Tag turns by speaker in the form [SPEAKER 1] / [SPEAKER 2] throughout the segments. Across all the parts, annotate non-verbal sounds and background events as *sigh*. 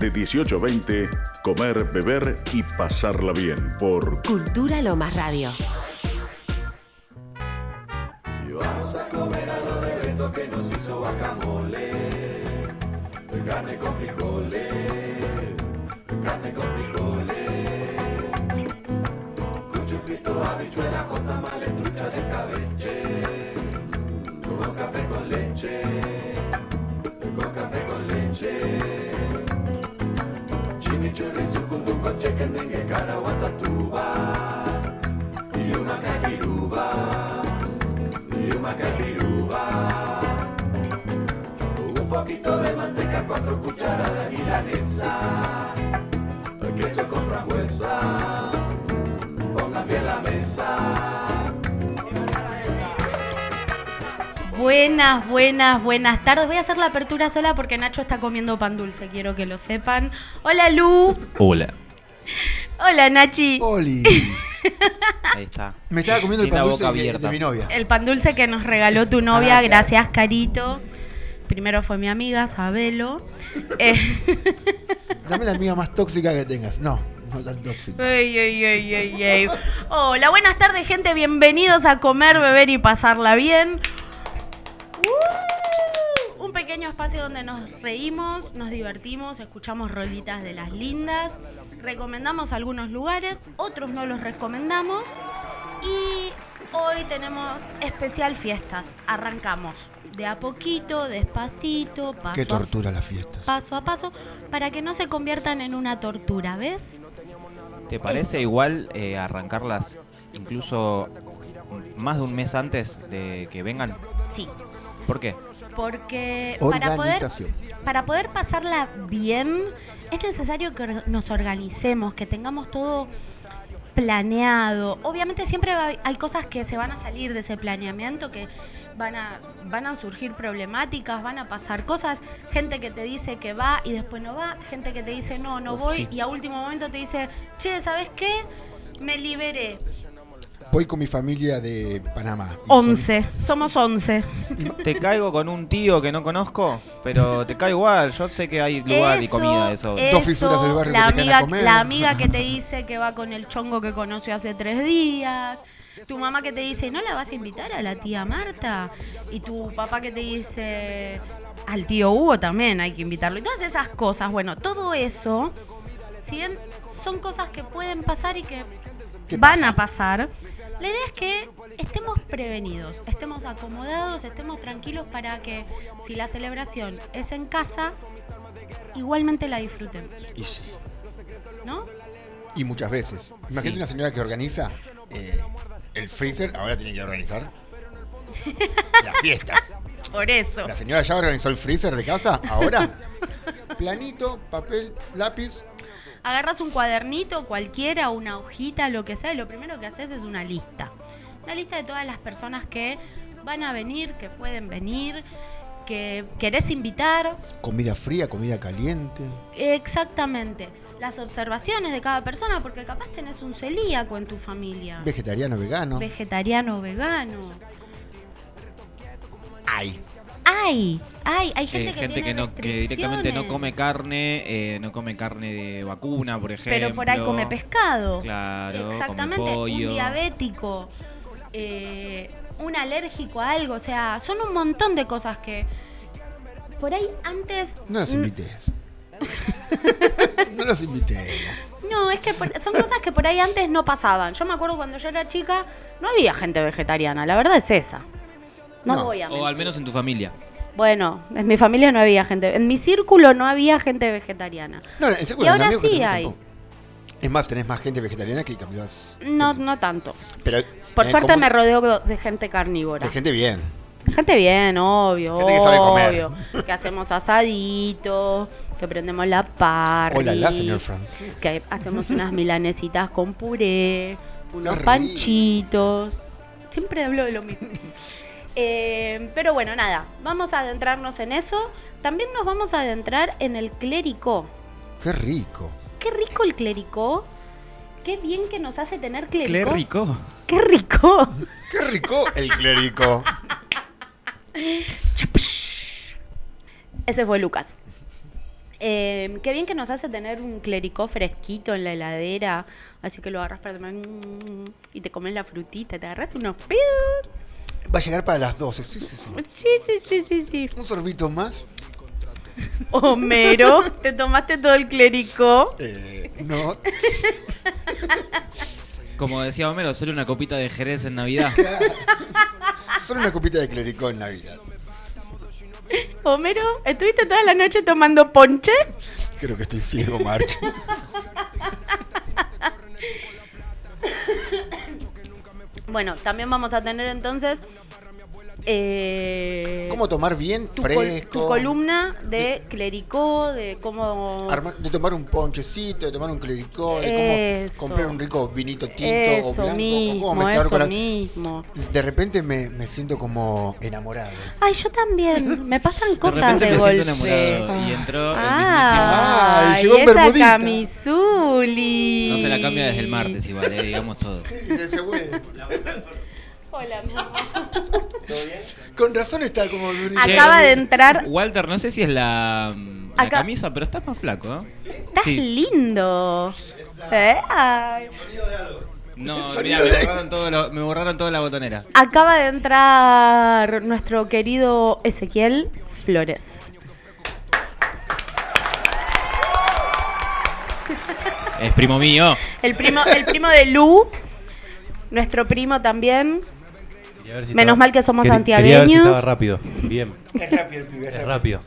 [SPEAKER 1] De 18 a 20, comer, beber y pasarla bien por
[SPEAKER 2] Cultura Lomas Radio.
[SPEAKER 3] Y vamos a comer algo de Beto que nos hizo guacamole. De carne con frijoles. De carne con frijoles. Cucho frito, habichuela, jota, trucha de escabeche. Mm, Con café con leche. Con café con leche. Chimichurri, sucunduco, chequendengue, caraguatatuba. Y una capiruba. Y una capiruba. Un poquito de manteca, cuatro cucharadas de milanesa. Queso con frambuesa. Pongan bien la mesa.
[SPEAKER 4] Buenas, buenas, buenas tardes. Voy a hacer la apertura sola porque Nacho está comiendo pan dulce, quiero que lo sepan. Hola Lu.
[SPEAKER 5] Hola.
[SPEAKER 4] Hola Nachi.
[SPEAKER 6] Oli.
[SPEAKER 5] Ahí está.
[SPEAKER 6] Me estaba comiendo el
[SPEAKER 5] Sin la
[SPEAKER 6] pan dulce
[SPEAKER 5] boca
[SPEAKER 6] de- de,
[SPEAKER 5] abierta.
[SPEAKER 6] mi novia.
[SPEAKER 4] El pan dulce que nos regaló tu novia,
[SPEAKER 6] Ah, claro.
[SPEAKER 4] gracias Carito. Primero fue mi amiga, Sabelo. Eh,
[SPEAKER 6] Dame la amiga más tóxica que tengas. No, no tan tóxica.
[SPEAKER 4] ey, ey, ey, ey, ey. Hola, buenas tardes gente, bienvenidos a comer, beber y pasarla bien. Uh, un pequeño espacio donde nos reímos, nos divertimos, escuchamos rolitas de las lindas, recomendamos algunos lugares, otros no los recomendamos y hoy tenemos especial fiestas. Arrancamos de a poquito, despacito, paso
[SPEAKER 6] Qué
[SPEAKER 4] a
[SPEAKER 6] tortura las fiestas.
[SPEAKER 4] paso a paso para que no se conviertan en una tortura, ¿ves?
[SPEAKER 5] ¿Te parece igual eh, arrancarlas incluso más de un mes antes de que vengan?
[SPEAKER 4] Sí,
[SPEAKER 5] ¿Por qué?
[SPEAKER 4] porque para poder
[SPEAKER 6] Organización.
[SPEAKER 4] para poder pasarla bien es necesario que or- nos organicemos, que tengamos todo planeado. Obviamente siempre va- hay cosas que se van a salir de ese planeamiento, que van a, van a surgir problemáticas, van a pasar cosas, gente que te dice que va y después no va, gente que te dice no, no
[SPEAKER 5] Uf,
[SPEAKER 4] voy
[SPEAKER 5] sí.
[SPEAKER 4] y a último momento te dice, che, ¿sabes qué? Me liberé.
[SPEAKER 6] Voy con mi familia de Panamá. Y son-
[SPEAKER 4] 11, somos 11.
[SPEAKER 5] ¿Te caigo con un tío que no conozco? Pero te cae igual. Yo sé que hay lugar y
[SPEAKER 4] Eso, eh,
[SPEAKER 5] comida de sobra.
[SPEAKER 6] Dos fisuras del barrio
[SPEAKER 4] la
[SPEAKER 6] que te quedan a
[SPEAKER 4] amiga,
[SPEAKER 6] comer.
[SPEAKER 4] La amiga que te dice que va con el chongo que conoció hace tres días. Tu mamá que te dice, ¿no la vas a invitar a la tía Marta? Y tu papá que te dice, al tío Hugo también hay que invitarlo. Y todas esas cosas. Bueno, todo eso, si bien son cosas que pueden pasar y que
[SPEAKER 6] ¿Qué
[SPEAKER 4] van
[SPEAKER 6] pasa?
[SPEAKER 4] a pasar, la idea es que estemos prevenidos, estemos acomodados, estemos tranquilos para que si la celebración es en casa, igualmente la disfrutemos,
[SPEAKER 6] Y, sí,
[SPEAKER 4] ¿no?
[SPEAKER 6] y muchas veces. Imagínate
[SPEAKER 5] Sí.
[SPEAKER 6] una señora que organiza eh, el freezer, ahora tiene que
[SPEAKER 4] *laughs*
[SPEAKER 6] organizar las fiestas.
[SPEAKER 4] Por eso.
[SPEAKER 6] La señora ya organizó el freezer de casa, ahora. Planito, papel, lápiz.
[SPEAKER 4] Agarras un cuadernito cualquiera, una hojita, lo que sea, y lo primero que haces es una lista. Una lista de todas las personas que van a venir, que pueden venir, que querés invitar,
[SPEAKER 6] Comida fría, comida caliente.
[SPEAKER 4] Exactamente. Las observaciones de cada persona, porque capaz tenés un celíaco en tu familia.
[SPEAKER 6] Vegetariano, vegano.
[SPEAKER 4] Vegetariano, vegano.
[SPEAKER 6] Ay.
[SPEAKER 4] Hay, hay, hay gente
[SPEAKER 5] Eh,
[SPEAKER 4] que
[SPEAKER 5] gente
[SPEAKER 4] tiene
[SPEAKER 5] que, no, que directamente no come
[SPEAKER 4] restricciones,
[SPEAKER 5] carne, eh, no come carne de vacuna, por ejemplo.
[SPEAKER 4] Pero por ahí come pescado.
[SPEAKER 5] Claro, come
[SPEAKER 4] Exactamente.
[SPEAKER 5] pollo.
[SPEAKER 4] Un diabético. eh, un alérgico a algo. O sea, son un montón de cosas que. Por ahí antes.
[SPEAKER 6] No los
[SPEAKER 4] mm, *laughs*
[SPEAKER 6] invites. no los invites.
[SPEAKER 4] No, es que por- son cosas que por ahí antes no pasaban. Yo me acuerdo cuando yo era chica, no había gente vegetariana, la verdad es esa. No,
[SPEAKER 6] No.
[SPEAKER 4] voy a
[SPEAKER 5] O
[SPEAKER 4] mentir.
[SPEAKER 5] al menos en tu familia.
[SPEAKER 4] Bueno, en mi familia no había gente, en mi círculo no había gente vegetariana.
[SPEAKER 6] No, en serio,
[SPEAKER 4] Y
[SPEAKER 6] los
[SPEAKER 4] ahora
[SPEAKER 6] amigos que
[SPEAKER 4] sí
[SPEAKER 6] tenés
[SPEAKER 4] hay.
[SPEAKER 6] tampoco. Es más, tenés más gente vegetariana que quizás.
[SPEAKER 4] No, no tanto.
[SPEAKER 6] Pero
[SPEAKER 4] Por
[SPEAKER 6] tenés
[SPEAKER 4] suerte
[SPEAKER 6] común-
[SPEAKER 4] me rodeo de gente carnívora.
[SPEAKER 6] Eh, De gente bien.
[SPEAKER 4] Gente bien, obvio,
[SPEAKER 6] Gente que sabe comer.
[SPEAKER 4] obvio. Que hacemos asaditos, que prendemos la parrilla.
[SPEAKER 6] Hola, la señor Franz.
[SPEAKER 4] Que hacemos unas milanesitas con puré, unos
[SPEAKER 6] rico.
[SPEAKER 4] panchitos. Siempre hablo de
[SPEAKER 6] *laughs*
[SPEAKER 4] lo mismo. Eh, pero bueno, nada, vamos a adentrarnos en eso. También nos vamos a adentrar en el clérico.
[SPEAKER 6] Qué rico.
[SPEAKER 4] Qué rico el clérico. Qué bien que nos hace tener clérico.
[SPEAKER 5] rico?
[SPEAKER 4] Qué rico.
[SPEAKER 6] Qué rico el clérico.
[SPEAKER 4] Ese fue Lucas. Eh, qué bien que nos hace tener un clericó fresquito en la heladera. Así que lo agarras para tomar mm, y te comes la frutita, te agarras unos pedos.
[SPEAKER 6] Va a llegar para las 12. Sí, sí, sí.
[SPEAKER 4] Sí, sí, sí, sí, sí.
[SPEAKER 6] Un sorbito más.
[SPEAKER 4] Homero, *laughs* te tomaste todo el clericó.
[SPEAKER 6] Eh, no.
[SPEAKER 5] Como decía Homero, solo una copita de Jerez
[SPEAKER 4] *laughs*
[SPEAKER 5] en Navidad.
[SPEAKER 6] Solo una copita de clericó en Navidad.
[SPEAKER 4] Homero, ¿estuviste toda la noche tomando ponche?
[SPEAKER 6] Creo que estoy ciego, Marcho.
[SPEAKER 4] Bueno, también vamos a tener entonces. eh,
[SPEAKER 6] ¿Cómo tomar bien?
[SPEAKER 4] tu, col-
[SPEAKER 6] fresco.
[SPEAKER 4] tu columna de clericó, de cómo.
[SPEAKER 6] Armar- de tomar un ponchecito, de tomar un clericó, de
[SPEAKER 4] Eso.
[SPEAKER 6] cómo comprar un rico vinito tinto o
[SPEAKER 4] Eso
[SPEAKER 6] blanco, o
[SPEAKER 4] mismo,
[SPEAKER 6] cómo mezclar
[SPEAKER 4] eso
[SPEAKER 6] con la-
[SPEAKER 4] mismo.
[SPEAKER 6] De repente me, me siento como *laughs* enamorado.
[SPEAKER 4] Ay, yo también. Me pasan
[SPEAKER 5] de
[SPEAKER 4] cosas
[SPEAKER 5] repente
[SPEAKER 4] de,
[SPEAKER 5] me siento
[SPEAKER 4] golpe.
[SPEAKER 5] enamorado y entró
[SPEAKER 4] Ah,
[SPEAKER 6] Ay,
[SPEAKER 4] y
[SPEAKER 6] llegó en
[SPEAKER 4] esa
[SPEAKER 6] bermudita.
[SPEAKER 5] el
[SPEAKER 4] camisuli.
[SPEAKER 5] mismísimo. No se la cambia desde el martes igual, eh, digamos todo.
[SPEAKER 4] Hola,
[SPEAKER 6] Con razón está como durito.
[SPEAKER 5] Che,
[SPEAKER 4] Acaba de entrar.
[SPEAKER 5] Walter, no sé si es la, mm, la
[SPEAKER 4] Acá-
[SPEAKER 5] camisa, pero estás más flaco, ¿eh?
[SPEAKER 4] Estás
[SPEAKER 5] Sí.
[SPEAKER 4] lindo. ¿Eh? Ay.
[SPEAKER 5] No,
[SPEAKER 6] El
[SPEAKER 5] mirá,
[SPEAKER 6] sonido
[SPEAKER 5] me,
[SPEAKER 6] de-
[SPEAKER 5] borraron todo lo- me borraron toda la botonera.
[SPEAKER 4] Acaba de entrar nuestro querido Ezequiel Flores.
[SPEAKER 5] Es primo mío.
[SPEAKER 4] El primo, el primo de Lu. Nuestro primo también.
[SPEAKER 7] Quería ver si
[SPEAKER 4] Menos
[SPEAKER 7] estaba-
[SPEAKER 4] mal que somos
[SPEAKER 7] quer- Quería ver si
[SPEAKER 4] santiagueños.
[SPEAKER 7] estaba rápido. Bien,
[SPEAKER 6] Es rápido el primer
[SPEAKER 7] es rápido.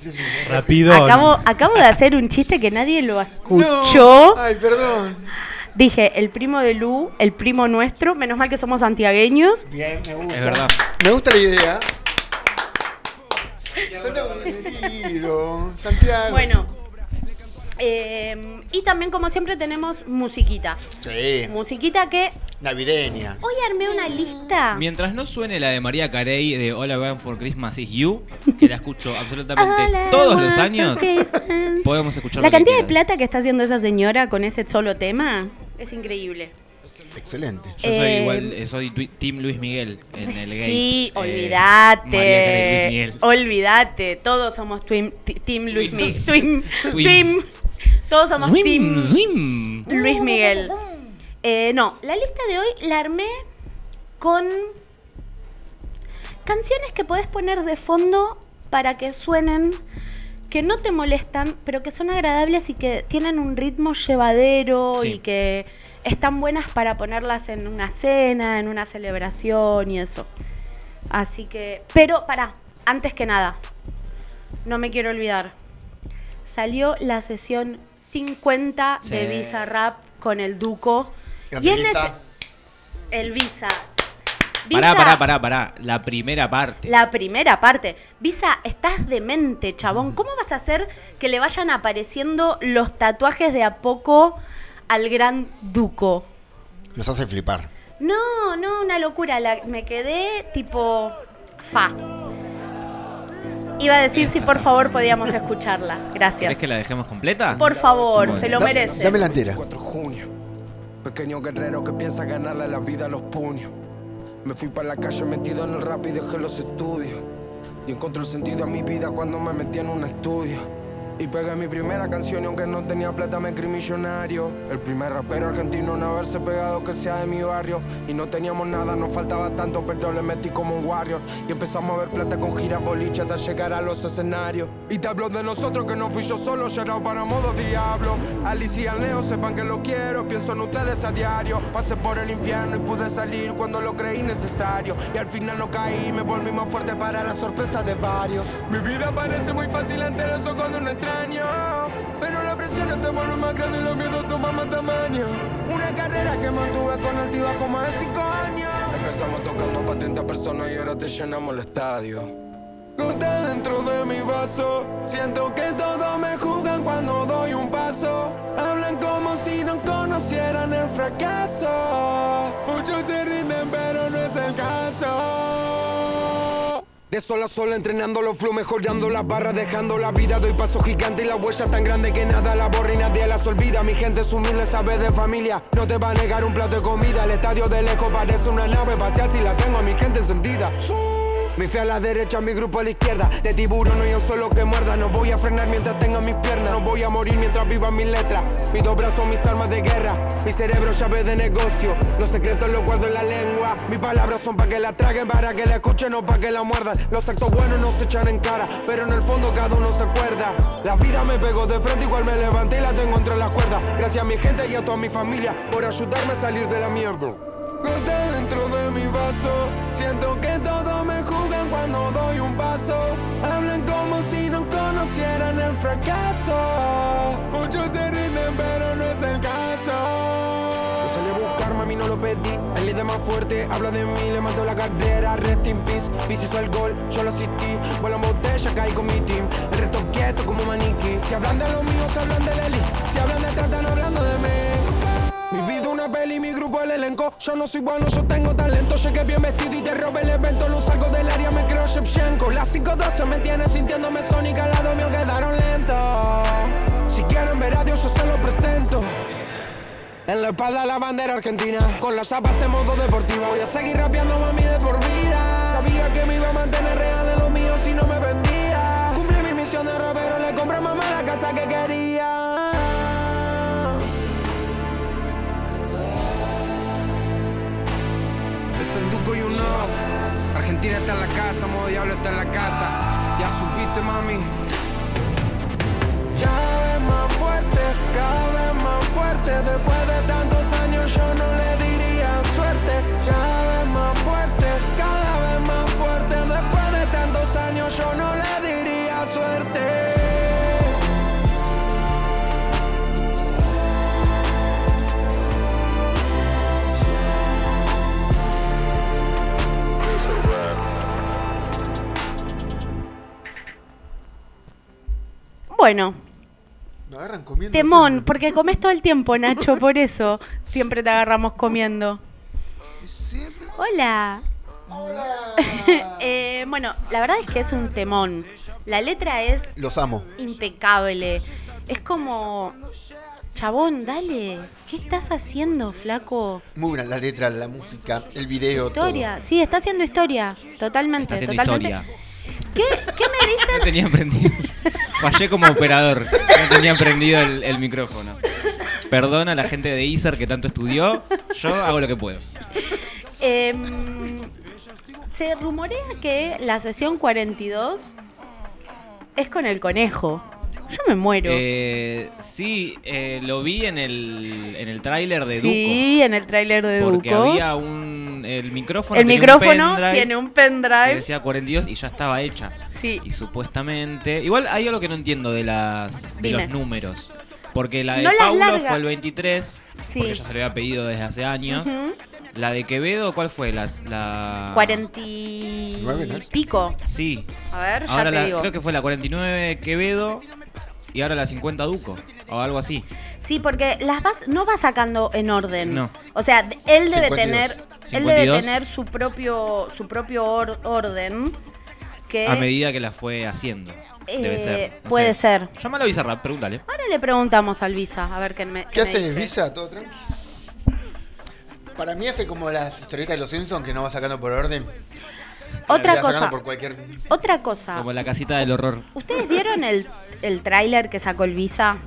[SPEAKER 7] Rápido.
[SPEAKER 4] Acabo, acabo de hacer un chiste que nadie lo escuchó.
[SPEAKER 6] Ay, perdón.
[SPEAKER 4] Dije, el primo de Lu, el primo nuestro. Menos mal que somos santiagueños.
[SPEAKER 6] Bien, me gusta.
[SPEAKER 5] Es verdad.
[SPEAKER 6] Me gusta la idea. Santiago, bienvenido. Santiago.
[SPEAKER 4] Bueno. eh, y también, como siempre, tenemos musiquita.
[SPEAKER 6] Sí,
[SPEAKER 4] Musiquita que
[SPEAKER 6] navideña.
[SPEAKER 4] hoy armé una lista.
[SPEAKER 5] Mientras no suene la de María Carey de All I Want for Christmas is You, que la escucho absolutamente
[SPEAKER 4] All I
[SPEAKER 5] todos
[SPEAKER 4] want
[SPEAKER 5] los
[SPEAKER 4] for
[SPEAKER 5] años,
[SPEAKER 4] Christmas.
[SPEAKER 5] podemos escuchar
[SPEAKER 4] La
[SPEAKER 5] lo que
[SPEAKER 4] cantidad de
[SPEAKER 5] quieras.
[SPEAKER 4] plata que está haciendo esa señora con ese solo tema es increíble.
[SPEAKER 6] Excelente.
[SPEAKER 5] Yo soy
[SPEAKER 4] Eh,
[SPEAKER 5] igual, eh, soy tui- Team Luis Miguel en el game.
[SPEAKER 4] Sí,
[SPEAKER 5] Eh, María Carey, Luis
[SPEAKER 4] olvídate.
[SPEAKER 5] Miguel.
[SPEAKER 4] Olvídate. Todos somos twim- ti- Team Luis Miguel. Twim,
[SPEAKER 5] Twim.
[SPEAKER 4] twim. Todos somos
[SPEAKER 5] Zwim,
[SPEAKER 4] Team
[SPEAKER 5] zwim.
[SPEAKER 4] Luis Miguel. Eh, no, la lista de hoy la armé con canciones que podés poner de fondo para que suenen, que no te molestan, pero que son agradables y que tienen un ritmo llevadero
[SPEAKER 5] Sí.
[SPEAKER 4] y que están buenas para ponerlas en una cena, en una celebración y eso. Así que, pero para, antes que nada, no me quiero olvidar. Salió la sesión 50 de
[SPEAKER 5] Sí.
[SPEAKER 4] Visa Rap con el Duco.
[SPEAKER 6] Grande
[SPEAKER 4] Y es
[SPEAKER 6] Lisa.
[SPEAKER 4] nece- el Visa.
[SPEAKER 5] Pará,
[SPEAKER 4] Visa-
[SPEAKER 5] pará, pará, pará. La primera parte.
[SPEAKER 4] La primera parte. Visa, estás demente, chabón. ¿Cómo vas a hacer que le vayan apareciendo los tatuajes de a poco al gran Duco?
[SPEAKER 6] Los hace flipar.
[SPEAKER 4] No, no, una locura. la- me quedé tipo fa. Iba a decir si por favor podíamos escucharla. Gracias.
[SPEAKER 5] ¿Querés que la dejemos completa?
[SPEAKER 4] Por favor, se lo
[SPEAKER 6] Da-
[SPEAKER 4] merece.
[SPEAKER 6] Dame la entera.
[SPEAKER 8] 4 de junio. Pequeño guerrero que piensa ganarle la vida a los puños. Me fui para la calle metido en el rap y dejé los estudios. Y encontré el sentido a mi vida cuando me metí en un estudio. Y pegué mi primera canción y aunque no tenía plata me creí millonario. El primer rapero argentino en haberse pegado que sea de mi barrio. Y no teníamos nada, nos faltaba tanto, pero le metí como un warrior. Y empezamos a ver plata con giras boliche hasta llegar a los escenarios. Y te hablo de nosotros que no fui yo solo, llenado para modo diablo. Alice y al Neo sepan que lo quiero, pienso en ustedes a diario. Pasé por el infierno y pude salir cuando lo creí necesario. Y al final no caí, me volví más fuerte para la sorpresa de varios. Mi vida parece muy fácil ante los ojos de un extraño. Pero la presión se vuelve más grande y los miedos toman más tamaño. Una carrera que mantuve con altibajo más de cinco años. Empezamos tocando para 30 personas y ahora te llenamos el estadio. Gota dentro de mi vaso. Siento que todos me juzgan cuando doy un paso. Hablan como si no conocieran el fracaso. Muchos se rinden, pero no es el caso. De sol a sol entrenando los flow, mejorando las barras, dejando la vida. Doy paso gigante y la huella tan grande que nada la borra y nadie las olvida. Mi gente es humilde, sabe de familia. No te va a negar un plato de comida. El estadio de lejos parece una nave espacial si la tengo a mi gente encendida. Mi fe a la derecha, mi grupo a la izquierda. De tiburón no hay un solo que muerda. No voy a frenar mientras tenga mis piernas. No voy a morir mientras viva mis letras. Mis dos brazos, mis armas de guerra. Mi cerebro, llave de negocio. Los secretos los guardo en la lengua. Mis palabras son para que la traguen, para que la escuchen, no para que la muerdan. Los actos buenos no se echan en cara. Pero en el fondo cada uno se acuerda. La vida me pegó de frente, igual me levanté y la tengo entre las cuerdas. Gracias a mi gente y a toda mi familia por ayudarme a salir de la mierda. Gota dentro de mi vaso. Siento que todos me juzgan cuando doy un paso. Hablan como si no conocieran el fracaso. Muchos se rinden, pero no es el caso. Yo salí a buscarme, a mí no lo pedí. El líder más fuerte habla de mí, le mandó la carrera. Rest in peace. Bici hizo el gol, yo lo asistí. Vuelo en botella, caí con mi team. El resto quieto como maniquí. Si hablan de los míos, hablan de Leli. Si hablan de tratan hablando de mí. Mi vida una peli, mi grupo el elenco. Yo no soy bueno, yo tengo talento. Llegué bien vestido y te robo el evento. Lo salgo del área, me creo Shevchenko. Las 512 me tienen sintiéndome Sonic al lado mío quedaron lentos. Si quieren ver a Dios, yo se lo presento. En la espalda la bandera argentina, con las zapas en modo deportivo. Voy a seguir rapeando mami de por vida. Sabía que me iba a mantener real en lo mío si no me vendía. Cumplí mi misión de rapero, le compré a mamá la casa que quería. Es el Duco y un no. Argentina está en la casa, modo diablo está en la casa. Ya supiste, mami. Cada vez más fuerte, cada vez más fuerte. Después de tantos años yo no le diría suerte. Cada vez más fuerte, cada vez más fuerte. Después de tantos años yo no le diría suerte.
[SPEAKER 4] Bueno,
[SPEAKER 6] Lo agarran comiendo.
[SPEAKER 4] temón,
[SPEAKER 6] siempre.
[SPEAKER 4] porque comes todo el tiempo, Nacho, por eso siempre te agarramos comiendo. Hola. *laughs* Eh, bueno, la verdad es que es un temón. La letra es
[SPEAKER 6] Los amo.
[SPEAKER 4] impecable. Es como, chabón, dale, ¿qué estás haciendo, flaco?
[SPEAKER 6] Muy buena la letra, la música, el video. todo.
[SPEAKER 4] Historia. Sí, está haciendo historia, totalmente,
[SPEAKER 5] Está haciendo
[SPEAKER 4] totalmente.
[SPEAKER 5] historia.
[SPEAKER 4] ¿Qué, qué me dicen?
[SPEAKER 5] No tenía prendido. Fallé como operador. No tenía prendido el, el micrófono. Perdona a la gente de Iser que tanto estudió. Yo hago lo que puedo.
[SPEAKER 4] Em, se rumorea que la sesión 42 es con el conejo. Yo me muero.
[SPEAKER 5] Eh, sí, eh, lo vi en el, en el tráiler de
[SPEAKER 4] sí, en el tráiler de
[SPEAKER 5] Duco. Porque
[SPEAKER 4] Duco.
[SPEAKER 5] había un. El micrófono.
[SPEAKER 4] el
[SPEAKER 5] tenía un
[SPEAKER 4] micrófono
[SPEAKER 5] pendrive
[SPEAKER 4] tiene un
[SPEAKER 5] que
[SPEAKER 4] pendrive.
[SPEAKER 5] decía 42 y ya estaba hecha.
[SPEAKER 4] Sí.
[SPEAKER 5] Y supuestamente. Igual hay algo que no entiendo de las de
[SPEAKER 4] Dime.
[SPEAKER 5] los números. Porque la de
[SPEAKER 4] No las
[SPEAKER 5] Paulo
[SPEAKER 4] larga.
[SPEAKER 5] fue el 23,
[SPEAKER 4] Sí.
[SPEAKER 5] porque ya se le había pedido desde hace años.
[SPEAKER 4] Ujú.
[SPEAKER 5] La de Quevedo, ¿cuál fue? Las, la...
[SPEAKER 4] 40 y
[SPEAKER 6] Nueve, ¿no es?
[SPEAKER 4] pico.
[SPEAKER 5] Sí.
[SPEAKER 4] A ver, ya
[SPEAKER 5] Ahora
[SPEAKER 4] te
[SPEAKER 5] la-
[SPEAKER 4] digo.
[SPEAKER 5] creo que fue la 49 Quevedo y ahora la 50 Duco o algo así.
[SPEAKER 4] Sí, porque las vas no va sacando en orden.
[SPEAKER 5] No.
[SPEAKER 4] O sea, d- él debe
[SPEAKER 6] 52.
[SPEAKER 4] tener él debe
[SPEAKER 5] 52.
[SPEAKER 4] tener su propio su propio or- orden que
[SPEAKER 5] A medida que la fue haciendo. Debe
[SPEAKER 4] Eh,
[SPEAKER 5] ser. no
[SPEAKER 4] puede
[SPEAKER 5] sé.
[SPEAKER 4] ser.
[SPEAKER 5] Llámalo a Bizarrap, pregúntale.
[SPEAKER 4] Ahora le preguntamos al Visa, a ver qué me
[SPEAKER 6] ¿Qué
[SPEAKER 4] me
[SPEAKER 6] hace
[SPEAKER 4] dice.
[SPEAKER 6] Visa? ¿Todo tranqui? Para mí hace como las historietas de los Simpsons que no va sacando por orden.
[SPEAKER 4] Otra
[SPEAKER 6] Va
[SPEAKER 4] cosa.
[SPEAKER 6] sacando por cualquier...
[SPEAKER 4] Otra cosa.
[SPEAKER 5] Como la casita del horror.
[SPEAKER 4] ¿Ustedes vieron el, el tráiler que sacó el Visa?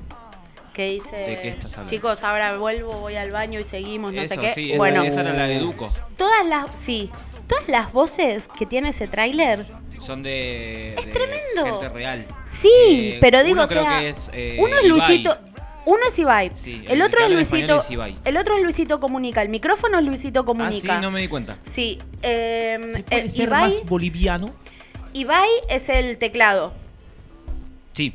[SPEAKER 4] Que dice,
[SPEAKER 5] ¿De qué estás hablando?
[SPEAKER 4] chicos, ahora vuelvo, voy al baño y seguimos, no sé
[SPEAKER 5] Eso,
[SPEAKER 4] qué.
[SPEAKER 5] sí, esa-
[SPEAKER 4] bueno,
[SPEAKER 5] esa era la de Duco.
[SPEAKER 4] todas las sí, todas las voces que tiene ese tráiler
[SPEAKER 5] Son de,
[SPEAKER 4] Es
[SPEAKER 5] de
[SPEAKER 4] tremendo.
[SPEAKER 5] gente real.
[SPEAKER 4] Sí,
[SPEAKER 5] Eh,
[SPEAKER 4] pero digo,
[SPEAKER 5] uno
[SPEAKER 4] o
[SPEAKER 5] creo
[SPEAKER 4] sea,
[SPEAKER 5] que es, eh,
[SPEAKER 4] uno es
[SPEAKER 5] Ibai.
[SPEAKER 4] Luisito, uno es Ibai,
[SPEAKER 5] Sí,
[SPEAKER 4] el,
[SPEAKER 5] el
[SPEAKER 4] otro
[SPEAKER 5] que
[SPEAKER 4] es
[SPEAKER 5] habla en español
[SPEAKER 4] Luisito,
[SPEAKER 5] es Ibai.
[SPEAKER 4] el otro es Luisito comunica, el micrófono es Luisito
[SPEAKER 5] Ah, sí,
[SPEAKER 4] comunica.
[SPEAKER 5] no me di cuenta.
[SPEAKER 4] Sí, eh, eh,
[SPEAKER 5] ser
[SPEAKER 4] Ibai,
[SPEAKER 5] más boliviano?
[SPEAKER 4] Ibai es el teclado,
[SPEAKER 5] Sí.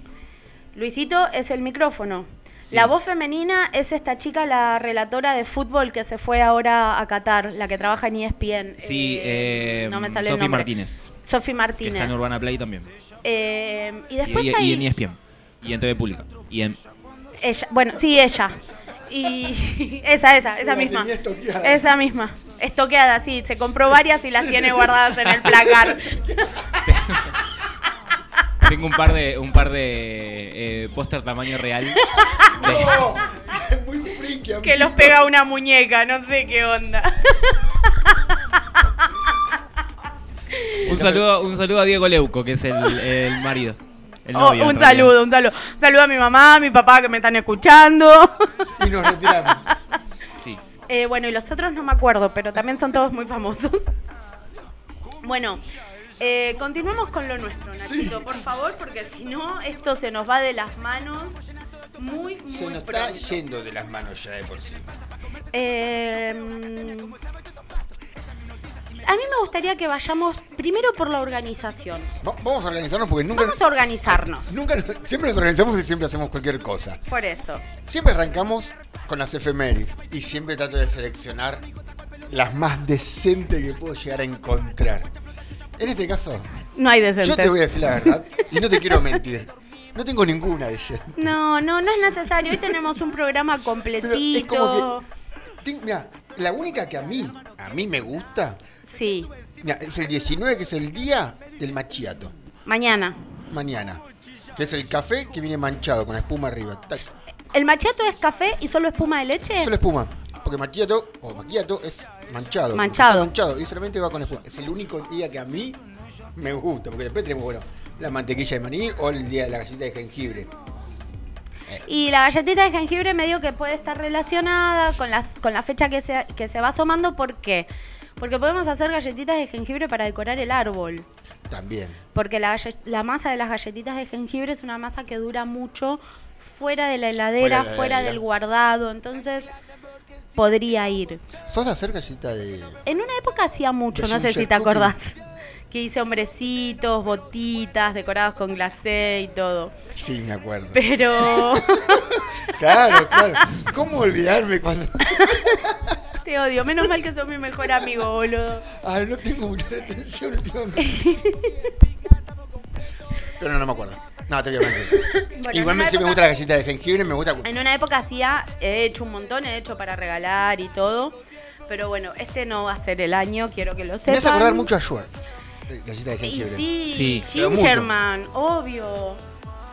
[SPEAKER 4] Luisito es el micrófono.
[SPEAKER 5] Sí.
[SPEAKER 4] La voz femenina es esta chica, la relatora de fútbol que se fue ahora a Qatar, la que trabaja en E ESPN.
[SPEAKER 5] Sí,
[SPEAKER 4] Eh,
[SPEAKER 5] eh,
[SPEAKER 4] no me sale el
[SPEAKER 5] Sofi
[SPEAKER 4] nombre.
[SPEAKER 5] Martínez.
[SPEAKER 4] Sofi
[SPEAKER 5] Que está
[SPEAKER 4] Martínez.
[SPEAKER 5] en Urbana Play también.
[SPEAKER 4] Eh, y
[SPEAKER 5] Y-
[SPEAKER 4] después
[SPEAKER 5] y, y
[SPEAKER 4] hay...
[SPEAKER 5] en E ESPN. Y en TV Pública. Y en
[SPEAKER 4] Ella, bueno, sí, ella. Y *laughs* esa, esa, esa
[SPEAKER 6] la
[SPEAKER 4] misma.
[SPEAKER 6] tenía estoqueada.
[SPEAKER 4] Esa misma. Estoqueada, sí. Se compró varias y las tiene guardadas en
[SPEAKER 6] *laughs*
[SPEAKER 4] el placar.
[SPEAKER 5] Tengo un par de un par de eh, póster tamaño real.
[SPEAKER 4] *laughs*
[SPEAKER 5] de-
[SPEAKER 6] ¡No! Es muy friki, amigo.
[SPEAKER 4] Que los pega una muñeca, no sé qué onda.
[SPEAKER 5] *laughs* Un saludo, un saludo a Diego Leuco, que es el, el marido. el
[SPEAKER 4] Oh,
[SPEAKER 5] novio, en
[SPEAKER 4] un
[SPEAKER 5] realidad.
[SPEAKER 4] saludo, un saludo. Un saludo a mi mamá, a mi papá que me están escuchando.
[SPEAKER 6] Y nos retiramos.
[SPEAKER 5] Sí.
[SPEAKER 4] *laughs* Eh, bueno, y los otros no me acuerdo, pero también son todos muy famosos. Bueno, eh, continuemos con lo nuestro, Nachito, por favor, porque si no, esto se nos va de las manos muy, muy
[SPEAKER 6] Se nos
[SPEAKER 4] pronto.
[SPEAKER 6] está yendo de las manos ya de por sí.
[SPEAKER 4] Eh, mm, a mí me gustaría que vayamos primero por la organización.
[SPEAKER 6] Va- Vamos a organizarnos porque nunca,
[SPEAKER 4] Vamos a organizarnos.
[SPEAKER 6] nunca nos- siempre nos organizamos y siempre hacemos cualquier cosa.
[SPEAKER 4] Por eso.
[SPEAKER 6] Siempre arrancamos con las efemérides y siempre trato de seleccionar las más decentes que puedo llegar a encontrar. En este caso,
[SPEAKER 4] No hay
[SPEAKER 6] yo
[SPEAKER 4] decentes.
[SPEAKER 6] te voy a decir la verdad y no te quiero mentir. No tengo ninguna de ellas.
[SPEAKER 4] No, no, no es necesario. Hoy tenemos un programa
[SPEAKER 6] Pero es
[SPEAKER 4] completito.
[SPEAKER 6] como que. Mira, la única que a mí, a mí me gusta,
[SPEAKER 4] Sí,
[SPEAKER 6] mirá, es el 19, que es el día del machiato,
[SPEAKER 4] mañana.
[SPEAKER 6] mañana. Que es el café que viene manchado con la espuma arriba. tac.
[SPEAKER 4] ¿El macheto es café y solo espuma de leche?
[SPEAKER 6] Solo espuma. Porque machiato o maquiato es manchado.
[SPEAKER 4] Manchado.
[SPEAKER 6] Está manchado. Y solamente va con espuma. Es el único día que a mí me gusta. Porque después tenemos, bueno, la mantequilla de maní o el día de la galleta de jengibre.
[SPEAKER 4] Y la galletita de jengibre medio que puede estar relacionada con, las, con la fecha que se, que se va asomando. ¿Por qué? Porque podemos hacer galletitas de jengibre para decorar el árbol.
[SPEAKER 6] También.
[SPEAKER 4] Porque la, galle- la masa de las galletitas de jengibre es una masa que dura mucho fuera de la heladera,
[SPEAKER 6] Fuera de
[SPEAKER 4] fuera,
[SPEAKER 6] la
[SPEAKER 4] del
[SPEAKER 6] heladera.
[SPEAKER 4] guardado. Entonces podría ir.
[SPEAKER 6] ¿Sos de hacer galleta de.?
[SPEAKER 4] En una época hacía mucho,
[SPEAKER 6] De
[SPEAKER 4] no sé
[SPEAKER 6] ginger
[SPEAKER 4] si te
[SPEAKER 6] cookie.
[SPEAKER 4] acordás. Que hice hombrecitos, botitas, decorados con glacé y todo.
[SPEAKER 6] Sí, me acuerdo.
[SPEAKER 4] Pero *laughs*
[SPEAKER 6] Claro, claro. ¿Cómo olvidarme cuando.?
[SPEAKER 4] te odio. Menos mal que sos mi mejor amigo, boludo.
[SPEAKER 6] Ay, Ah, no tengo mucha atención
[SPEAKER 4] *laughs*
[SPEAKER 6] Pero no, no me acuerdo. No, te voy a mentir.
[SPEAKER 4] Bueno,
[SPEAKER 6] Igual me,
[SPEAKER 4] en una
[SPEAKER 6] sí me
[SPEAKER 4] época-
[SPEAKER 6] gusta la galleta de jengibre, me gusta.
[SPEAKER 4] En una época hacía, he hecho un montón, he hecho para regalar y todo. Pero bueno, este no va a ser el año, quiero que lo
[SPEAKER 6] Me
[SPEAKER 4] sepan.
[SPEAKER 6] hace acordar mucho a Schwer. eh, Galleta de
[SPEAKER 4] Y
[SPEAKER 6] jengibre.
[SPEAKER 4] sí,
[SPEAKER 5] Sí,
[SPEAKER 6] pero mucho.
[SPEAKER 4] Gingerman, obvio.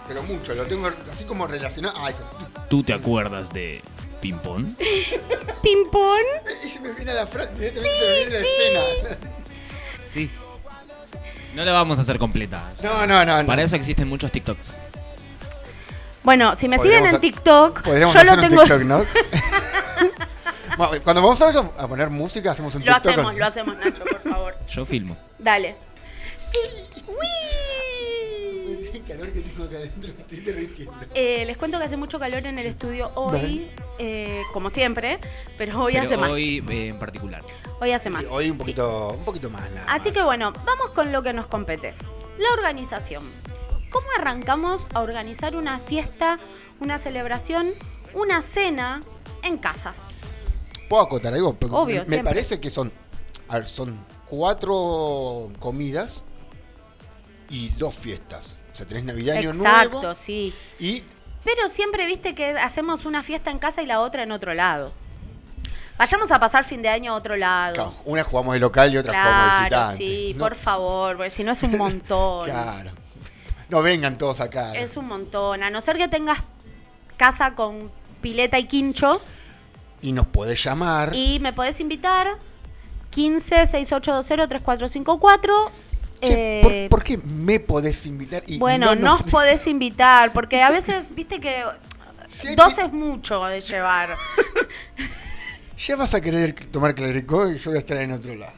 [SPEAKER 6] Pero mucho, lo tengo así como relacionado. Ah, eso.
[SPEAKER 5] ¿Tú te acuerdas de Pimpón?
[SPEAKER 4] Pimpón.
[SPEAKER 6] Y se me *laughs* viene a la frase, ¿eh? directamente se me viene la escena.
[SPEAKER 5] Sí. No la vamos a hacer completa.
[SPEAKER 6] No, no, no. no.
[SPEAKER 5] Para eso existen muchos TikToks.
[SPEAKER 4] Bueno, si me siguen
[SPEAKER 6] Podríamos
[SPEAKER 4] en
[SPEAKER 6] ha-
[SPEAKER 4] TikTok,
[SPEAKER 6] Podríamos
[SPEAKER 4] yo
[SPEAKER 6] hacer
[SPEAKER 4] lo
[SPEAKER 6] un
[SPEAKER 4] tengo.
[SPEAKER 6] TikTok,
[SPEAKER 4] *laughs*
[SPEAKER 6] ¿no? Bueno, Cuando vamos a, a poner música, hacemos un
[SPEAKER 4] Lo
[SPEAKER 6] TikTok.
[SPEAKER 4] hacemos, lo hacemos, Nacho, por
[SPEAKER 6] *laughs*
[SPEAKER 4] favor.
[SPEAKER 5] Yo filmo.
[SPEAKER 4] Dale.
[SPEAKER 6] *laughs* El calor que tengo acá adentro, me estoy derritiendo.
[SPEAKER 4] Eh, les cuento que hace mucho calor en el estudio hoy, eh, como siempre, pero hoy
[SPEAKER 5] Pero
[SPEAKER 4] hace más.
[SPEAKER 5] hoy eh, en particular.
[SPEAKER 4] Hoy hace más.
[SPEAKER 6] Sí, hoy un
[SPEAKER 4] Sí.
[SPEAKER 6] poquito, un poquito más nada.
[SPEAKER 4] Así
[SPEAKER 6] más.
[SPEAKER 4] que bueno, vamos con lo que nos compete. La organización. ¿Cómo arrancamos a organizar una fiesta, una celebración, una cena en casa?
[SPEAKER 6] puedo acotar algo, Porque
[SPEAKER 4] Obvio,
[SPEAKER 6] me, me
[SPEAKER 4] siempre.
[SPEAKER 6] parece que son, a ver, son cuatro comidas y dos fiestas. O sea, tenés Navidad Año
[SPEAKER 4] Exacto,
[SPEAKER 6] Nuevo
[SPEAKER 4] sí.
[SPEAKER 6] y
[SPEAKER 4] Pero siempre viste que hacemos una fiesta en casa y la otra en otro lado. Vayamos a pasar fin de año a otro lado.
[SPEAKER 6] claro, una jugamos de local y otra jugamos de
[SPEAKER 4] Claro,
[SPEAKER 6] visitante.
[SPEAKER 4] sí,
[SPEAKER 6] No-
[SPEAKER 4] por favor, porque si no es un montón.
[SPEAKER 6] *laughs* Claro. No vengan todos acá.
[SPEAKER 4] Es un montón. A no ser que tengas casa con pileta y quincho
[SPEAKER 6] Y nos podés llamar.
[SPEAKER 4] y me podés invitar 15 6820 3454.
[SPEAKER 6] Che,
[SPEAKER 4] eh,
[SPEAKER 6] ¿por, por qué me podés invitar? Y
[SPEAKER 4] bueno,
[SPEAKER 6] no
[SPEAKER 4] nos podés invitar, porque
[SPEAKER 6] *laughs*
[SPEAKER 4] a veces, viste que
[SPEAKER 6] Sí,
[SPEAKER 4] dos
[SPEAKER 6] que-
[SPEAKER 4] es mucho de llevar.
[SPEAKER 6] Ya vas a querer tomar clericó y yo voy a estar en otro lado.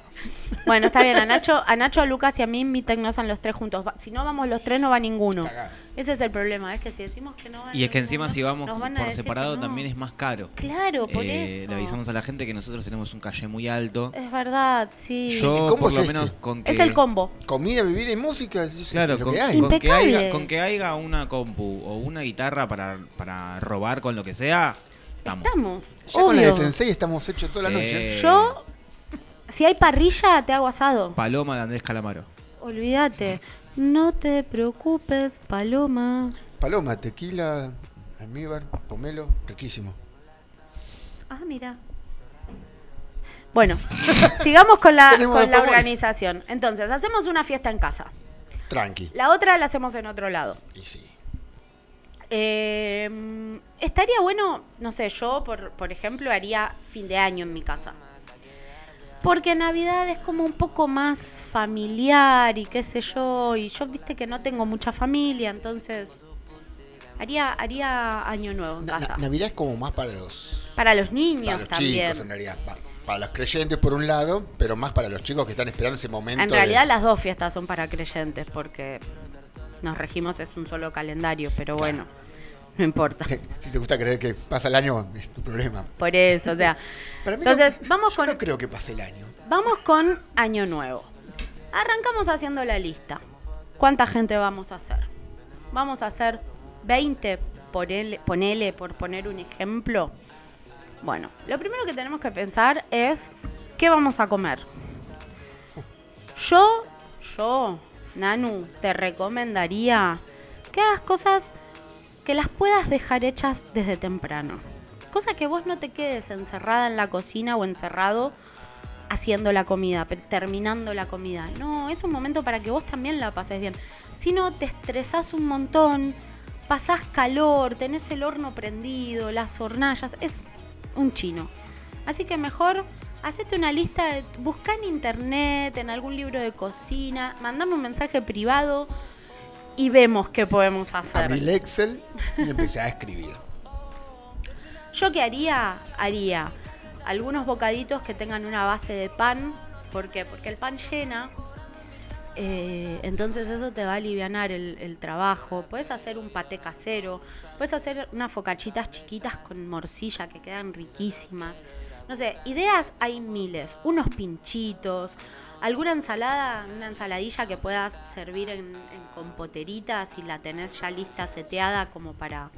[SPEAKER 4] Bueno, está bien, a Nacho, a Nacho, a Lucas y a mí invítennos a los tres juntos. Va- Si no vamos los tres, no va ninguno.
[SPEAKER 6] Cagá.
[SPEAKER 4] Ese es el problema, es que si decimos que no va
[SPEAKER 5] Y es que encima si vamos
[SPEAKER 4] nos van a
[SPEAKER 5] por
[SPEAKER 4] decir que
[SPEAKER 5] separado
[SPEAKER 4] no.
[SPEAKER 5] también es más caro.
[SPEAKER 4] Claro, por
[SPEAKER 5] Eh,
[SPEAKER 4] eso.
[SPEAKER 5] Le avisamos a la gente que nosotros tenemos un calle muy alto.
[SPEAKER 4] Es verdad, sí.
[SPEAKER 5] Yo
[SPEAKER 6] ¿Y cómo
[SPEAKER 5] por
[SPEAKER 6] es
[SPEAKER 5] lo
[SPEAKER 6] este?
[SPEAKER 5] menos con que...
[SPEAKER 4] Es el combo.
[SPEAKER 6] Comida, bebida y música. eso es
[SPEAKER 5] Claro,
[SPEAKER 6] lo
[SPEAKER 5] con,
[SPEAKER 6] que hay.
[SPEAKER 5] con que
[SPEAKER 4] Impecable.
[SPEAKER 5] haya, con que haya una compu o una guitarra para, para robar con lo que sea, estamos.
[SPEAKER 4] Estamos.
[SPEAKER 6] Ya con la de
[SPEAKER 4] obvio. Eh.
[SPEAKER 6] Sensei estamos hechos toda la
[SPEAKER 5] Sí.
[SPEAKER 6] noche.
[SPEAKER 4] Yo, si hay parrilla, te hago asado.
[SPEAKER 5] Paloma de Andrés Calamaro.
[SPEAKER 4] Olvídate. No te preocupes, Paloma.
[SPEAKER 6] Paloma, tequila, almíbar, pomelo, riquísimo.
[SPEAKER 4] Ah, mira. Bueno, *laughs* sigamos con la,
[SPEAKER 6] Tenemos
[SPEAKER 4] con
[SPEAKER 6] de
[SPEAKER 4] la
[SPEAKER 6] Pomelo.
[SPEAKER 4] organización. Entonces, hacemos una fiesta en casa.
[SPEAKER 6] Tranqui.
[SPEAKER 4] La otra la hacemos en otro lado.
[SPEAKER 6] Y sí.
[SPEAKER 4] Eh, estaría bueno, no sé, yo, por, por ejemplo, haría fin de año en mi casa. Porque Navidad es como un poco más familiar y qué sé yo. Y yo viste que no tengo mucha familia, entonces haría, haría año nuevo en
[SPEAKER 6] Na- na-
[SPEAKER 4] casa.
[SPEAKER 6] Navidad es como más para los,
[SPEAKER 4] Para los niños
[SPEAKER 6] para los
[SPEAKER 4] también.
[SPEAKER 6] chicos, en realidad. Pa- para los creyentes, por un lado, pero más para los chicos que están esperando ese momento.
[SPEAKER 4] En
[SPEAKER 6] de-
[SPEAKER 4] realidad las dos fiestas son para creyentes porque nos regimos es un solo calendario, pero bueno,
[SPEAKER 6] *laughs*
[SPEAKER 4] no importa.
[SPEAKER 6] Si- *laughs* Si te gusta creer que pasa el año, es tu problema.
[SPEAKER 4] Por eso, o sea,
[SPEAKER 6] Para mí
[SPEAKER 4] Entonces,
[SPEAKER 6] no-
[SPEAKER 4] vamos
[SPEAKER 6] yo
[SPEAKER 4] con-
[SPEAKER 6] no creo que pase el año.
[SPEAKER 4] vamos con Año Nuevo. Arrancamos haciendo la lista. ¿Cuánta gente vamos a hacer? Vamos a hacer 20, ponele, ponele por poner un ejemplo. Bueno, lo primero que tenemos que pensar es qué vamos a comer. Yo, yo, Nanu, te recomendaría que hagas cosas que las puedas dejar hechas desde temprano. Cosa que vos no te quedes encerrada en la cocina o encerrado haciendo la comida, pe- terminando la comida. No, es un momento para que vos también la pases bien. Si no, te estresás un montón, pasás calor, tenés el horno prendido, las hornallas, es un chino. Así que mejor hacete una lista, de- busca en internet, en algún libro de cocina, mandame un mensaje privado y vemos qué podemos hacer.
[SPEAKER 6] Abrí el Excel y empecé a escribir.
[SPEAKER 4] Yo qué haría, haría algunos bocaditos que tengan una base de pan. ¿Por qué? Porque el pan llena. eh, entonces eso te va a aliviar el, el trabajo. Puedes hacer un paté casero. Puedes hacer unas focachitas chiquitas con morcilla que quedan riquísimas. No sé, ideas hay miles. Unos pinchitos. Alguna ensalada, una ensaladilla que puedas servir en, en compoteritas y la tenés ya lista, seteada como para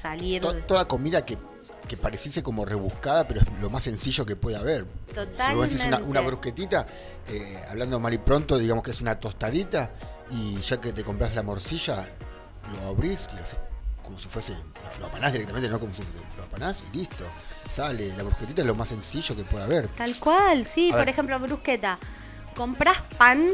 [SPEAKER 4] salir.
[SPEAKER 6] To- toda comida que, que pareciese como rebuscada, pero es lo más sencillo que puede haber. Si vos haces una,
[SPEAKER 4] Totalmente.
[SPEAKER 6] una brusquetita, eh, hablando mal y pronto, digamos que es una tostadita, y ya que te compras la morcilla, lo abrís y lo haces como si fuese, lo, lo apanás directamente, no como si lo apanás y listo. Sale, la brusquetita es lo más sencillo que puede haber.
[SPEAKER 4] Tal cual, sí.
[SPEAKER 6] A
[SPEAKER 4] por
[SPEAKER 6] ver.
[SPEAKER 4] ejemplo, brusqueta. Comprás pan.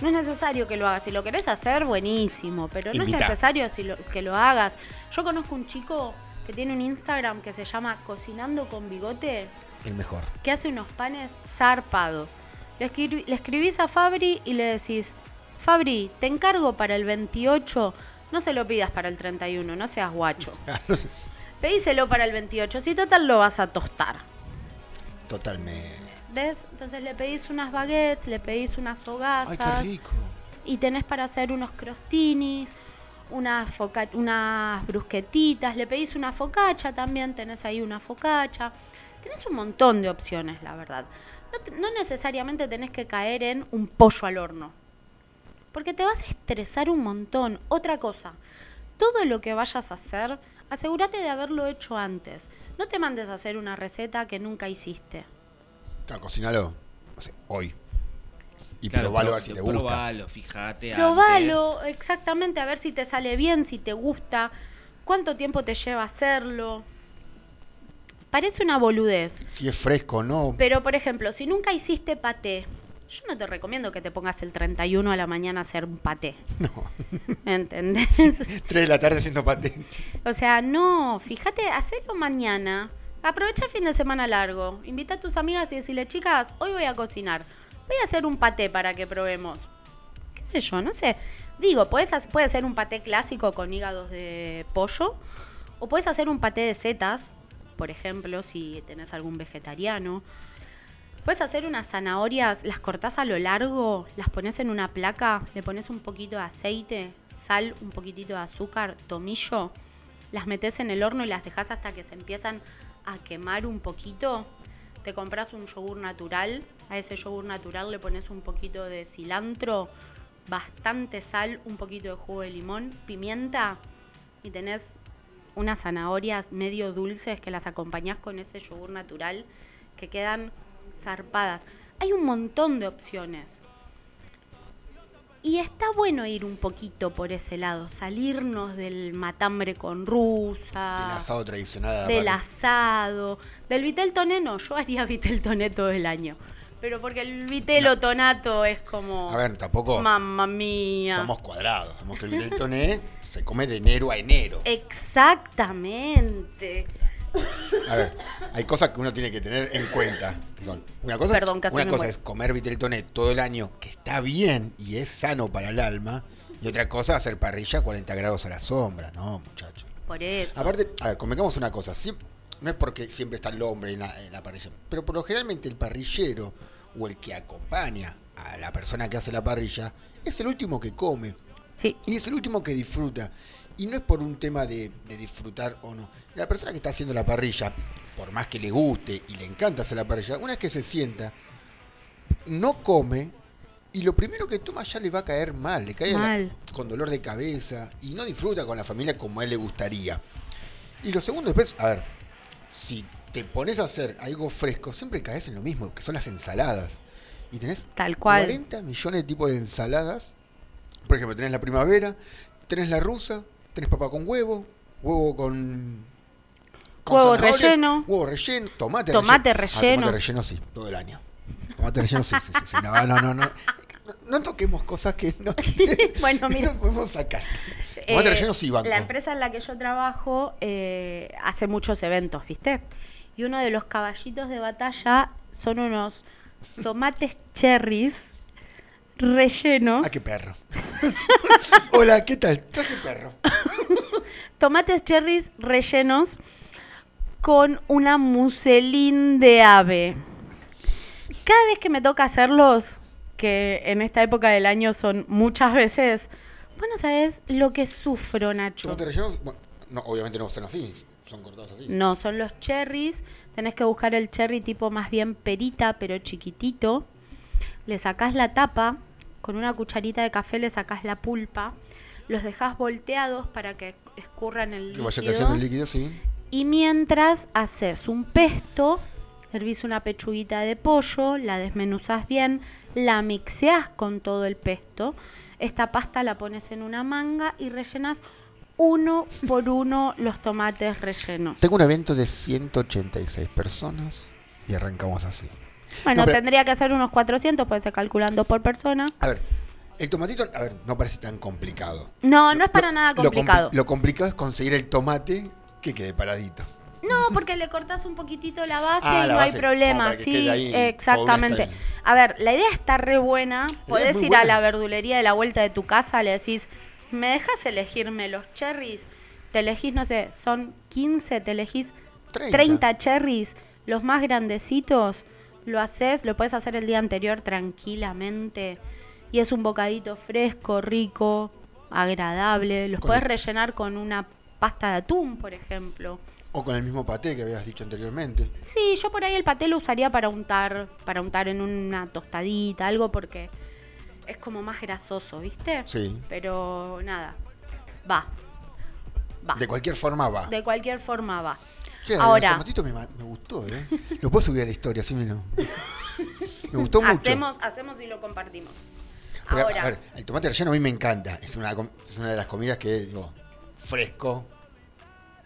[SPEAKER 4] No es necesario que lo hagas. Si lo querés hacer, buenísimo. Pero no
[SPEAKER 6] Invitá.
[SPEAKER 4] es necesario si lo- que lo hagas. Yo conozco un chico que tiene un Instagram que se llama Cocinando con Bigote,
[SPEAKER 6] El mejor. *laughs*
[SPEAKER 4] que hace unos panes zarpados. Le, escri- le escribís a Fabri y le decís, Fabri, te encargo para el 28, no se lo pidas para el 31, no seas guacho.
[SPEAKER 6] Ah, No sé,
[SPEAKER 4] Pedíselo para el 28, si total lo vas a tostar.
[SPEAKER 6] Totalmente.
[SPEAKER 4] ¿Ves? Entonces le pedís unas baguettes, le pedís unas
[SPEAKER 6] Ay, qué
[SPEAKER 4] hogazas
[SPEAKER 6] rico.
[SPEAKER 4] y tenés para hacer unos crostinis, unas, foca- unas brusquetitas, le pedís una focacha también, tenés ahí una focacha. Tenés un montón de opciones, la verdad. No, te- no necesariamente tenés que caer en un pollo al horno, porque te vas a estresar un montón. Otra cosa, todo lo que vayas a hacer, asegúrate de haberlo hecho antes. No te mandes a hacer una receta que nunca hiciste.
[SPEAKER 6] Claro, cocinalo no sé, hoy. Y
[SPEAKER 5] Claro,
[SPEAKER 6] probalo a
[SPEAKER 5] pro-
[SPEAKER 6] ver si te gusta.
[SPEAKER 5] Probalo, fijate.
[SPEAKER 4] Probalo, exactamente, a ver si te sale bien, si te gusta, cuánto tiempo te lleva hacerlo. Parece una boludez,
[SPEAKER 6] Si es fresco o no.
[SPEAKER 4] pero por ejemplo, si nunca hiciste paté, yo no te recomiendo que te pongas el 31 a la mañana a hacer un paté.
[SPEAKER 6] No.
[SPEAKER 4] ¿Me entendés?
[SPEAKER 6] 3 de la tarde haciendo paté.
[SPEAKER 4] O sea, no, fíjate, hacelo mañana. Aprovecha el fin de semana largo. Invita a tus amigas y decirle, chicas, hoy voy a cocinar. Voy a hacer un paté para que probemos. ¿Qué sé yo? No sé. Digo, puedes puede ser un paté clásico con hígados de pollo. O puedes hacer un paté de setas, por ejemplo, si tenés algún vegetariano. Puedes hacer unas zanahorias, las cortás a lo largo, las pones en una placa, le pones un poquito de aceite, sal, un poquitito de azúcar, tomillo, las metes en el horno y las dejas hasta que se empiezan a quemar un poquito. Te compras un yogur natural, a ese yogur natural le pones un poquito de cilantro, bastante sal, un poquito de jugo de limón, pimienta y tenés unas zanahorias medio dulces que las acompañás con ese yogur natural que quedan zarpadas. Hay un montón de opciones. Y está bueno ir un poquito por ese lado, salirnos del matambre con rusa
[SPEAKER 6] El asado tradicional. a la
[SPEAKER 4] Ah. del
[SPEAKER 6] vaca.
[SPEAKER 4] asado, del vitel toné no, yo haría vitel toné todo el año. Pero porque el vitelo tonato es como
[SPEAKER 6] A ver, tampoco
[SPEAKER 4] mamma mía.
[SPEAKER 6] somos cuadrados. Somos que el vitel
[SPEAKER 4] Eh.
[SPEAKER 6] toné se come de enero a enero.
[SPEAKER 4] Exactamente.
[SPEAKER 6] A ver, hay cosas que uno tiene que tener en cuenta. Perdón. Una cosa,
[SPEAKER 4] Perdón, casi
[SPEAKER 6] una
[SPEAKER 4] me
[SPEAKER 6] cosa
[SPEAKER 4] muero.
[SPEAKER 6] es comer viteltoné todo el año, que está bien y es sano para el alma. Y otra cosa, hacer parrilla a 40 grados a la sombra. No, muchacho.
[SPEAKER 4] Por eso.
[SPEAKER 6] Aparte, a ver, convengamos una cosa. siem- no es porque siempre está el hombre en la, en la parrilla, pero por lo generalmente el parrillero o el que acompaña a la persona que hace la parrilla es el último que come.
[SPEAKER 4] Sí. *laughs*
[SPEAKER 6] Y es el último que disfruta. Y no es por un tema de, de disfrutar o no. La persona que está haciendo la parrilla, por más que le guste y le encanta hacer la parrilla, una vez que se sienta, no come y lo primero que toma ya le va a caer mal, le cae a la-
[SPEAKER 9] Mal.
[SPEAKER 6] con dolor de cabeza y no disfruta con la familia como a él le gustaría. Y lo segundo después, a ver, si te pones a hacer algo fresco, siempre caes en lo mismo, que son las ensaladas. Y tenés
[SPEAKER 4] Tal cual.
[SPEAKER 6] 40 millones de tipos de ensaladas. Por ejemplo, tenés la primavera, tenés la rusa, tenés papa con huevo, huevo con...
[SPEAKER 4] Huevo
[SPEAKER 6] zanahoria,
[SPEAKER 4] relleno.
[SPEAKER 6] Huevo relleno, tomate
[SPEAKER 4] Tomate
[SPEAKER 6] Ah,
[SPEAKER 4] relleno.
[SPEAKER 6] tomate relleno sí, todo el año. Tomate relleno sí, sí, sí, sí. No, no, no, no. No toquemos cosas que no, *laughs*
[SPEAKER 4] Bueno,
[SPEAKER 6] que
[SPEAKER 4] mira.
[SPEAKER 6] no podemos sacar. Tomate
[SPEAKER 4] Eh,
[SPEAKER 6] relleno sí, banco.
[SPEAKER 4] La empresa en la que yo trabajo eh, hace muchos eventos, ¿viste? Y uno de los caballitos de batalla son unos tomates cherries rellenos.
[SPEAKER 6] Ah, qué perro. *laughs* Hola, ¿qué tal? Traje perro.
[SPEAKER 4] tomates cherries rellenos con una muselín de ave. Cada vez que me toca hacerlos, que en esta época del año son muchas veces, bueno, sabes lo que sufro, Nacho.
[SPEAKER 6] Tomate relleno, bueno, no, obviamente no son así, son cortados así.
[SPEAKER 4] No, son los cherries. Tenés que buscar el cherry tipo más bien perita, pero chiquitito. Le sacás la tapa, con una cucharita de café le sacás la pulpa. Los dejás volteados para que escurran el
[SPEAKER 6] Que vaya
[SPEAKER 4] líquido.
[SPEAKER 6] creciendo el líquido, sí.
[SPEAKER 4] Y mientras haces un pesto, hervís una pechuguita de pollo, la desmenuzás bien, la mixeás con todo el pesto. Esta pasta la pones en una manga y rellenas uno por uno los tomates rellenos.
[SPEAKER 6] Tengo un evento de 186 personas y arrancamos así.
[SPEAKER 4] Bueno,
[SPEAKER 6] No, pero-
[SPEAKER 4] tendría que hacer unos 400, puede ser calculando por persona.
[SPEAKER 6] A ver, el tomatito, a ver, no parece tan complicado.
[SPEAKER 4] No, no es para
[SPEAKER 6] Lo-
[SPEAKER 4] nada
[SPEAKER 6] lo compli-
[SPEAKER 4] complicado.
[SPEAKER 6] Lo, complicado es conseguir el tomate que quede paradito.
[SPEAKER 4] No, porque le cortas un poquitito la base
[SPEAKER 6] Ah,
[SPEAKER 4] y
[SPEAKER 6] la
[SPEAKER 4] no
[SPEAKER 6] base,
[SPEAKER 4] hay
[SPEAKER 6] como
[SPEAKER 4] problema.
[SPEAKER 6] para que
[SPEAKER 4] Sí,
[SPEAKER 6] quede ahí,
[SPEAKER 4] exactamente.
[SPEAKER 6] pobre, está bien.
[SPEAKER 4] A ver, la idea está re buena. Podés
[SPEAKER 6] muy
[SPEAKER 4] ir
[SPEAKER 6] buena.
[SPEAKER 4] a la verdulería de la vuelta de tu casa, le decís, ¿me dejas elegirme los cherries? Te elegís, no sé, son 15, te elegís
[SPEAKER 6] 30.
[SPEAKER 4] 30, cherries, los más grandecitos. Lo haces, lo puedes hacer el día anterior tranquilamente. Y es un bocadito fresco, rico, agradable. Los
[SPEAKER 6] Con-
[SPEAKER 4] puedes rellenar con una pasta de atún, por ejemplo.
[SPEAKER 6] O con el mismo paté que habías dicho anteriormente.
[SPEAKER 4] Sí, yo por ahí el paté lo usaría para untar, para untar en una tostadita, algo porque es como más grasoso, ¿viste?
[SPEAKER 6] Sí.
[SPEAKER 4] Pero nada, va. Va.
[SPEAKER 6] De cualquier forma va.
[SPEAKER 4] De cualquier forma va.
[SPEAKER 6] Che, el
[SPEAKER 4] Ahora-
[SPEAKER 6] tomatito me, ma- me gustó, ¿eh? Lo puedo subir a la historia, sí me
[SPEAKER 4] *laughs*
[SPEAKER 6] lo... Me gustó mucho.
[SPEAKER 4] Hacemos, hacemos y lo compartimos.
[SPEAKER 6] Porque,
[SPEAKER 4] Ahora,
[SPEAKER 6] A ver, el tomate relleno a mí me encanta. Es una, com- es una de las comidas que, digo, fresco.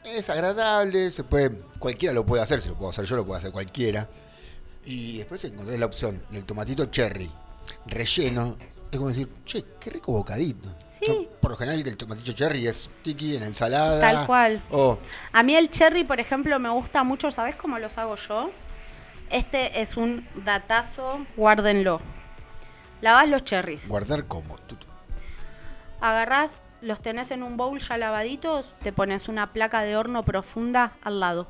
[SPEAKER 6] Es agradable, se puede, cualquiera lo puede hacer, se lo puedo hacer yo, lo puedo hacer cualquiera. Y después encontré la opción del tomatito cherry, relleno. Es como decir, che, qué rico bocadito.
[SPEAKER 4] Sí.
[SPEAKER 6] Yo, por lo general, el tomatito cherry es tiki en ensalada.
[SPEAKER 4] Tal cual.
[SPEAKER 6] O
[SPEAKER 4] a mí el cherry, por ejemplo, me gusta mucho, ¿sabes cómo los hago yo? Este es un datazo, guárdenlo. Lavas los cherries.
[SPEAKER 6] guardar como. tu- tu-
[SPEAKER 4] agarrás, los tenés en un bowl ya lavaditos, te pones una placa de horno profunda al lado.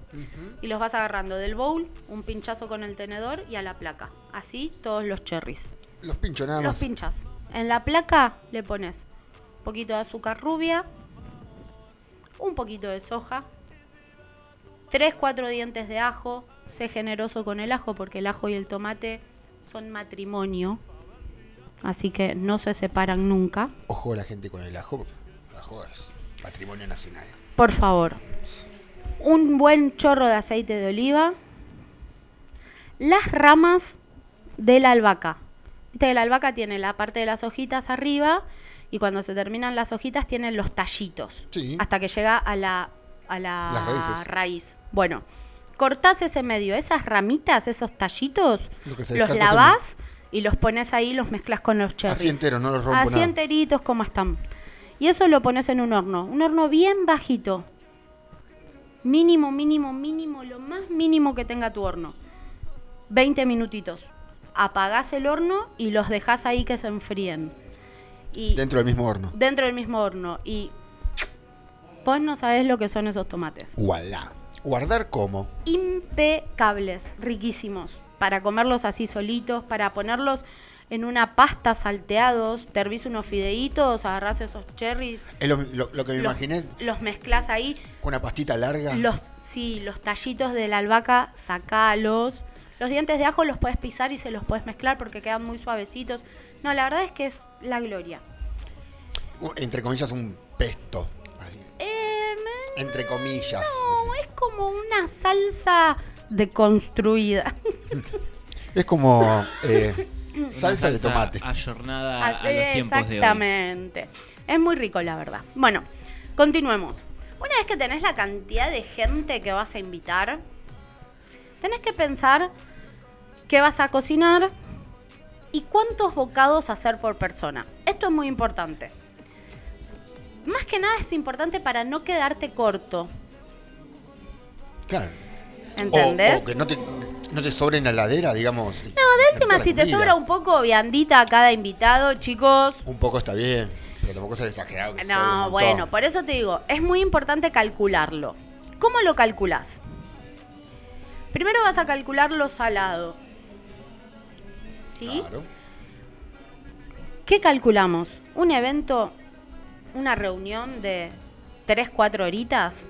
[SPEAKER 4] Y los vas agarrando del bowl, un pinchazo con el tenedor y a la placa. Así todos los cherries.
[SPEAKER 6] Los pincho nada
[SPEAKER 4] Los
[SPEAKER 6] más.
[SPEAKER 4] pinchas. En la placa le pones un poquito de azúcar rubia, un poquito de soja, 3, 4 dientes de ajo. Sé generoso con el ajo porque el ajo y el tomate son matrimonio. Así que no se separan nunca.
[SPEAKER 6] Ojo a la gente con el ajo. porque El ajo es patrimonio nacional.
[SPEAKER 4] Por favor. Un buen chorro de aceite de oliva. Las ramas de la albahaca. Viste que la albahaca tiene la parte de las hojitas arriba y cuando se terminan las hojitas tienen los tallitos.
[SPEAKER 6] Sí.
[SPEAKER 4] Hasta que llega a la, a
[SPEAKER 6] Las
[SPEAKER 4] la
[SPEAKER 6] raíces.
[SPEAKER 4] raíz. Bueno, cortás ese medio, esas ramitas, esos tallitos,
[SPEAKER 6] Lo que se
[SPEAKER 4] los
[SPEAKER 6] descarta son-
[SPEAKER 4] lavás y los pones ahí y los mezclas con los cherries.
[SPEAKER 6] Así entero, no los rompo
[SPEAKER 4] Así
[SPEAKER 6] nada.
[SPEAKER 4] enteritos como están. Y eso lo pones en un horno, un horno bien bajito. Mínimo, mínimo, mínimo, lo más mínimo que tenga tu horno. 20 minutitos. Apagás el horno y los dejás ahí que se enfríen. Y
[SPEAKER 6] Dentro del mismo horno.
[SPEAKER 4] dentro del mismo horno. Y vos no sabés lo que son esos tomates.
[SPEAKER 6] Voilà. Guardar como.
[SPEAKER 4] Impecables, riquísimos. Para comerlos así solitos, para ponerlos en una pasta salteados, te hervís unos fideitos, agarrás esos cherries,
[SPEAKER 6] Es lo, lo- lo que me
[SPEAKER 4] los,
[SPEAKER 6] imaginé Ah.
[SPEAKER 4] los mezclás ahí,
[SPEAKER 6] con una pastita larga.
[SPEAKER 4] los, sí, los tallitos de la albahaca, sacalos. Los dientes de ajo los puedes pisar y se los puedes mezclar porque quedan muy suavecitos. No, la verdad es que es la gloria.
[SPEAKER 6] u- Entre comillas, un pesto. Así.
[SPEAKER 4] Eh, me-
[SPEAKER 6] Entre comillas.
[SPEAKER 4] No, es como una salsa deconstruida.
[SPEAKER 6] Es como eh, *laughs* salsa, de
[SPEAKER 5] Salsa
[SPEAKER 6] tomate.
[SPEAKER 5] Ayornada a los tiempos de hoy.
[SPEAKER 4] Exactamente. Es muy rico, la verdad. Bueno, continuemos. Una vez que tenés la cantidad de gente que vas a invitar, tenés que pensar qué vas a cocinar y cuántos bocados hacer por persona. Esto es muy importante. Más que nada es importante para no quedarte corto.
[SPEAKER 6] Claro. O-
[SPEAKER 4] ¿Entendés?
[SPEAKER 6] O, que no te, no te sobre en la ladera, digamos. No,
[SPEAKER 4] De última, si te sobra un poco viandita a cada invitado, chicos,
[SPEAKER 6] Un poco está bien, pero tampoco ser exagerado. Que sobre un
[SPEAKER 4] No,
[SPEAKER 6] montón.
[SPEAKER 4] bueno, por eso te digo, es muy importante calcularlo. ¿Cómo lo calculás? Primero vas a calcular lo salado. ¿Sí?
[SPEAKER 6] Claro.
[SPEAKER 4] ¿Qué calculamos? ¿Un evento, una reunión de 3, 4 horitas?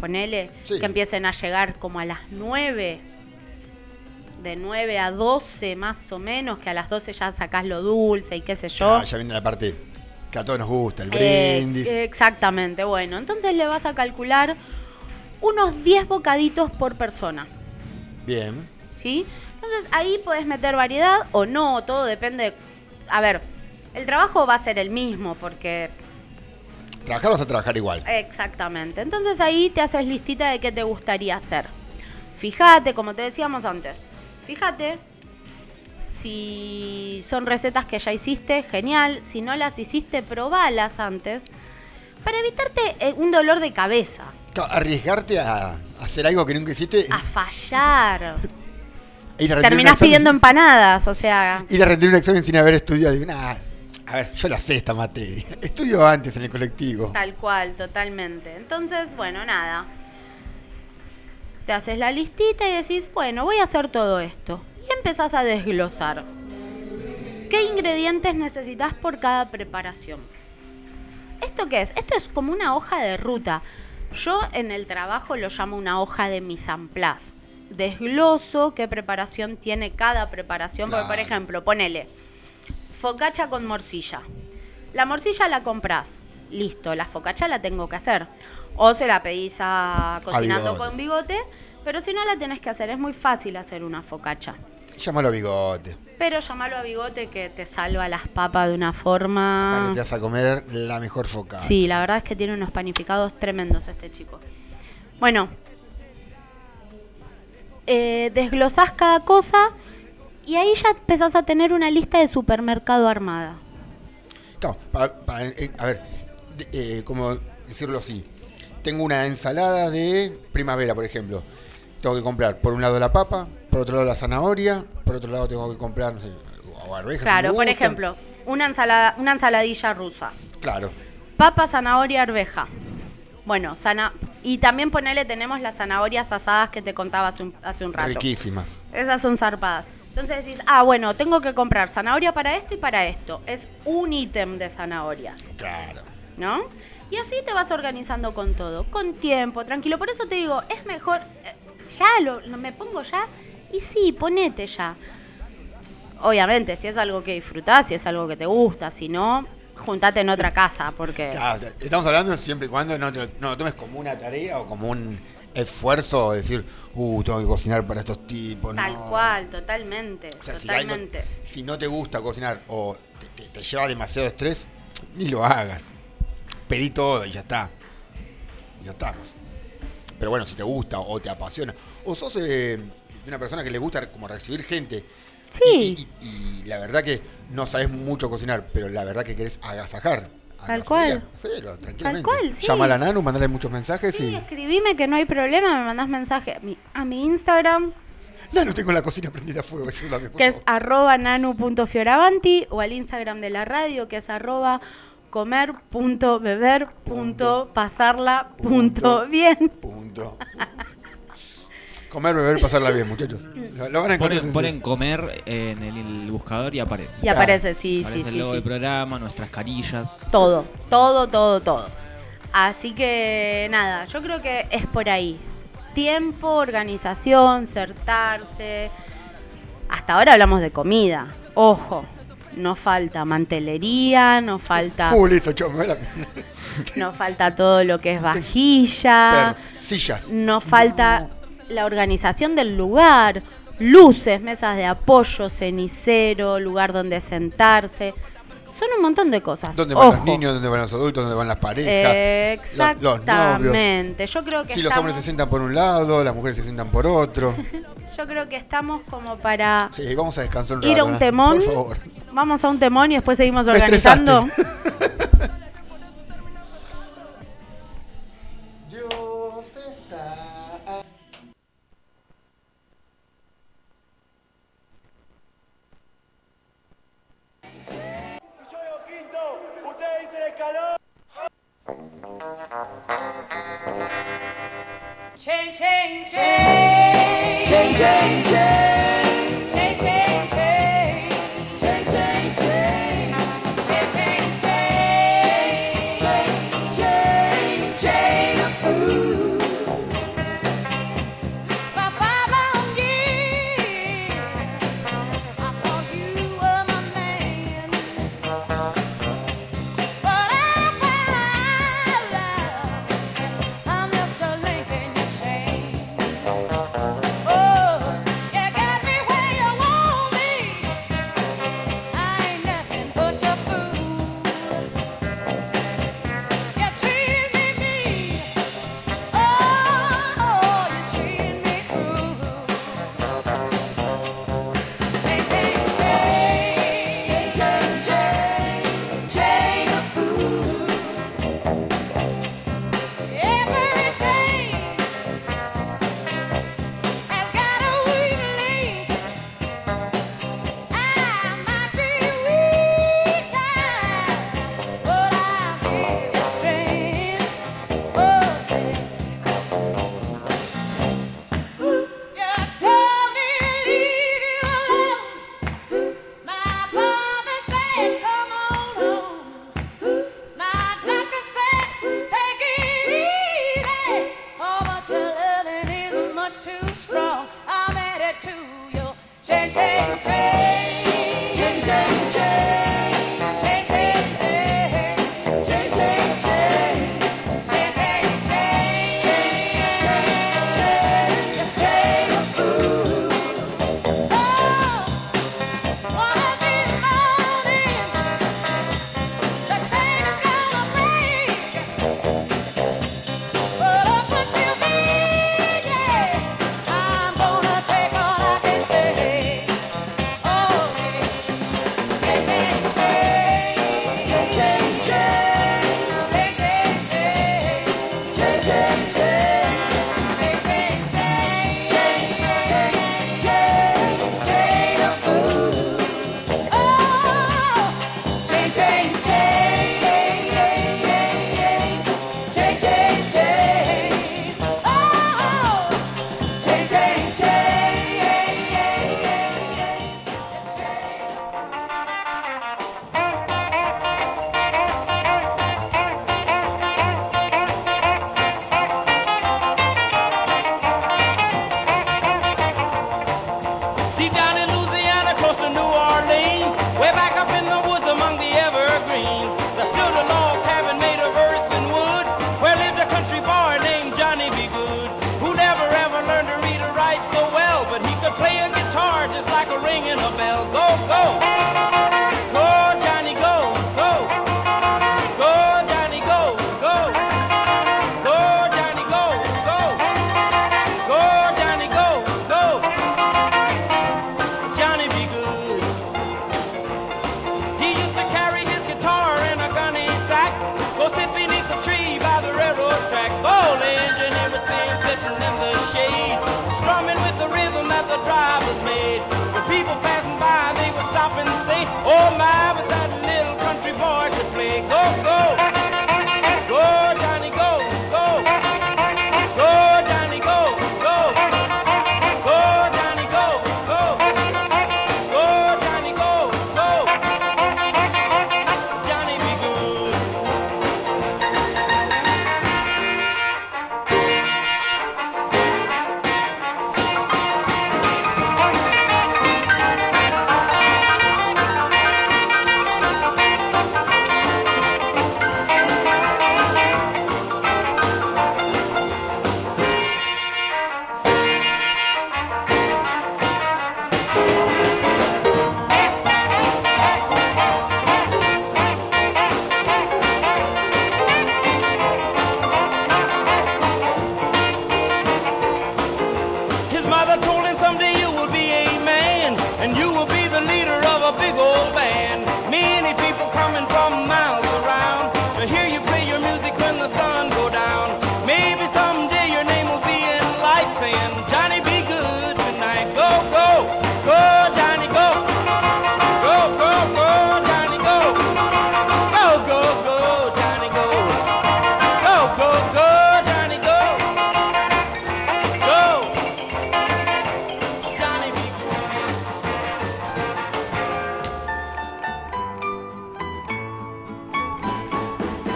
[SPEAKER 4] Ponele,
[SPEAKER 6] Sí.
[SPEAKER 4] que empiecen a llegar como a las 9. De 9 a 12 más o menos, que a las 12 ya sacás lo dulce y qué sé yo.
[SPEAKER 6] Ah, ya viene la parte que a todos nos gusta, el
[SPEAKER 4] Eh,
[SPEAKER 6] brindis.
[SPEAKER 4] exactamente, bueno, entonces le vas a calcular unos 10 bocaditos por persona,
[SPEAKER 6] Bien.
[SPEAKER 4] ¿sí? Entonces ahí puedes meter variedad o no, todo depende. A ver, el trabajo va a ser el mismo porque
[SPEAKER 6] Trabajar vas a trabajar igual.
[SPEAKER 4] Exactamente. Entonces ahí te haces listita de qué te gustaría hacer. Fíjate, como te decíamos antes, fíjate si son recetas que ya hiciste, genial. Si no las hiciste, probalas antes para evitarte eh, un dolor de cabeza,
[SPEAKER 6] Claro, Arriesgarte a hacer algo que nunca hiciste.
[SPEAKER 4] a fallar.
[SPEAKER 6] e ir a rendir un
[SPEAKER 4] Ah, Terminás
[SPEAKER 6] examen-
[SPEAKER 4] pidiendo empanadas, o sea,
[SPEAKER 6] Ir a rendir un examen sin haber estudiado. Digo, nah, a ver, yo la sé esta materia. Estudio antes en el colectivo.
[SPEAKER 4] Tal cual, totalmente. Entonces, bueno, nada. Te haces la listita y decís, bueno, voy a hacer todo esto. Y empezás a desglosar. ¿Qué ingredientes necesitas por cada preparación? ¿Esto qué es? Esto es como una hoja de ruta. Yo en el trabajo lo llamo una hoja de mise en place. Desgloso qué preparación tiene cada preparación. Porque, por
[SPEAKER 6] Claro.
[SPEAKER 4] ejemplo, ponele focacha con morcilla. La morcilla la compras, listo, la focacha la tengo que hacer. O se la pedís a cocinando
[SPEAKER 6] Bigote.
[SPEAKER 4] con bigote, pero si no la tenés que hacer, es muy fácil hacer una focacha.
[SPEAKER 6] Llámalo bigote.
[SPEAKER 4] Pero llamalo a bigote que te salva las papas de una forma.
[SPEAKER 6] Aparte te vas a comer la mejor foca.
[SPEAKER 4] Ah. Sí, la verdad es que tiene unos panificados tremendos este chico. Bueno, eh, desglosás cada cosa y ahí ya empezás a tener una lista de supermercado armada.
[SPEAKER 6] Claro, para- para- eh, a ver, de- eh, como decirlo así. Tengo una ensalada de primavera, por ejemplo. Tengo que comprar por un lado la papa, por otro lado la zanahoria, por otro lado tengo que comprar, no sé, o arvejas. si
[SPEAKER 4] Claro,
[SPEAKER 6] me
[SPEAKER 4] por
[SPEAKER 6] gustan.
[SPEAKER 4] ejemplo, una, ensalada, una ensaladilla rusa.
[SPEAKER 6] Claro,
[SPEAKER 4] Papa, zanahoria, arveja. Bueno, sana y también ponele, tenemos las zanahorias asadas que te contaba hace un, hace un rato.
[SPEAKER 6] riquísimas.
[SPEAKER 4] Esas son zarpadas. Entonces decís, ah, bueno, tengo que comprar zanahoria para esto y para esto. Es un ítem de zanahorias,
[SPEAKER 6] Claro.
[SPEAKER 4] ¿no? Y así te vas organizando con todo, con tiempo, tranquilo. Por eso te digo, es mejor, eh, ya lo, lo- me pongo ya y sí, ponete ya. Obviamente, si es algo que disfrutás, si es algo que te gusta, si no, juntate en otra casa, porque...
[SPEAKER 6] Claro, Estamos hablando siempre y cuando no, te- no lo tomes como una tarea o como un esfuerzo de decir, uh, tengo que cocinar para estos tipos.
[SPEAKER 4] Tal
[SPEAKER 6] no.
[SPEAKER 4] cual, totalmente.
[SPEAKER 6] O sea, si, algo-
[SPEAKER 4] totalmente.
[SPEAKER 6] si no te gusta cocinar o te, te- te lleva demasiado estrés, ni lo hagas. Pedí todo y ya está. Y Ya estamos. Pero bueno, si te gusta o te apasiona. O sos eh, una persona que le gusta como recibir gente.
[SPEAKER 4] Sí.
[SPEAKER 6] Y, y- y la verdad que no sabes mucho cocinar, pero la verdad que querés agasajar a
[SPEAKER 10] Tal
[SPEAKER 6] la
[SPEAKER 10] cual.
[SPEAKER 6] familia. Sí, tranquilamente.
[SPEAKER 10] cual, sí.
[SPEAKER 6] Llama a la Nanu, mandale muchos mensajes
[SPEAKER 10] Sí,
[SPEAKER 6] y.
[SPEAKER 10] escribime que no hay problema, me mandás mensaje a mi, a mi Instagram,
[SPEAKER 6] Nanu, tengo la cocina prendida a fuego, ayúdame. Por
[SPEAKER 4] que es
[SPEAKER 6] favor.
[SPEAKER 4] arroba nanu.fioravanti o al Instagram de la radio que es arroba comer.beber.pasarla.bien.
[SPEAKER 6] Punto. Comer, beber, pasarla bien, muchachos. Lo, lo van a encontrar.
[SPEAKER 5] Ponen,
[SPEAKER 6] sencillo.
[SPEAKER 5] ponen comer en el, el buscador y aparece.
[SPEAKER 4] Y aparece, sí, sí,
[SPEAKER 5] aparece el
[SPEAKER 4] sí,
[SPEAKER 5] logo
[SPEAKER 4] sí.
[SPEAKER 5] del programa, nuestras carillas.
[SPEAKER 4] Todo, todo, todo, todo. Así que nada, yo creo que es por ahí. Tiempo, organización, certarse. Hasta ahora hablamos de comida. Ojo, no falta mantelería, no falta,
[SPEAKER 6] Uh, listo, chao, me voy a la-
[SPEAKER 4] no falta todo lo que es vajilla.
[SPEAKER 6] Pero, sillas.
[SPEAKER 4] No falta la organización del lugar, luces, mesas de apoyo, cenicero, lugar donde sentarse. Son un montón de cosas.
[SPEAKER 6] ¿Dónde van los
[SPEAKER 4] Ojo.
[SPEAKER 6] niños? ¿Dónde van los adultos? ¿Dónde van las parejas? los- los novios.
[SPEAKER 4] Exactamente. Yo creo que
[SPEAKER 6] Si los
[SPEAKER 4] estamos,
[SPEAKER 6] hombres se sientan por un lado, las mujeres se sientan por otro.
[SPEAKER 4] yo creo que estamos como para
[SPEAKER 6] Sí, vamos a descansar un rato.
[SPEAKER 4] ir a un
[SPEAKER 6] ¿no?
[SPEAKER 4] temón.
[SPEAKER 6] Por favor.
[SPEAKER 4] Vamos a un temón y después seguimos
[SPEAKER 6] Me
[SPEAKER 4] organizando.
[SPEAKER 6] Dios está.
[SPEAKER 11] Oh, Oh, Oh. I'm gonna take all I can take. Oh,
[SPEAKER 4] *laughs*
[SPEAKER 8] "Oh,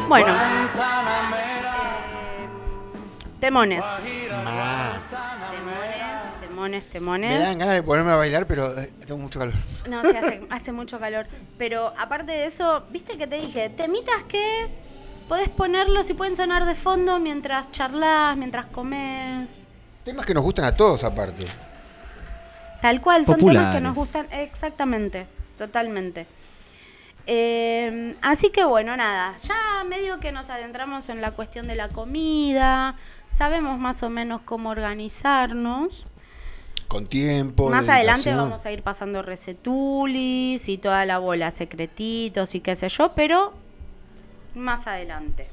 [SPEAKER 4] Bueno. Eh, Temones. Temones, temones,
[SPEAKER 6] Me dan
[SPEAKER 4] temones.
[SPEAKER 6] ganas de ponerme a bailar, pero eh, tengo mucho calor.
[SPEAKER 4] No, sí, hace, hace mucho calor. Pero aparte de eso, viste que te dije, temitas que podés ponerlos y pueden sonar de fondo mientras charlas, mientras comes.
[SPEAKER 6] Temas que nos gustan a todos, aparte.
[SPEAKER 4] Tal cual, son temas que
[SPEAKER 5] Populares.
[SPEAKER 4] nos gustan. Exactamente, totalmente. Eh, así que bueno, nada, ya medio que nos adentramos en la cuestión de la comida, sabemos más o menos cómo organizarnos.
[SPEAKER 6] Con tiempo.
[SPEAKER 4] Más adelante
[SPEAKER 6] dedicación.
[SPEAKER 4] vamos a ir pasando recetulis y toda la bola, secretitos y qué sé yo, pero más adelante.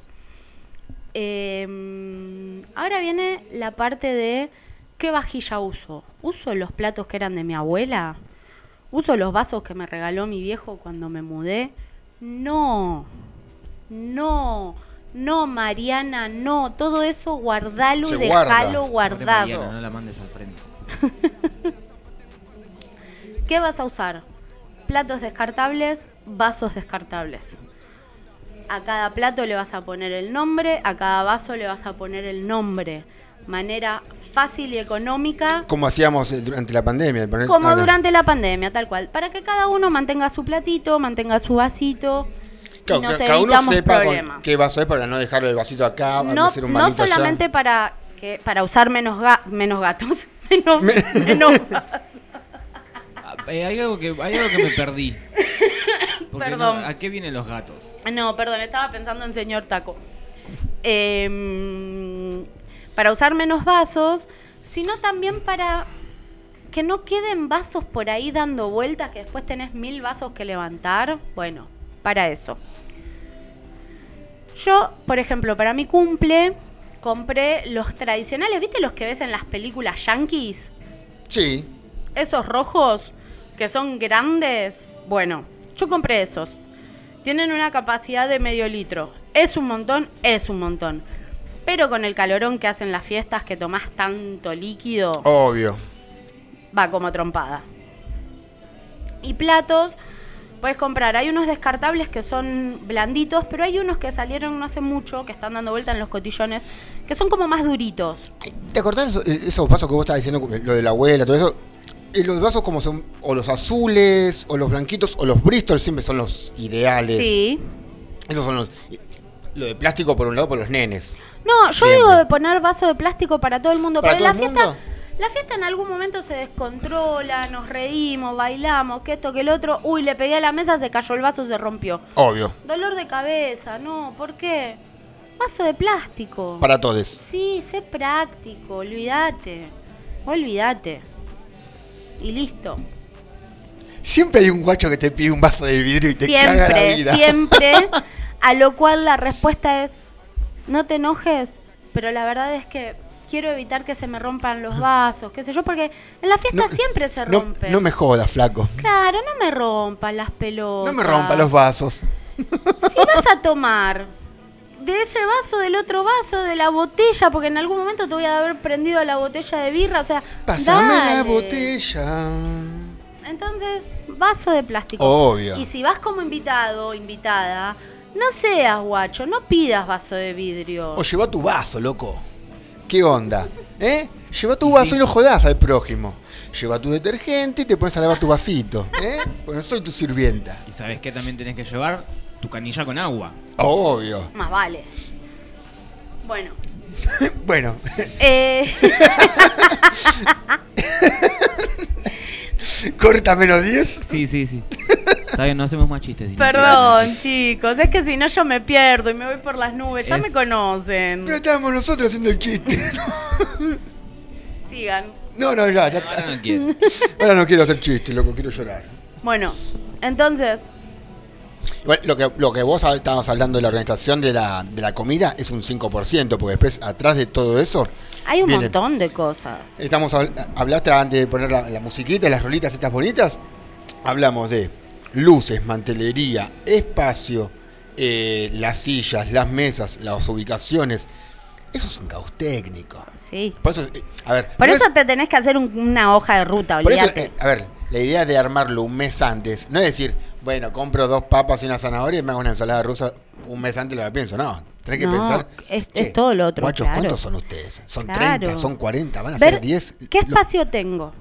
[SPEAKER 4] Eh, ahora viene la parte de qué vajilla uso. ¿Uso los platos que eran de mi abuela? ¿Uso los vasos que me regaló mi viejo cuando me mudé? No, no, no, Mariana, no. Todo eso guardalo
[SPEAKER 6] Se
[SPEAKER 4] y
[SPEAKER 6] guarda.
[SPEAKER 4] dejalo
[SPEAKER 5] Pobre
[SPEAKER 4] guardado.
[SPEAKER 5] Mariana, no la mandes al frente.
[SPEAKER 4] ¿Qué vas a usar? Platos descartables, vasos descartables. A cada plato le vas a poner el nombre, a cada vaso le vas a poner el nombre. Manera fácil y económica,
[SPEAKER 6] Como hacíamos eh, durante la pandemia. poner-
[SPEAKER 4] como
[SPEAKER 6] ah, no.
[SPEAKER 4] durante la pandemia, tal cual. Para que cada uno mantenga su platito, mantenga su vasito.
[SPEAKER 6] Claro,
[SPEAKER 4] y nos
[SPEAKER 6] ca- cada uno
[SPEAKER 4] evitamos
[SPEAKER 6] sepa con
[SPEAKER 4] problemas.
[SPEAKER 6] qué vaso es para no dejar el vasito acá,
[SPEAKER 4] No,
[SPEAKER 6] hacer Ah, un
[SPEAKER 4] no
[SPEAKER 6] manito allá.
[SPEAKER 4] solamente para, que, para usar menos, ga- menos gatos, *laughs* menos,
[SPEAKER 6] *laughs*
[SPEAKER 4] menos
[SPEAKER 5] Ah, eh, hay, algo que, hay algo que me
[SPEAKER 4] *laughs*
[SPEAKER 5] perdí. Porque no-
[SPEAKER 4] Perdón.
[SPEAKER 5] ¿A qué vienen los gatos?
[SPEAKER 4] No, perdón, estaba pensando en señor taco. Em, para usar menos vasos, sino también para que no queden vasos por ahí dando vueltas, que después tenés mil vasos que levantar. Bueno, para eso. Yo, por ejemplo, para mi cumple, compré los tradicionales, ¿viste los que ves en las películas yankees?
[SPEAKER 6] Sí,
[SPEAKER 4] Esos rojos que son grandes, bueno, yo compré esos. Tienen una capacidad de medio litro. Es un montón, es un montón. Pero con el calorón que hacen las fiestas que tomás tanto líquido,
[SPEAKER 6] obvio.
[SPEAKER 4] va como trompada. Y platos, puedes comprar. Hay unos descartables que son blanditos, pero hay unos que salieron no hace mucho, que están dando vuelta en los cotillones, que son como más duritos.
[SPEAKER 6] ¿Te acordás eso- el- esos vasos que vos estabas diciendo, lo de la abuela, todo eso? Eh, los vasos como son o los azules, o los blanquitos, o los Bristol siempre son los ideales.
[SPEAKER 4] Sí.
[SPEAKER 6] Esos son los... eh, Lo de plástico por un lado por los nenes.
[SPEAKER 4] No, yo
[SPEAKER 6] Siempre.
[SPEAKER 4] digo de poner vaso de plástico para todo el mundo,
[SPEAKER 6] ¿Para
[SPEAKER 4] pero
[SPEAKER 6] todo
[SPEAKER 4] la
[SPEAKER 6] el
[SPEAKER 4] fiesta,
[SPEAKER 6] mundo?
[SPEAKER 4] la fiesta en algún momento se descontrola, nos reímos, bailamos, que esto, que el otro, uy, le pegué a la mesa, se cayó el vaso, se rompió.
[SPEAKER 6] Obvio.
[SPEAKER 4] Dolor de cabeza, no, ¿por qué? Vaso de plástico.
[SPEAKER 6] Para todos.
[SPEAKER 4] Sí, sé práctico, olvídate. Olvídate. Y listo.
[SPEAKER 6] Siempre hay un guacho que te pide un vaso de vidrio y te caga la
[SPEAKER 4] siempre,
[SPEAKER 6] vida. *laughs*
[SPEAKER 4] siempre. A lo cual la respuesta es, no te enojes, pero la verdad es que quiero evitar que se me rompan los vasos, qué sé yo, porque en la fiesta siempre se
[SPEAKER 6] No-
[SPEAKER 4] rompe.
[SPEAKER 6] No, me jodas, flaco.
[SPEAKER 4] Claro, no me rompan las pelotas.
[SPEAKER 6] No me rompa los vasos.
[SPEAKER 4] Si vas a tomar de ese vaso, del otro vaso, de la botella, porque en algún momento te voy a haber prendido la botella de birra, o sea,
[SPEAKER 6] Pásame la
[SPEAKER 4] dale.
[SPEAKER 6] botella.
[SPEAKER 4] Entonces, vaso de plástico.
[SPEAKER 6] Obvio.
[SPEAKER 4] Y si vas como invitado o invitada, no seas guacho, no pidas vaso de vidrio.
[SPEAKER 6] O lleva tu vaso, loco. ¿Qué onda? ¿Eh? Lleva tu vaso y no jodás al prójimo. Lleva tu detergente y te pones a lavar tu vasito. ¿Eh? Porque no soy tu sirvienta.
[SPEAKER 5] ¿Y sabes qué también tenés que llevar? Tu canilla con agua.
[SPEAKER 6] Obvio.
[SPEAKER 4] Más vale. Bueno.
[SPEAKER 6] *laughs* Bueno, *laughs*
[SPEAKER 4] eh, *laughs*
[SPEAKER 6] corta menos 10.
[SPEAKER 5] Sí, sí, sí. Está bien, no hacemos más chistes. si no
[SPEAKER 4] perdón, chicos, es que si no yo me pierdo y me voy por las nubes, ya
[SPEAKER 5] Es-
[SPEAKER 4] me conocen.
[SPEAKER 6] Pero estábamos nosotros haciendo el chiste. *laughs*
[SPEAKER 4] Sigan.
[SPEAKER 6] No, no, ya, ya
[SPEAKER 5] quieres. Ahora
[SPEAKER 6] está.
[SPEAKER 5] no quiero.
[SPEAKER 6] Ahora no quiero hacer chiste, loco, quiero llorar.
[SPEAKER 4] Bueno, entonces,
[SPEAKER 6] Igual, lo que, lo que vos hab- estabas hablando de la organización de la, de la comida es un 5%, porque después, atrás de todo eso,
[SPEAKER 4] hay un
[SPEAKER 6] Viene.
[SPEAKER 4] montón de cosas.
[SPEAKER 6] Estamos habl- hablaste antes de poner la, la musiquita, las rolitas estas bonitas. Hablamos de luces, mantelería, espacio, eh, las sillas, las mesas, las ubicaciones. Eso es un caos técnico.
[SPEAKER 4] Sí.
[SPEAKER 6] Por eso, eh, a ver,
[SPEAKER 4] Por
[SPEAKER 6] no
[SPEAKER 4] eso
[SPEAKER 6] es-
[SPEAKER 4] te tenés que hacer un- una hoja de ruta,
[SPEAKER 6] por eso,
[SPEAKER 4] olvídate.
[SPEAKER 6] eh, a ver, la idea es de armarlo un mes antes. No es decir, bueno, compro dos papas y una zanahoria y me hago una ensalada rusa un mes antes lo pienso. No, tenés que
[SPEAKER 4] No,
[SPEAKER 6] pensar.
[SPEAKER 4] es-
[SPEAKER 6] che,
[SPEAKER 4] es todo lo otro,
[SPEAKER 6] Guachos,
[SPEAKER 4] claro.
[SPEAKER 6] ¿cuántos son ustedes? ¿Son
[SPEAKER 4] Claro.
[SPEAKER 6] 30? ¿Son 40? ¿Van a
[SPEAKER 4] Ver
[SPEAKER 6] ser 10?
[SPEAKER 4] ¿Qué
[SPEAKER 6] Lo-
[SPEAKER 4] espacio tengo?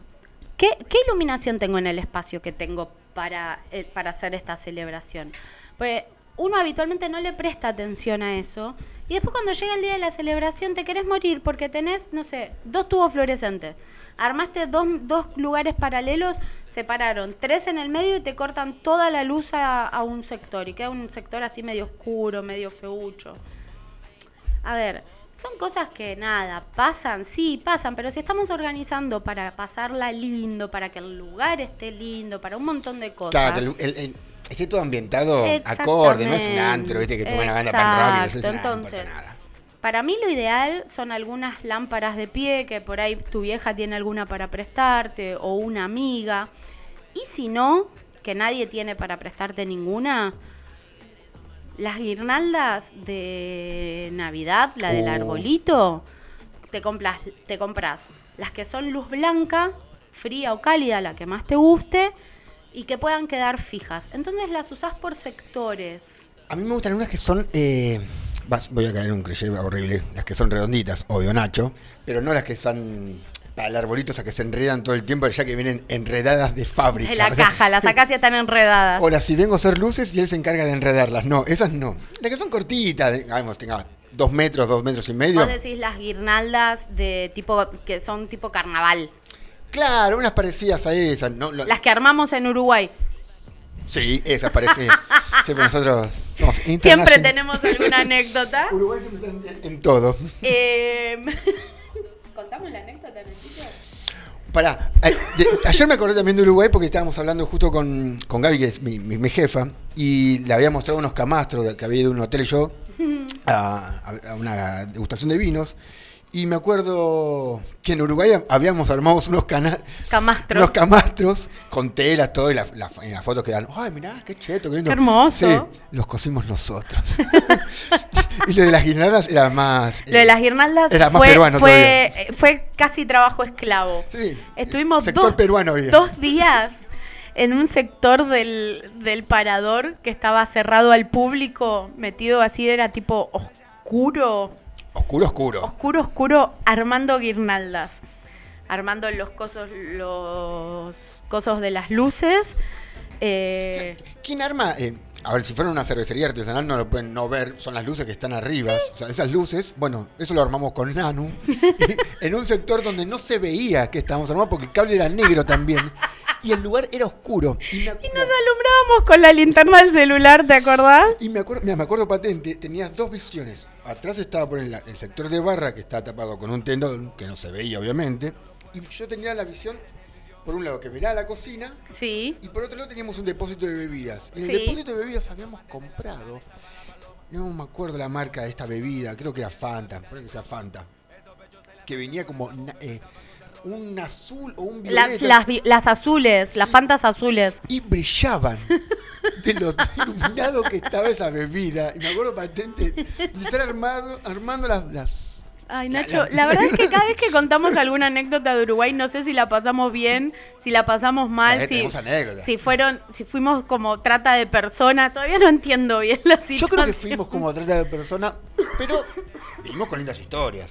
[SPEAKER 4] ¿Qué, qué iluminación tengo en el espacio que tengo para, eh, para hacer esta celebración? Pues uno habitualmente no le presta atención a eso. Y después cuando llega el día de la celebración te querés morir porque tenés, no sé, dos tubos fluorescentes. Armaste dos, dos lugares paralelos, separaron tres en el medio y te cortan toda la luz a, a un sector. Y queda un sector así medio oscuro, medio feucho. A ver, son cosas que nada, pasan, sí, pasan, pero si estamos organizando para pasarla lindo, para que el lugar esté lindo, para un montón de cosas.
[SPEAKER 6] Claro, el- el- el- esté todo ambientado
[SPEAKER 4] Exactamente.
[SPEAKER 6] acorde, no es un antro, viste, que te van a ganar tan rápido. eso es
[SPEAKER 4] Exacto,
[SPEAKER 6] una- no importa
[SPEAKER 4] entonces.
[SPEAKER 6] nada.
[SPEAKER 4] Para mí lo ideal son algunas lámparas de pie, que por ahí tu vieja tiene alguna para prestarte o una amiga. Y si no, que nadie tiene para prestarte ninguna, las guirnaldas de Navidad, la del
[SPEAKER 6] Oh.
[SPEAKER 4] arbolito, te compras, te compras las que son luz blanca, fría o cálida, la que más te guste, y que puedan quedar fijas. Entonces las usás por sectores.
[SPEAKER 6] A mí me gustan unas que son. eh, vas- voy a caer en un cliché horrible. Las que son redonditas, obvio, Nacho. Pero no las que son. Para el arbolito, esas que se enredan todo el tiempo, ya que vienen enredadas de fábrica.
[SPEAKER 4] De la caja, las acacias están
[SPEAKER 6] *laughs*
[SPEAKER 4] enredadas.
[SPEAKER 6] Ahora, si vengo a hacer luces y él se encarga de enredarlas. No, esas no. Las que son cortitas, de- digamos, tenga dos metros, dos metros y medio.
[SPEAKER 4] Vos decís las guirnaldas de tipo que son tipo carnaval.
[SPEAKER 6] Ah. Claro, unas parecidas a esas. No, Lo-
[SPEAKER 4] Las que armamos en Uruguay.
[SPEAKER 6] Sí, esas parecidas. sí, pero nosotros somos
[SPEAKER 4] Siempre
[SPEAKER 6] international-
[SPEAKER 4] tenemos
[SPEAKER 6] *laughs*
[SPEAKER 4] alguna anécdota.
[SPEAKER 6] Uruguay siempre está en- en todo.
[SPEAKER 4] Em, *laughs* ¿Contamos la anécdota, Nachito?
[SPEAKER 6] Pará, ay, de- ayer me acordé también de Uruguay porque estábamos hablando justo con, con Gaby, que es mi, mi- mi jefa, y le había mostrado unos camastros de- que había ido a un hotel
[SPEAKER 4] *laughs*
[SPEAKER 6] yo a, a- a una degustación de vinos. Y me acuerdo que en Uruguay habíamos armado unos, cana-
[SPEAKER 4] Camastros.
[SPEAKER 6] unos camastros con telas, todo, y la- la- en las fotos quedaron, ay, mirá, qué cheto, qué lindo.
[SPEAKER 4] Qué hermoso.
[SPEAKER 6] Sí, los cosimos nosotros. *laughs* y lo de las guirnaldas era más...
[SPEAKER 4] Lo de
[SPEAKER 6] eh,
[SPEAKER 4] las guirnaldas
[SPEAKER 6] era más
[SPEAKER 4] fue,
[SPEAKER 6] peruano
[SPEAKER 4] fue, eh, fue casi trabajo esclavo.
[SPEAKER 6] Sí,
[SPEAKER 4] Estuvimos
[SPEAKER 6] sector
[SPEAKER 4] dos,
[SPEAKER 6] peruano había.
[SPEAKER 4] dos días en un sector del, del parador que estaba cerrado al público, metido así, era tipo oscuro,
[SPEAKER 6] Oscuro, oscuro.
[SPEAKER 4] oscuro, oscuro, armando guirnaldas. Armando los cosos, los cosos de las luces. eh,
[SPEAKER 6] ¿Quién arma? eh, a ver, si fuera una cervecería artesanal no lo pueden no ver, son las luces que están arriba. O sea, esas luces, bueno, eso lo armamos con
[SPEAKER 4] *laughs*
[SPEAKER 6] Nanu. y en un sector donde no se veía que estábamos armando porque el cable era negro también. Y el lugar era oscuro. Y me,
[SPEAKER 4] y nos alumbrábamos con la linterna del celular, ¿te acordás?
[SPEAKER 6] y me acuerdo, mira, me acuerdo patente, tenías dos visiones. Atrás estaba por el, el sector de barra que estaba tapado con un tendón, que no se veía obviamente. Y yo tenía la visión, por un lado, que miraba la cocina
[SPEAKER 4] Sí.
[SPEAKER 6] y por otro lado teníamos un depósito de bebidas. Y en
[SPEAKER 4] Sí.
[SPEAKER 6] el depósito de bebidas habíamos comprado. No me acuerdo la marca de esta bebida, creo que era Fanta, creo que sea Fanta. Que venía como na- eh, un azul o un violeta.
[SPEAKER 4] Las, las, vi- las azules, las fantas azules.
[SPEAKER 6] Y brillaban de lo iluminado que estaba esa bebida. Y me acuerdo patente de estar armado, armando las, las-
[SPEAKER 4] Ay,
[SPEAKER 6] La-
[SPEAKER 4] Nacho,
[SPEAKER 6] la-
[SPEAKER 4] la verdad
[SPEAKER 6] *laughs*
[SPEAKER 4] es que cada vez que contamos alguna anécdota de Uruguay, no sé si la pasamos bien, si la pasamos mal,
[SPEAKER 6] Eh,
[SPEAKER 4] si,
[SPEAKER 6] tenemos anécdotas.
[SPEAKER 4] si fueron, si fuimos como trata de personas, todavía no entiendo bien la situación.
[SPEAKER 6] Yo creo que fuimos como a tratar de persona, pero vinimos con lindas historias.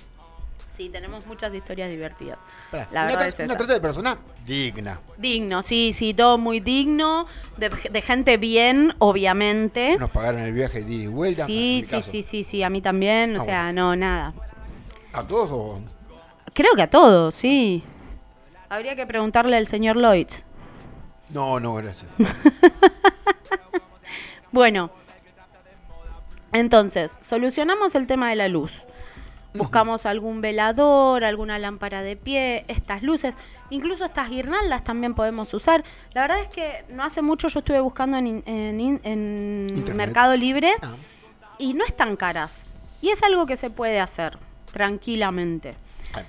[SPEAKER 4] Sí, tenemos muchas historias divertidas.
[SPEAKER 6] Pará,
[SPEAKER 4] La
[SPEAKER 6] una,
[SPEAKER 4] verdad
[SPEAKER 6] tra-
[SPEAKER 4] es
[SPEAKER 6] una
[SPEAKER 4] esa.
[SPEAKER 6] trata de persona digna.
[SPEAKER 4] Digno, sí, sí, todo muy digno, de, de gente bien, obviamente.
[SPEAKER 6] Nos pagaron el viaje de ida y vuelta. en
[SPEAKER 4] sí,
[SPEAKER 6] mi
[SPEAKER 4] sí,
[SPEAKER 6] caso.
[SPEAKER 4] sí, sí, sí, a mí también, o
[SPEAKER 6] Ah,
[SPEAKER 4] sea, no, nada.
[SPEAKER 6] ¿A todos o.?
[SPEAKER 4] Creo que a todos, sí. Habría que preguntarle al señor Lloyds.
[SPEAKER 6] No, no, gracias.
[SPEAKER 4] Bueno, entonces, solucionamos el tema de la luz. Buscamos algún velador, alguna lámpara de pie, estas luces, incluso estas guirnaldas también podemos usar. La verdad es que no hace mucho yo estuve buscando en, in- en in- en
[SPEAKER 6] Internet.
[SPEAKER 4] Mercado Libre
[SPEAKER 6] Ah.
[SPEAKER 4] y no están caras. Y es algo que se puede hacer tranquilamente.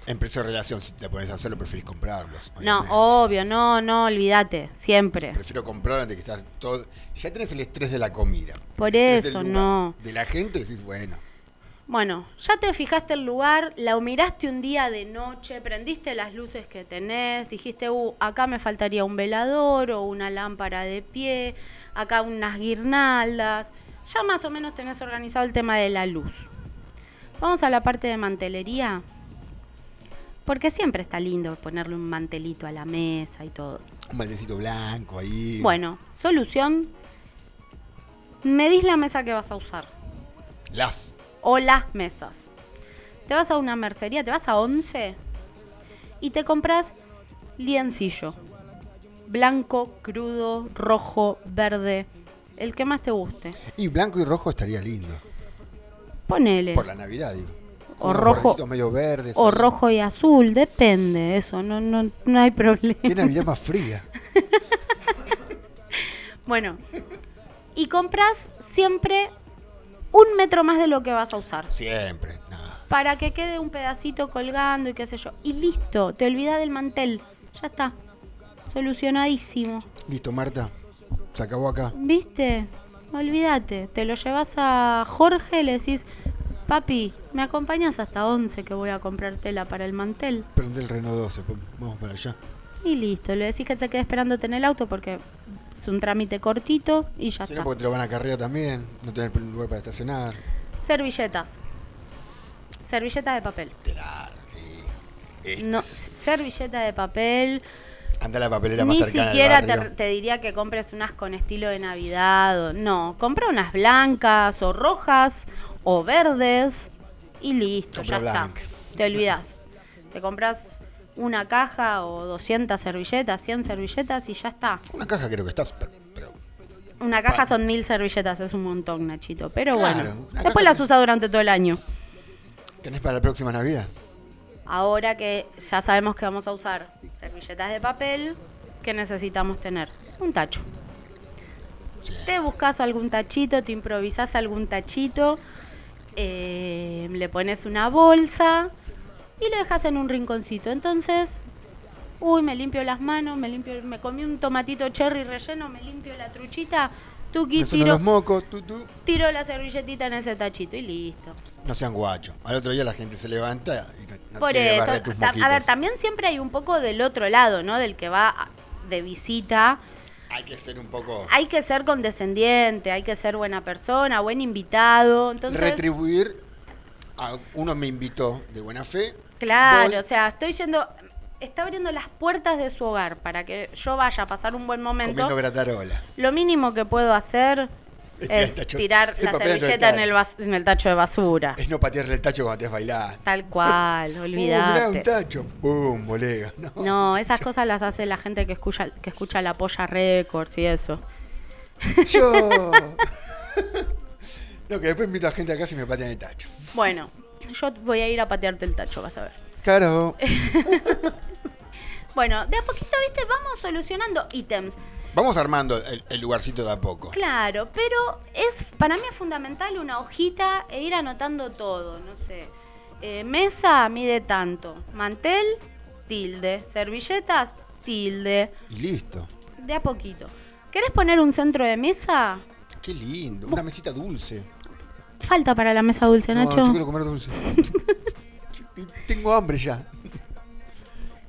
[SPEAKER 6] En precio de relación, si te pones a hacerlo, preferís comprarlos.
[SPEAKER 4] No,
[SPEAKER 6] obviamente.
[SPEAKER 4] obvio, no, no, olvídate, siempre.
[SPEAKER 6] Prefiero comprar antes que estar todo. Ya tenés el estrés de la comida.
[SPEAKER 4] Por
[SPEAKER 6] el estrés
[SPEAKER 4] eso,
[SPEAKER 6] del lugar,
[SPEAKER 4] no.
[SPEAKER 6] De la gente, decís, bueno.
[SPEAKER 4] Bueno, ya te fijaste el lugar, la miraste un día de noche, prendiste las luces que tenés, dijiste, uh, acá me faltaría un velador o una lámpara de pie, acá unas guirnaldas. Ya más o menos tenés organizado el tema de la luz. Vamos a la parte de mantelería. Porque siempre está lindo ponerle un mantelito a la mesa y todo.
[SPEAKER 6] Un maldecito blanco ahí.
[SPEAKER 4] Bueno, solución. Medís la mesa que vas a usar.
[SPEAKER 6] Las.
[SPEAKER 4] o las mesas. Te vas a una mercería, te vas a 11 y te compras liencillo. Blanco, crudo, rojo, verde, el que más te guste.
[SPEAKER 6] Y blanco y rojo estaría lindo.
[SPEAKER 4] Ponele.
[SPEAKER 6] Por la Navidad, digo.
[SPEAKER 4] O
[SPEAKER 6] Unos
[SPEAKER 4] rojo-
[SPEAKER 6] bordecitos medio verdes.
[SPEAKER 4] O
[SPEAKER 6] ahí.
[SPEAKER 4] rojo y azul, depende, eso, no, no, no hay
[SPEAKER 6] Qué
[SPEAKER 4] problema.
[SPEAKER 6] Navidad más fría.
[SPEAKER 4] *laughs* Bueno, y compras siempre un metro más de lo que vas a usar.
[SPEAKER 6] Siempre. No.
[SPEAKER 4] para que quede un pedacito colgando y qué sé yo. Y listo, te olvidas del mantel. Ya está. Solucionadísimo.
[SPEAKER 6] Listo, Marta. Se acabó acá.
[SPEAKER 4] ¿Viste? Olvídate. Te lo llevas a Jorge, le decís, papi, ¿me acompañas hasta 11 que voy a comprar tela para el mantel?
[SPEAKER 6] Prende el Renault 12. pum, Vamos para allá.
[SPEAKER 4] Y listo, le decís que se quede esperándote en el auto porque es un trámite cortito y ya
[SPEAKER 6] Si
[SPEAKER 4] está.
[SPEAKER 6] no, porque te lo van a carrear también. No tenés lugar para estacionar.
[SPEAKER 4] Servilletas. Servilleta de papel.
[SPEAKER 12] Te la- sí. Eh,
[SPEAKER 4] No, servilleta de papel.
[SPEAKER 6] Anda a la papelera más
[SPEAKER 4] Ni
[SPEAKER 6] cercana. del
[SPEAKER 4] siquiera te,
[SPEAKER 6] barrio.
[SPEAKER 4] te diría que compres unas con estilo de Navidad. o- no, compra unas blancas o rojas o verdes y listo,
[SPEAKER 6] Compra
[SPEAKER 4] ya
[SPEAKER 6] blanca.
[SPEAKER 4] está. Te olvidas. Te compras una caja o 200 servilletas, 100 servilletas y ya está.
[SPEAKER 6] Una caja creo que estás, pero. pero-
[SPEAKER 4] Una caja son mil servilletas, es un montón, Nachito. Pero
[SPEAKER 6] Claro,
[SPEAKER 4] bueno,
[SPEAKER 6] una caja-
[SPEAKER 4] después las usa durante todo el año.
[SPEAKER 6] ¿Tenés para la próxima Navidad?
[SPEAKER 4] Ahora que ya sabemos que vamos a usar servilletas de papel, ¿qué necesitamos tener? Un tacho. Te buscas algún tachito, te improvisas algún tachito, eh, le pones una bolsa y lo dejas en un rinconcito. Entonces, uy, me limpio las manos, me limpio, me comí un tomatito cherry relleno, me limpio la truchita, tuqui,
[SPEAKER 6] Me suenan
[SPEAKER 4] tiro,
[SPEAKER 6] los mocos. Tú, tú.
[SPEAKER 4] tiro la servilletita en ese tachito y listo.
[SPEAKER 6] No sean guachos. Al otro día la gente se levanta y no, no
[SPEAKER 4] Por
[SPEAKER 6] quiere
[SPEAKER 4] eso,
[SPEAKER 6] barrer tus
[SPEAKER 4] ta- a
[SPEAKER 6] moquitos.
[SPEAKER 4] ver, también siempre hay un poco del otro lado, ¿no? Del que va a- de visita.
[SPEAKER 6] Hay que ser un poco.
[SPEAKER 4] Hay que ser condescendiente, hay que ser buena persona, buen invitado. Entonces,
[SPEAKER 6] retribuir. A, uno me invitó de buena fe.
[SPEAKER 4] claro,
[SPEAKER 6] voy,
[SPEAKER 4] o sea, estoy yendo, está abriendo las puertas de su hogar para que yo vaya a pasar un buen momento.
[SPEAKER 6] comiendo gratarola.
[SPEAKER 4] Lo mínimo que puedo hacer
[SPEAKER 6] Es tirar el
[SPEAKER 4] es
[SPEAKER 6] tacho-
[SPEAKER 4] tirar
[SPEAKER 6] el
[SPEAKER 4] la
[SPEAKER 6] papel dentro del
[SPEAKER 4] servilleta en
[SPEAKER 6] tacho.
[SPEAKER 4] el, bas- en el tacho de basura.
[SPEAKER 6] Es Oh, no patearle el tacho cuando estés bailando. *laughs*
[SPEAKER 4] Tal cual,
[SPEAKER 6] Uh, Mirá, un
[SPEAKER 4] olvidate.
[SPEAKER 6] tacho. ¡Pum, bolega! No.
[SPEAKER 4] No, esas cosas las hace la gente que escucha, que escucha la polla records y eso.
[SPEAKER 6] *laughs* Yo. no, que después invito a gente acá si me patean el tacho.
[SPEAKER 4] Bueno, yo voy a ir a patearte el tacho, vas a ver.
[SPEAKER 6] Claro.
[SPEAKER 4] Bueno, de a poquito, viste, vamos solucionando ítems.
[SPEAKER 6] Vamos armando el, el lugarcito de a poco.
[SPEAKER 4] Claro, pero es para mí es fundamental una hojita e ir anotando todo, no sé. Eh, mesa mide tanto, mantel, tilde, servilletas, tilde,
[SPEAKER 6] Y listo.
[SPEAKER 4] de a poquito. ¿Querés poner un centro de mesa?
[SPEAKER 6] Qué lindo. Una mesita dulce.
[SPEAKER 4] Falta para la mesa dulce,
[SPEAKER 6] No,
[SPEAKER 4] Nacho.
[SPEAKER 6] yo quiero comer dulce. *laughs* Tengo hambre ya.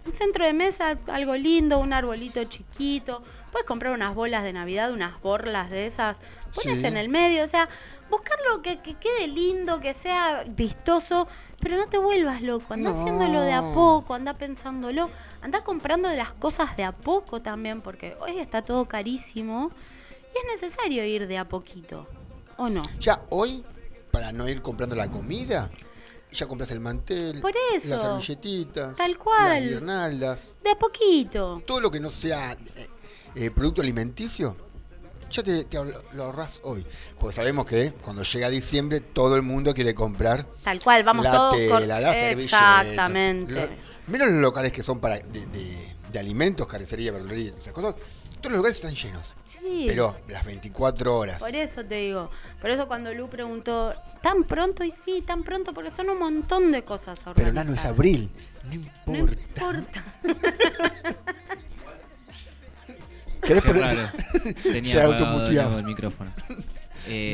[SPEAKER 4] Un centro de mesa, algo lindo, un arbolito chiquito. Puedes comprar unas bolas de Navidad, unas borlas de esas. Pones
[SPEAKER 6] Sí.
[SPEAKER 4] en el medio, o sea, buscar lo que, que quede lindo, que sea vistoso, pero no te vuelvas loco. Anda
[SPEAKER 6] No.
[SPEAKER 4] haciéndolo de a poco, anda pensándolo. Anda comprando de las cosas de a poco también, porque hoy está todo carísimo. Y es necesario ir de a poquito, ¿o no?
[SPEAKER 6] Ya hoy, para no ir comprando la comida, ya compras el mantel.
[SPEAKER 4] Por eso.
[SPEAKER 6] Las servilletitas.
[SPEAKER 4] Tal cual.
[SPEAKER 6] Las guirnaldas.
[SPEAKER 4] De a poquito.
[SPEAKER 6] Todo lo que no sea eh, eh, producto alimenticio, ya te, te ahor- lo ahorras hoy. Porque sabemos que cuando llega diciembre, todo el mundo quiere comprar
[SPEAKER 4] Tal cual, vamos
[SPEAKER 6] la
[SPEAKER 4] todos
[SPEAKER 6] tela,
[SPEAKER 4] cor-
[SPEAKER 6] la servilleta.
[SPEAKER 4] Exactamente.
[SPEAKER 6] Lo- menos los locales que son para de, de- de alimentos, carnicería, verdulería, esas cosas. Todos los lugares están llenos.
[SPEAKER 4] Sí.
[SPEAKER 6] Pero las 24 horas.
[SPEAKER 4] Por eso te digo. Por eso cuando Lu preguntó, ¿tan pronto? Y sí, tan pronto, porque son un montón de cosas a
[SPEAKER 6] Pero
[SPEAKER 4] organizar.
[SPEAKER 6] Nano es abril. No importa. *laughs*
[SPEAKER 4] No importa.
[SPEAKER 6] ¿Querés
[SPEAKER 5] Qué
[SPEAKER 6] poner-
[SPEAKER 5] raro. Tenía
[SPEAKER 6] Se
[SPEAKER 5] apagado
[SPEAKER 6] *laughs*
[SPEAKER 5] de
[SPEAKER 6] autoputeaba.
[SPEAKER 5] nuevo el micrófono. Eh,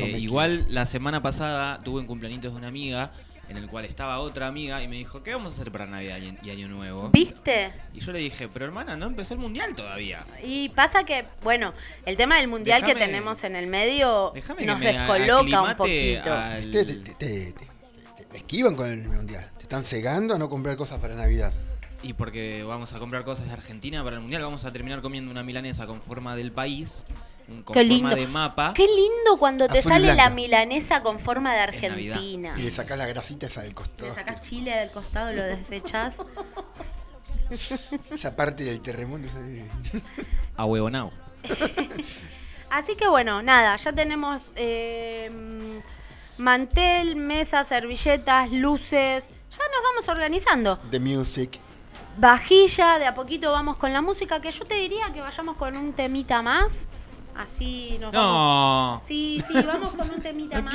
[SPEAKER 6] *laughs* No me
[SPEAKER 5] igual la semana pasada tuve un cumpleaños de una amiga en el cual estaba otra amiga y me dijo, ¿qué vamos a hacer para Navidad y y Año Nuevo?
[SPEAKER 4] ¿Viste?
[SPEAKER 5] Y yo le dije, pero hermana, no empezó el mundial todavía.
[SPEAKER 4] Y pasa que, bueno, el tema del mundial que
[SPEAKER 5] Déjame-
[SPEAKER 4] tenemos en el medio
[SPEAKER 5] Déjame
[SPEAKER 4] nos
[SPEAKER 5] que me
[SPEAKER 4] descoloca un
[SPEAKER 5] aclimate
[SPEAKER 4] poquito.
[SPEAKER 5] al-
[SPEAKER 6] Ustedes te, te- te- te- te- te esquivan con el mundial. Te están cegando a no comprar cosas para Navidad.
[SPEAKER 5] Y porque vamos a comprar cosas de Argentina para el mundial, vamos a terminar comiendo una milanesa con forma del país, un- con
[SPEAKER 4] Qué
[SPEAKER 5] forma
[SPEAKER 4] lindo.
[SPEAKER 5] de mapa.
[SPEAKER 4] Qué lindo cuando te
[SPEAKER 6] Azul y
[SPEAKER 4] sale la
[SPEAKER 6] blanca.
[SPEAKER 4] milanesa con forma de
[SPEAKER 5] Es Navidad.
[SPEAKER 4] Argentina.
[SPEAKER 6] Y le sacás la grasita esa del
[SPEAKER 4] Le
[SPEAKER 6] costado.
[SPEAKER 4] sacás chile del costado, lo desechás.
[SPEAKER 6] Esa parte del terremoto.
[SPEAKER 5] A huevonao.
[SPEAKER 4] Así que bueno, nada, ya tenemos eh, mantel, mesa, servilletas, luces. Ya nos vamos organizando.
[SPEAKER 6] The music.
[SPEAKER 4] Vajilla, de a poquito vamos con la música, que yo te diría que vayamos con un temita más. Así nos vamos.
[SPEAKER 5] No.
[SPEAKER 4] Sí, sí, vamos con un temita más.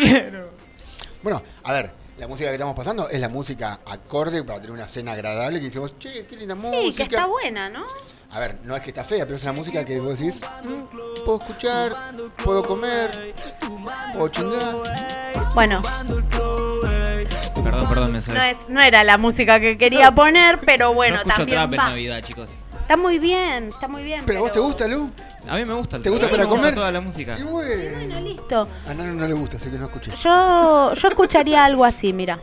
[SPEAKER 6] Bueno, a ver, la música que estamos pasando es la música acorde para tener una cena agradable que decimos, che, qué linda música.
[SPEAKER 4] Sí, que está buena, ¿no?
[SPEAKER 6] A ver, no es que está fea, pero es una música que vos decís, "Mm, puedo escuchar, puedo comer, puedo chingar.
[SPEAKER 4] Bueno,
[SPEAKER 5] Perdón, perdón, me
[SPEAKER 4] no,
[SPEAKER 5] sale.
[SPEAKER 4] es, no era la música que quería poner, pero bueno,
[SPEAKER 5] no escucho
[SPEAKER 4] también
[SPEAKER 5] trap en
[SPEAKER 4] va.
[SPEAKER 5] Navidad, chicos.
[SPEAKER 4] Está muy bien, está muy bien.
[SPEAKER 6] Pero a vos te gusta, Lu?
[SPEAKER 5] A mí me gusta el
[SPEAKER 6] ¿Te gusta
[SPEAKER 5] trap, a mí
[SPEAKER 6] para
[SPEAKER 5] me
[SPEAKER 6] comer?
[SPEAKER 5] toda la música.
[SPEAKER 6] Y bueno.
[SPEAKER 4] Listo.
[SPEAKER 6] A Nano no le gusta, así que no escuché.
[SPEAKER 4] Yo, yo escucharía algo así, mira.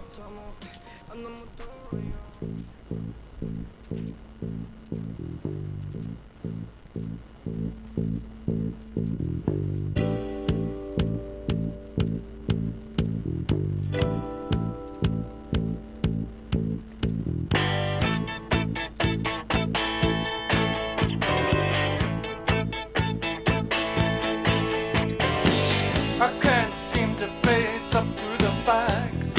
[SPEAKER 8] I can't seem to face up to the facts.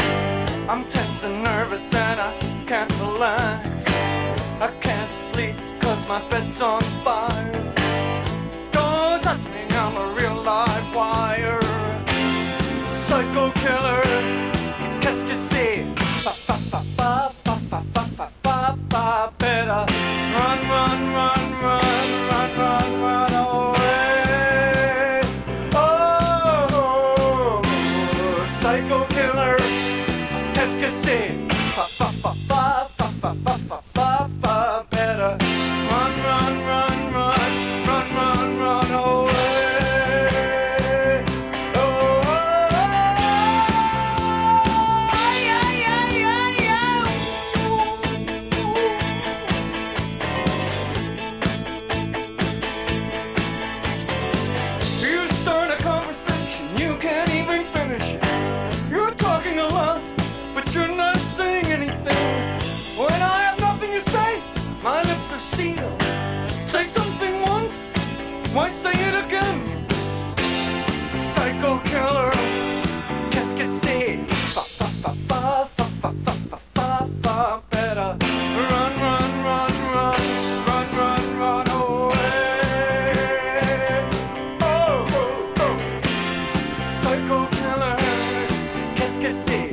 [SPEAKER 8] I'm tense and nervous and I can't relax. I can't sleep cause my bed's on fire. Don't touch me, I'm a real live wire. Psycho killer, qu'est-ce que c'est? Fa fa fa fa fa fa fa fa fa fa better. Run, run, run, run, run, run, run away. Oh, psycho killer, qu'est-ce que c'est? Fa fa fa fa fa fa fa fa fa fa better. Run, run, run, run, run, run, run away. Oh. You start a conversation, you can't even finish it. You're talking a lot, but you're not saying anything. When I have nothing to say, my lips are sealed. Say something once, why say it again? Psycho killer, qu'est-ce que c'est? Fa fa fa fa fa fa fa fa fa fa better. Run, run, run, run, run, run, run away. Oh, oh, oh. Psycho killer, qu'est-ce que c'est?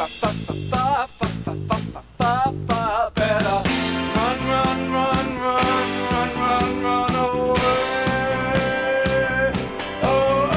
[SPEAKER 8] Fa fa fa fa fa fa fa fa fa fa better. Run, run, run, run, run, run, run away. Oh, oh, oh.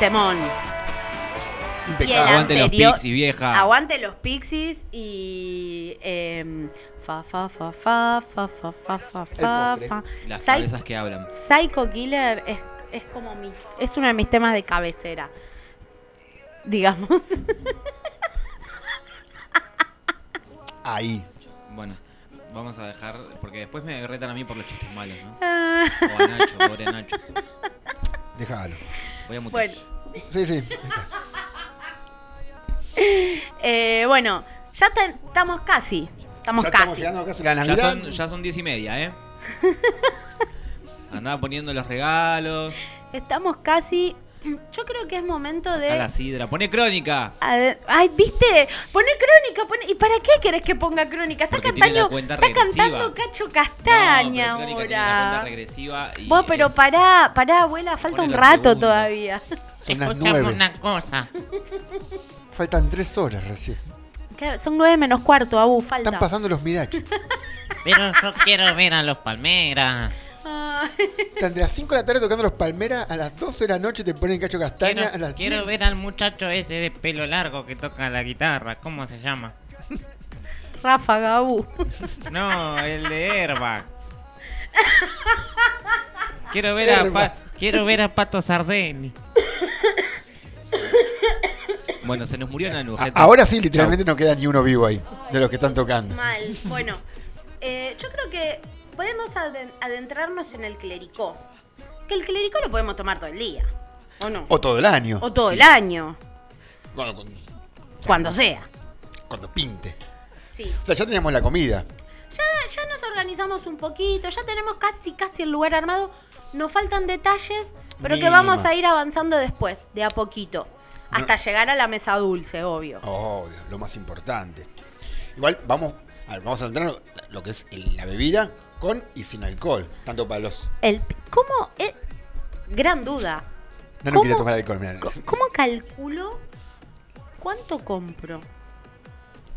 [SPEAKER 4] Temón. Y el
[SPEAKER 5] Aguante los
[SPEAKER 4] anterior-
[SPEAKER 5] Pixies, vieja.
[SPEAKER 4] Aguante los pixies y. em, fa, fa, fa, fa, fa, fa, fa, fa, fa,
[SPEAKER 5] postre.
[SPEAKER 4] fa.
[SPEAKER 5] Las
[SPEAKER 4] Psy-
[SPEAKER 5] cabezas que hablan.
[SPEAKER 4] Psycho Killer es, es como mi. Es uno de mis temas de cabecera. Digamos. *laughs*
[SPEAKER 6] Ahí.
[SPEAKER 5] Bueno, vamos a dejar. Porque después me retan a mí por los chistes malos, ¿no?
[SPEAKER 4] Ah.
[SPEAKER 5] O a Nacho, pobre Nacho.
[SPEAKER 6] Déjalo.
[SPEAKER 5] Voy a mutar.
[SPEAKER 4] Bueno.
[SPEAKER 6] Sí, sí.
[SPEAKER 4] Eh, bueno, ya te- estamos casi. Estamos
[SPEAKER 6] Ya
[SPEAKER 4] casi.
[SPEAKER 6] estamos llegando casi a la
[SPEAKER 5] Ya
[SPEAKER 6] Navidad.
[SPEAKER 5] son, ya son diez y media, ¿eh? *laughs* Andaba poniendo los regalos.
[SPEAKER 4] Estamos casi. Yo creo que es momento
[SPEAKER 5] Está
[SPEAKER 4] de.
[SPEAKER 5] la sidra. ¡Pone crónica!
[SPEAKER 4] A ver, ay, ¿viste? Poné crónica, poné- ¿Y para qué querés que ponga crónica? Está,
[SPEAKER 5] Porque tiene la
[SPEAKER 4] cantando,
[SPEAKER 5] cuenta
[SPEAKER 4] está
[SPEAKER 5] regresiva.
[SPEAKER 4] cantando Cacho
[SPEAKER 5] No,
[SPEAKER 4] Castaña
[SPEAKER 5] pero Crónica tiene una cuenta
[SPEAKER 4] ahora.
[SPEAKER 5] regresiva y
[SPEAKER 4] Vos, pero
[SPEAKER 5] es-
[SPEAKER 4] pará, pará, abuela, falta un
[SPEAKER 5] Ponelo
[SPEAKER 4] rato
[SPEAKER 5] segundo.
[SPEAKER 4] todavía. *laughs*
[SPEAKER 6] Son las nueve.
[SPEAKER 5] cosa.
[SPEAKER 6] Faltan tres horas recién.
[SPEAKER 4] Claro, Son nueve menos cuarto, abu, falta.
[SPEAKER 6] Están pasando los midachos.
[SPEAKER 13] Pero yo quiero ver a los palmeras.
[SPEAKER 4] Ah,
[SPEAKER 6] Están de las 5 de la tarde tocando los palmeras, a las 12 de la noche te ponen cacho castaña,
[SPEAKER 13] Quiero,
[SPEAKER 6] a las
[SPEAKER 13] quiero
[SPEAKER 6] 10.
[SPEAKER 13] ver al muchacho ese de pelo largo que toca la guitarra. ¿Cómo se llama?
[SPEAKER 4] Ráfaga, abu.
[SPEAKER 13] No, el de Herba. Quiero ver a
[SPEAKER 5] Herba.
[SPEAKER 13] Pa- quiero ver a Pato Sardelli.
[SPEAKER 5] Bueno, se nos murió Nanu.
[SPEAKER 6] A-
[SPEAKER 5] gente.
[SPEAKER 6] Ahora sí, literalmente no queda ni uno vivo ahí, de los que están tocando.
[SPEAKER 4] Mal. Bueno, eh, yo creo que podemos aden- adentrarnos en el clericó. Que el clericó lo podemos tomar todo el día, ¿o no?
[SPEAKER 6] O todo el año.
[SPEAKER 4] O todo
[SPEAKER 6] Sí.
[SPEAKER 4] el año,
[SPEAKER 6] Cuando, cuando-
[SPEAKER 4] cuando sea.
[SPEAKER 6] cuando pinte.
[SPEAKER 4] Sí.
[SPEAKER 6] O sea, ya teníamos la comida.
[SPEAKER 4] Ya, ya nos organizamos un poquito, ya tenemos casi, casi el lugar armado. Nos faltan detalles, pero que
[SPEAKER 6] Mínima.
[SPEAKER 4] vamos a ir avanzando después, de a poquito. Hasta llegar a la mesa dulce, obvio.
[SPEAKER 6] Obvio, lo más importante. Igual vamos, a ver, vamos a entrar en lo que es el- la bebida con y sin alcohol. Tanto para los.
[SPEAKER 4] El, ¿Cómo? eh, gran duda.
[SPEAKER 6] No, no
[SPEAKER 4] ¿Cómo?
[SPEAKER 6] quería tomar alcohol, mirá.
[SPEAKER 4] ¿Cómo calculo cuánto compro?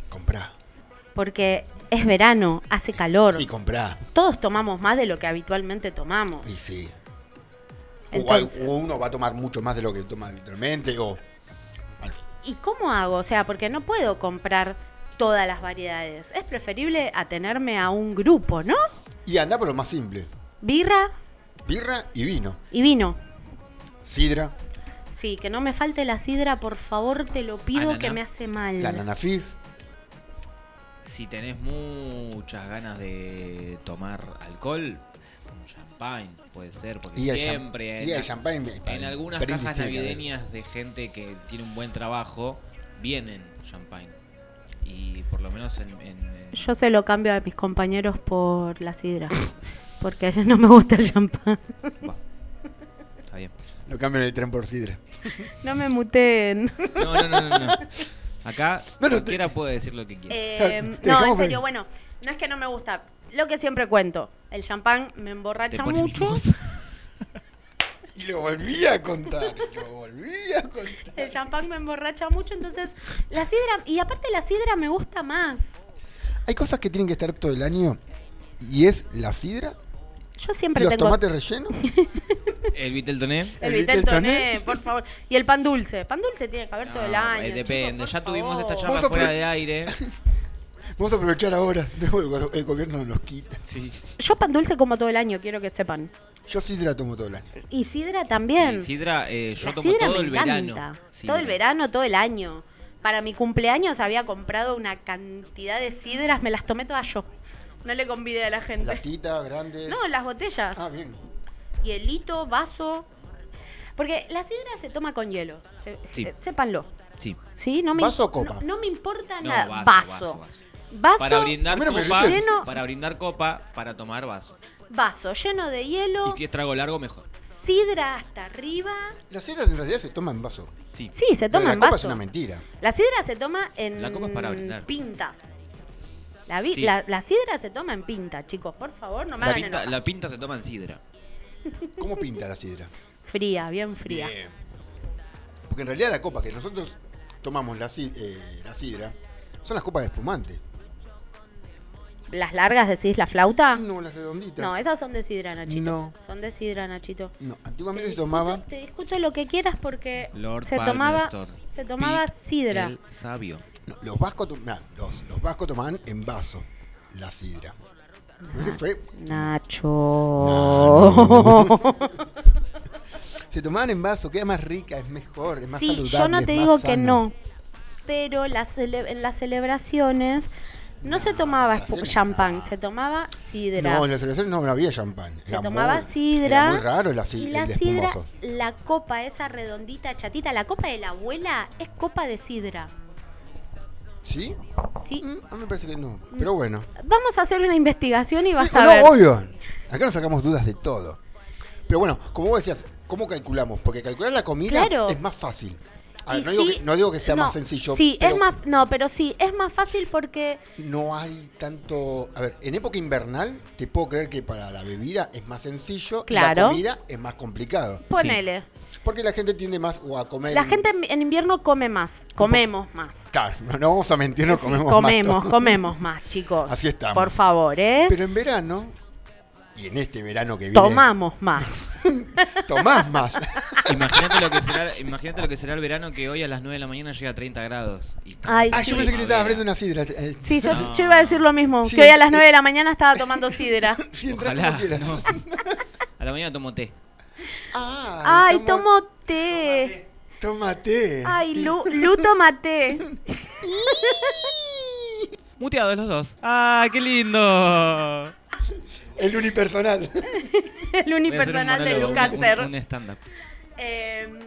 [SPEAKER 6] Comprá.
[SPEAKER 4] Porque es verano, hace calor.
[SPEAKER 6] Y comprá.
[SPEAKER 4] Todos tomamos más de lo que habitualmente tomamos.
[SPEAKER 6] Y sí. O-
[SPEAKER 4] Entonces-
[SPEAKER 6] o uno va a tomar mucho más de lo que toma habitualmente. O
[SPEAKER 4] ¿Y cómo hago? O sea, porque no puedo comprar todas las variedades. Es preferible atenerme a un grupo, ¿no?
[SPEAKER 6] Y anda por lo más simple.
[SPEAKER 4] Birra
[SPEAKER 6] Birra y vino.
[SPEAKER 4] y vino.
[SPEAKER 6] Sidra,
[SPEAKER 4] Sí, que no me falte la sidra, por favor, te lo pido, que me hace mal.
[SPEAKER 6] Ah, la nanafis.
[SPEAKER 5] Si tenés muchas ganas de tomar alcohol, un champagne puede ser, porque
[SPEAKER 6] Y el champ-
[SPEAKER 5] siempre
[SPEAKER 6] y
[SPEAKER 5] en-
[SPEAKER 6] el champagne, para
[SPEAKER 5] en
[SPEAKER 6] el
[SPEAKER 5] algunas
[SPEAKER 6] brindis
[SPEAKER 5] cajas
[SPEAKER 6] tiene que haber.
[SPEAKER 5] navideñas de gente que tiene un buen trabajo, vienen champagne. Y por lo menos en, en-
[SPEAKER 4] Yo se lo cambio a mis compañeros por la sidra. *laughs* Porque a ellos no me gusta el champán.
[SPEAKER 5] Está bien.
[SPEAKER 6] Lo cambian el tren por sidra.
[SPEAKER 4] No me *laughs* muteen.
[SPEAKER 5] No, no, no, no. no.
[SPEAKER 6] *laughs*
[SPEAKER 5] Acá cualquiera puede decir lo que quiera.
[SPEAKER 4] Eh,
[SPEAKER 5] Te
[SPEAKER 4] no, en serio,
[SPEAKER 5] dejamos venir.
[SPEAKER 4] bueno, no es que no me gusta. Lo que siempre cuento, el champán me emborracha
[SPEAKER 5] pone
[SPEAKER 4] mucho.
[SPEAKER 6] Y lo volví a contar. Lo volví a contar.
[SPEAKER 4] El champán me emborracha mucho, entonces la sidra, y aparte la sidra me gusta más.
[SPEAKER 6] Hay cosas que tienen que estar todo el año. Y es la sidra,
[SPEAKER 4] Yo siempre
[SPEAKER 6] los
[SPEAKER 4] tengo
[SPEAKER 6] tomates
[SPEAKER 4] *laughs*
[SPEAKER 6] rellenos.
[SPEAKER 5] El Vitel Toné.
[SPEAKER 4] el vitel toné, por favor. Y el pan dulce, pan dulce tiene que haber *laughs* todo el
[SPEAKER 5] Ah,
[SPEAKER 4] año.
[SPEAKER 5] eh, depende, ya tuvimos esta
[SPEAKER 6] favor.
[SPEAKER 5] charla
[SPEAKER 6] Vamos a
[SPEAKER 5] fuera
[SPEAKER 6] pro-
[SPEAKER 4] *laughs*
[SPEAKER 5] de aire.
[SPEAKER 6] Vamos a aprovechar ahora. *laughs* Luego el go- el gobierno nos los quita.
[SPEAKER 5] Sí.
[SPEAKER 4] Yo pan dulce como todo el año, quiero que sepan.
[SPEAKER 6] Yo sidra tomo todo el año.
[SPEAKER 4] Y sidra también.
[SPEAKER 5] Sí, sidra, eh, yo
[SPEAKER 4] La
[SPEAKER 5] tomo
[SPEAKER 4] sidra
[SPEAKER 5] todo
[SPEAKER 4] me
[SPEAKER 5] el verano.
[SPEAKER 4] encanta. Todo el verano, todo el año. Para mi cumpleaños había comprado una cantidad de sidras, me las tomé todas yo. No le convidé a la gente.
[SPEAKER 6] Latitas, grandes.
[SPEAKER 4] No, las botellas.
[SPEAKER 6] Ah, bien.
[SPEAKER 4] Hielito, vaso. Porque la sidra se toma con hielo. se-
[SPEAKER 5] Sí.
[SPEAKER 4] eh, sépanlo.
[SPEAKER 5] Sí.
[SPEAKER 4] ¿Sí? No me,
[SPEAKER 5] ¿Vaso o copa?
[SPEAKER 4] No, no me importa
[SPEAKER 5] No,
[SPEAKER 4] nada.
[SPEAKER 5] vaso,
[SPEAKER 4] Vaso.
[SPEAKER 5] vaso, vaso.
[SPEAKER 4] Vaso
[SPEAKER 5] Para brindar,
[SPEAKER 4] Bueno, pero
[SPEAKER 5] copa,
[SPEAKER 4] lleno-
[SPEAKER 5] para brindar copa, para tomar vaso.
[SPEAKER 4] Vaso lleno de hielo,
[SPEAKER 5] Y si es trago largo, mejor.
[SPEAKER 4] sidra hasta arriba.
[SPEAKER 6] La sidra en realidad se toma en vaso.
[SPEAKER 5] Sí,
[SPEAKER 4] Sí, se toma
[SPEAKER 6] la
[SPEAKER 4] en
[SPEAKER 6] copa
[SPEAKER 4] vaso.
[SPEAKER 6] es una mentira.
[SPEAKER 4] La sidra se toma en
[SPEAKER 6] La copa es para brindar.
[SPEAKER 4] pinta. La, vi-
[SPEAKER 5] Sí.
[SPEAKER 4] la, la sidra se toma en pinta, chicos. Por favor, no me
[SPEAKER 5] La
[SPEAKER 4] hagan
[SPEAKER 5] pinta,
[SPEAKER 4] enojar.
[SPEAKER 5] la pinta se toma en sidra.
[SPEAKER 6] ¿Cómo pinta la sidra?
[SPEAKER 4] Fría, bien fría.
[SPEAKER 6] Bien. Porque en realidad la copa que nosotros tomamos la, si- eh, la sidra son las copas de espumante.
[SPEAKER 4] ¿Las largas decís la flauta?
[SPEAKER 6] No, las redonditas.
[SPEAKER 4] Ah. No, esas son de sidra, Nachito.
[SPEAKER 6] No.
[SPEAKER 4] Son de sidra, Nachito.
[SPEAKER 6] No, antiguamente se tomaba.
[SPEAKER 4] Te discuto lo que quieras porque
[SPEAKER 5] Lord
[SPEAKER 4] se tomaba,
[SPEAKER 5] Palmerston,
[SPEAKER 4] se tomaba
[SPEAKER 5] Pete
[SPEAKER 4] sidra.
[SPEAKER 5] el sabio.
[SPEAKER 6] No, los vascos, to- nah, los, los vascos tomaban en vaso la sidra. Ese fue
[SPEAKER 4] Nacho. Oh.
[SPEAKER 6] *laughs* Se tomaban en vaso, queda más rica, es mejor, es más
[SPEAKER 4] sí,
[SPEAKER 6] saludable.
[SPEAKER 4] yo no
[SPEAKER 6] es
[SPEAKER 4] te
[SPEAKER 6] más
[SPEAKER 4] digo que
[SPEAKER 6] sano.
[SPEAKER 4] no, pero las cele- en las celebraciones no se tomaba espu- champán, se tomaba sidra.
[SPEAKER 6] No, en las celebraciones no, no había champán.
[SPEAKER 4] se
[SPEAKER 6] Era
[SPEAKER 4] tomaba
[SPEAKER 6] muy-
[SPEAKER 4] sidra.
[SPEAKER 6] Era muy raro la, sidra
[SPEAKER 4] Y
[SPEAKER 6] el
[SPEAKER 4] la sidra,
[SPEAKER 6] espumoso.
[SPEAKER 4] la copa esa redondita, chatita, la copa de la abuela es copa de sidra.
[SPEAKER 6] ¿Sí? Mm,
[SPEAKER 4] Sí.
[SPEAKER 6] A mí me parece que no. Pero bueno.
[SPEAKER 4] Vamos a hacer una investigación y vas
[SPEAKER 6] Sí,
[SPEAKER 4] a
[SPEAKER 6] no,
[SPEAKER 4] ver.
[SPEAKER 6] obvio. Acá nos sacamos dudas de todo. Pero bueno, como vos decías, ¿cómo calculamos? Porque calcular la comida
[SPEAKER 4] Claro.
[SPEAKER 6] es más fácil. A ver,
[SPEAKER 4] Y
[SPEAKER 6] no, digo
[SPEAKER 4] sí,
[SPEAKER 6] que, no digo que sea
[SPEAKER 4] no,
[SPEAKER 6] más sencillo.
[SPEAKER 4] Sí,
[SPEAKER 6] pero
[SPEAKER 4] es más, no, pero sí, es más fácil porque
[SPEAKER 6] No hay tanto. A ver, en época invernal, te puedo creer que para la bebida es más sencillo. y
[SPEAKER 4] Claro.
[SPEAKER 6] la comida es más complicado.
[SPEAKER 4] ponele,
[SPEAKER 6] Porque la gente tiende más o a comer.
[SPEAKER 4] la gente en- en invierno come más, comemos más.
[SPEAKER 6] Claro, no, no vamos a mentir, no comemos más.
[SPEAKER 4] comemos,
[SPEAKER 6] todo.
[SPEAKER 4] comemos más, chicos.
[SPEAKER 6] Así estamos.
[SPEAKER 4] Por favor, ¿eh?
[SPEAKER 6] Pero en verano, y en este verano que viene.
[SPEAKER 4] Tomamos más.
[SPEAKER 6] Tomás
[SPEAKER 4] *laughs*
[SPEAKER 6] más.
[SPEAKER 5] Imagínate lo, que será, imagínate lo que será el verano que hoy a las 9 de la mañana llega a 30 grados. Y estamos
[SPEAKER 4] Ay,
[SPEAKER 6] Ah,
[SPEAKER 5] en
[SPEAKER 6] yo pensé que te
[SPEAKER 5] primavera.
[SPEAKER 6] estabas abriendo una sidra. eh,
[SPEAKER 4] Sí, yo,
[SPEAKER 5] No.
[SPEAKER 4] yo iba a decir lo mismo,
[SPEAKER 6] Sí,
[SPEAKER 4] que hoy a
[SPEAKER 6] eh,
[SPEAKER 4] las 9 de la mañana estaba tomando sidra.
[SPEAKER 6] sí, entrá como
[SPEAKER 5] Ojalá.
[SPEAKER 6] quieras.
[SPEAKER 5] no. A la mañana tomo té.
[SPEAKER 6] *laughs* Ay,
[SPEAKER 4] Ay, tomo té.
[SPEAKER 6] Tómate.
[SPEAKER 4] Ay, Lu, Lu
[SPEAKER 6] *laughs*
[SPEAKER 4] toma té.
[SPEAKER 5] Muteados los dos. ¡Ah, qué lindo!
[SPEAKER 6] El unipersonal.
[SPEAKER 4] El
[SPEAKER 5] Voy a hacer un
[SPEAKER 4] unipersonal de
[SPEAKER 5] monólogo,
[SPEAKER 4] Lucas
[SPEAKER 5] un- un-
[SPEAKER 4] Ser.
[SPEAKER 5] Un stand-up.
[SPEAKER 4] Eh,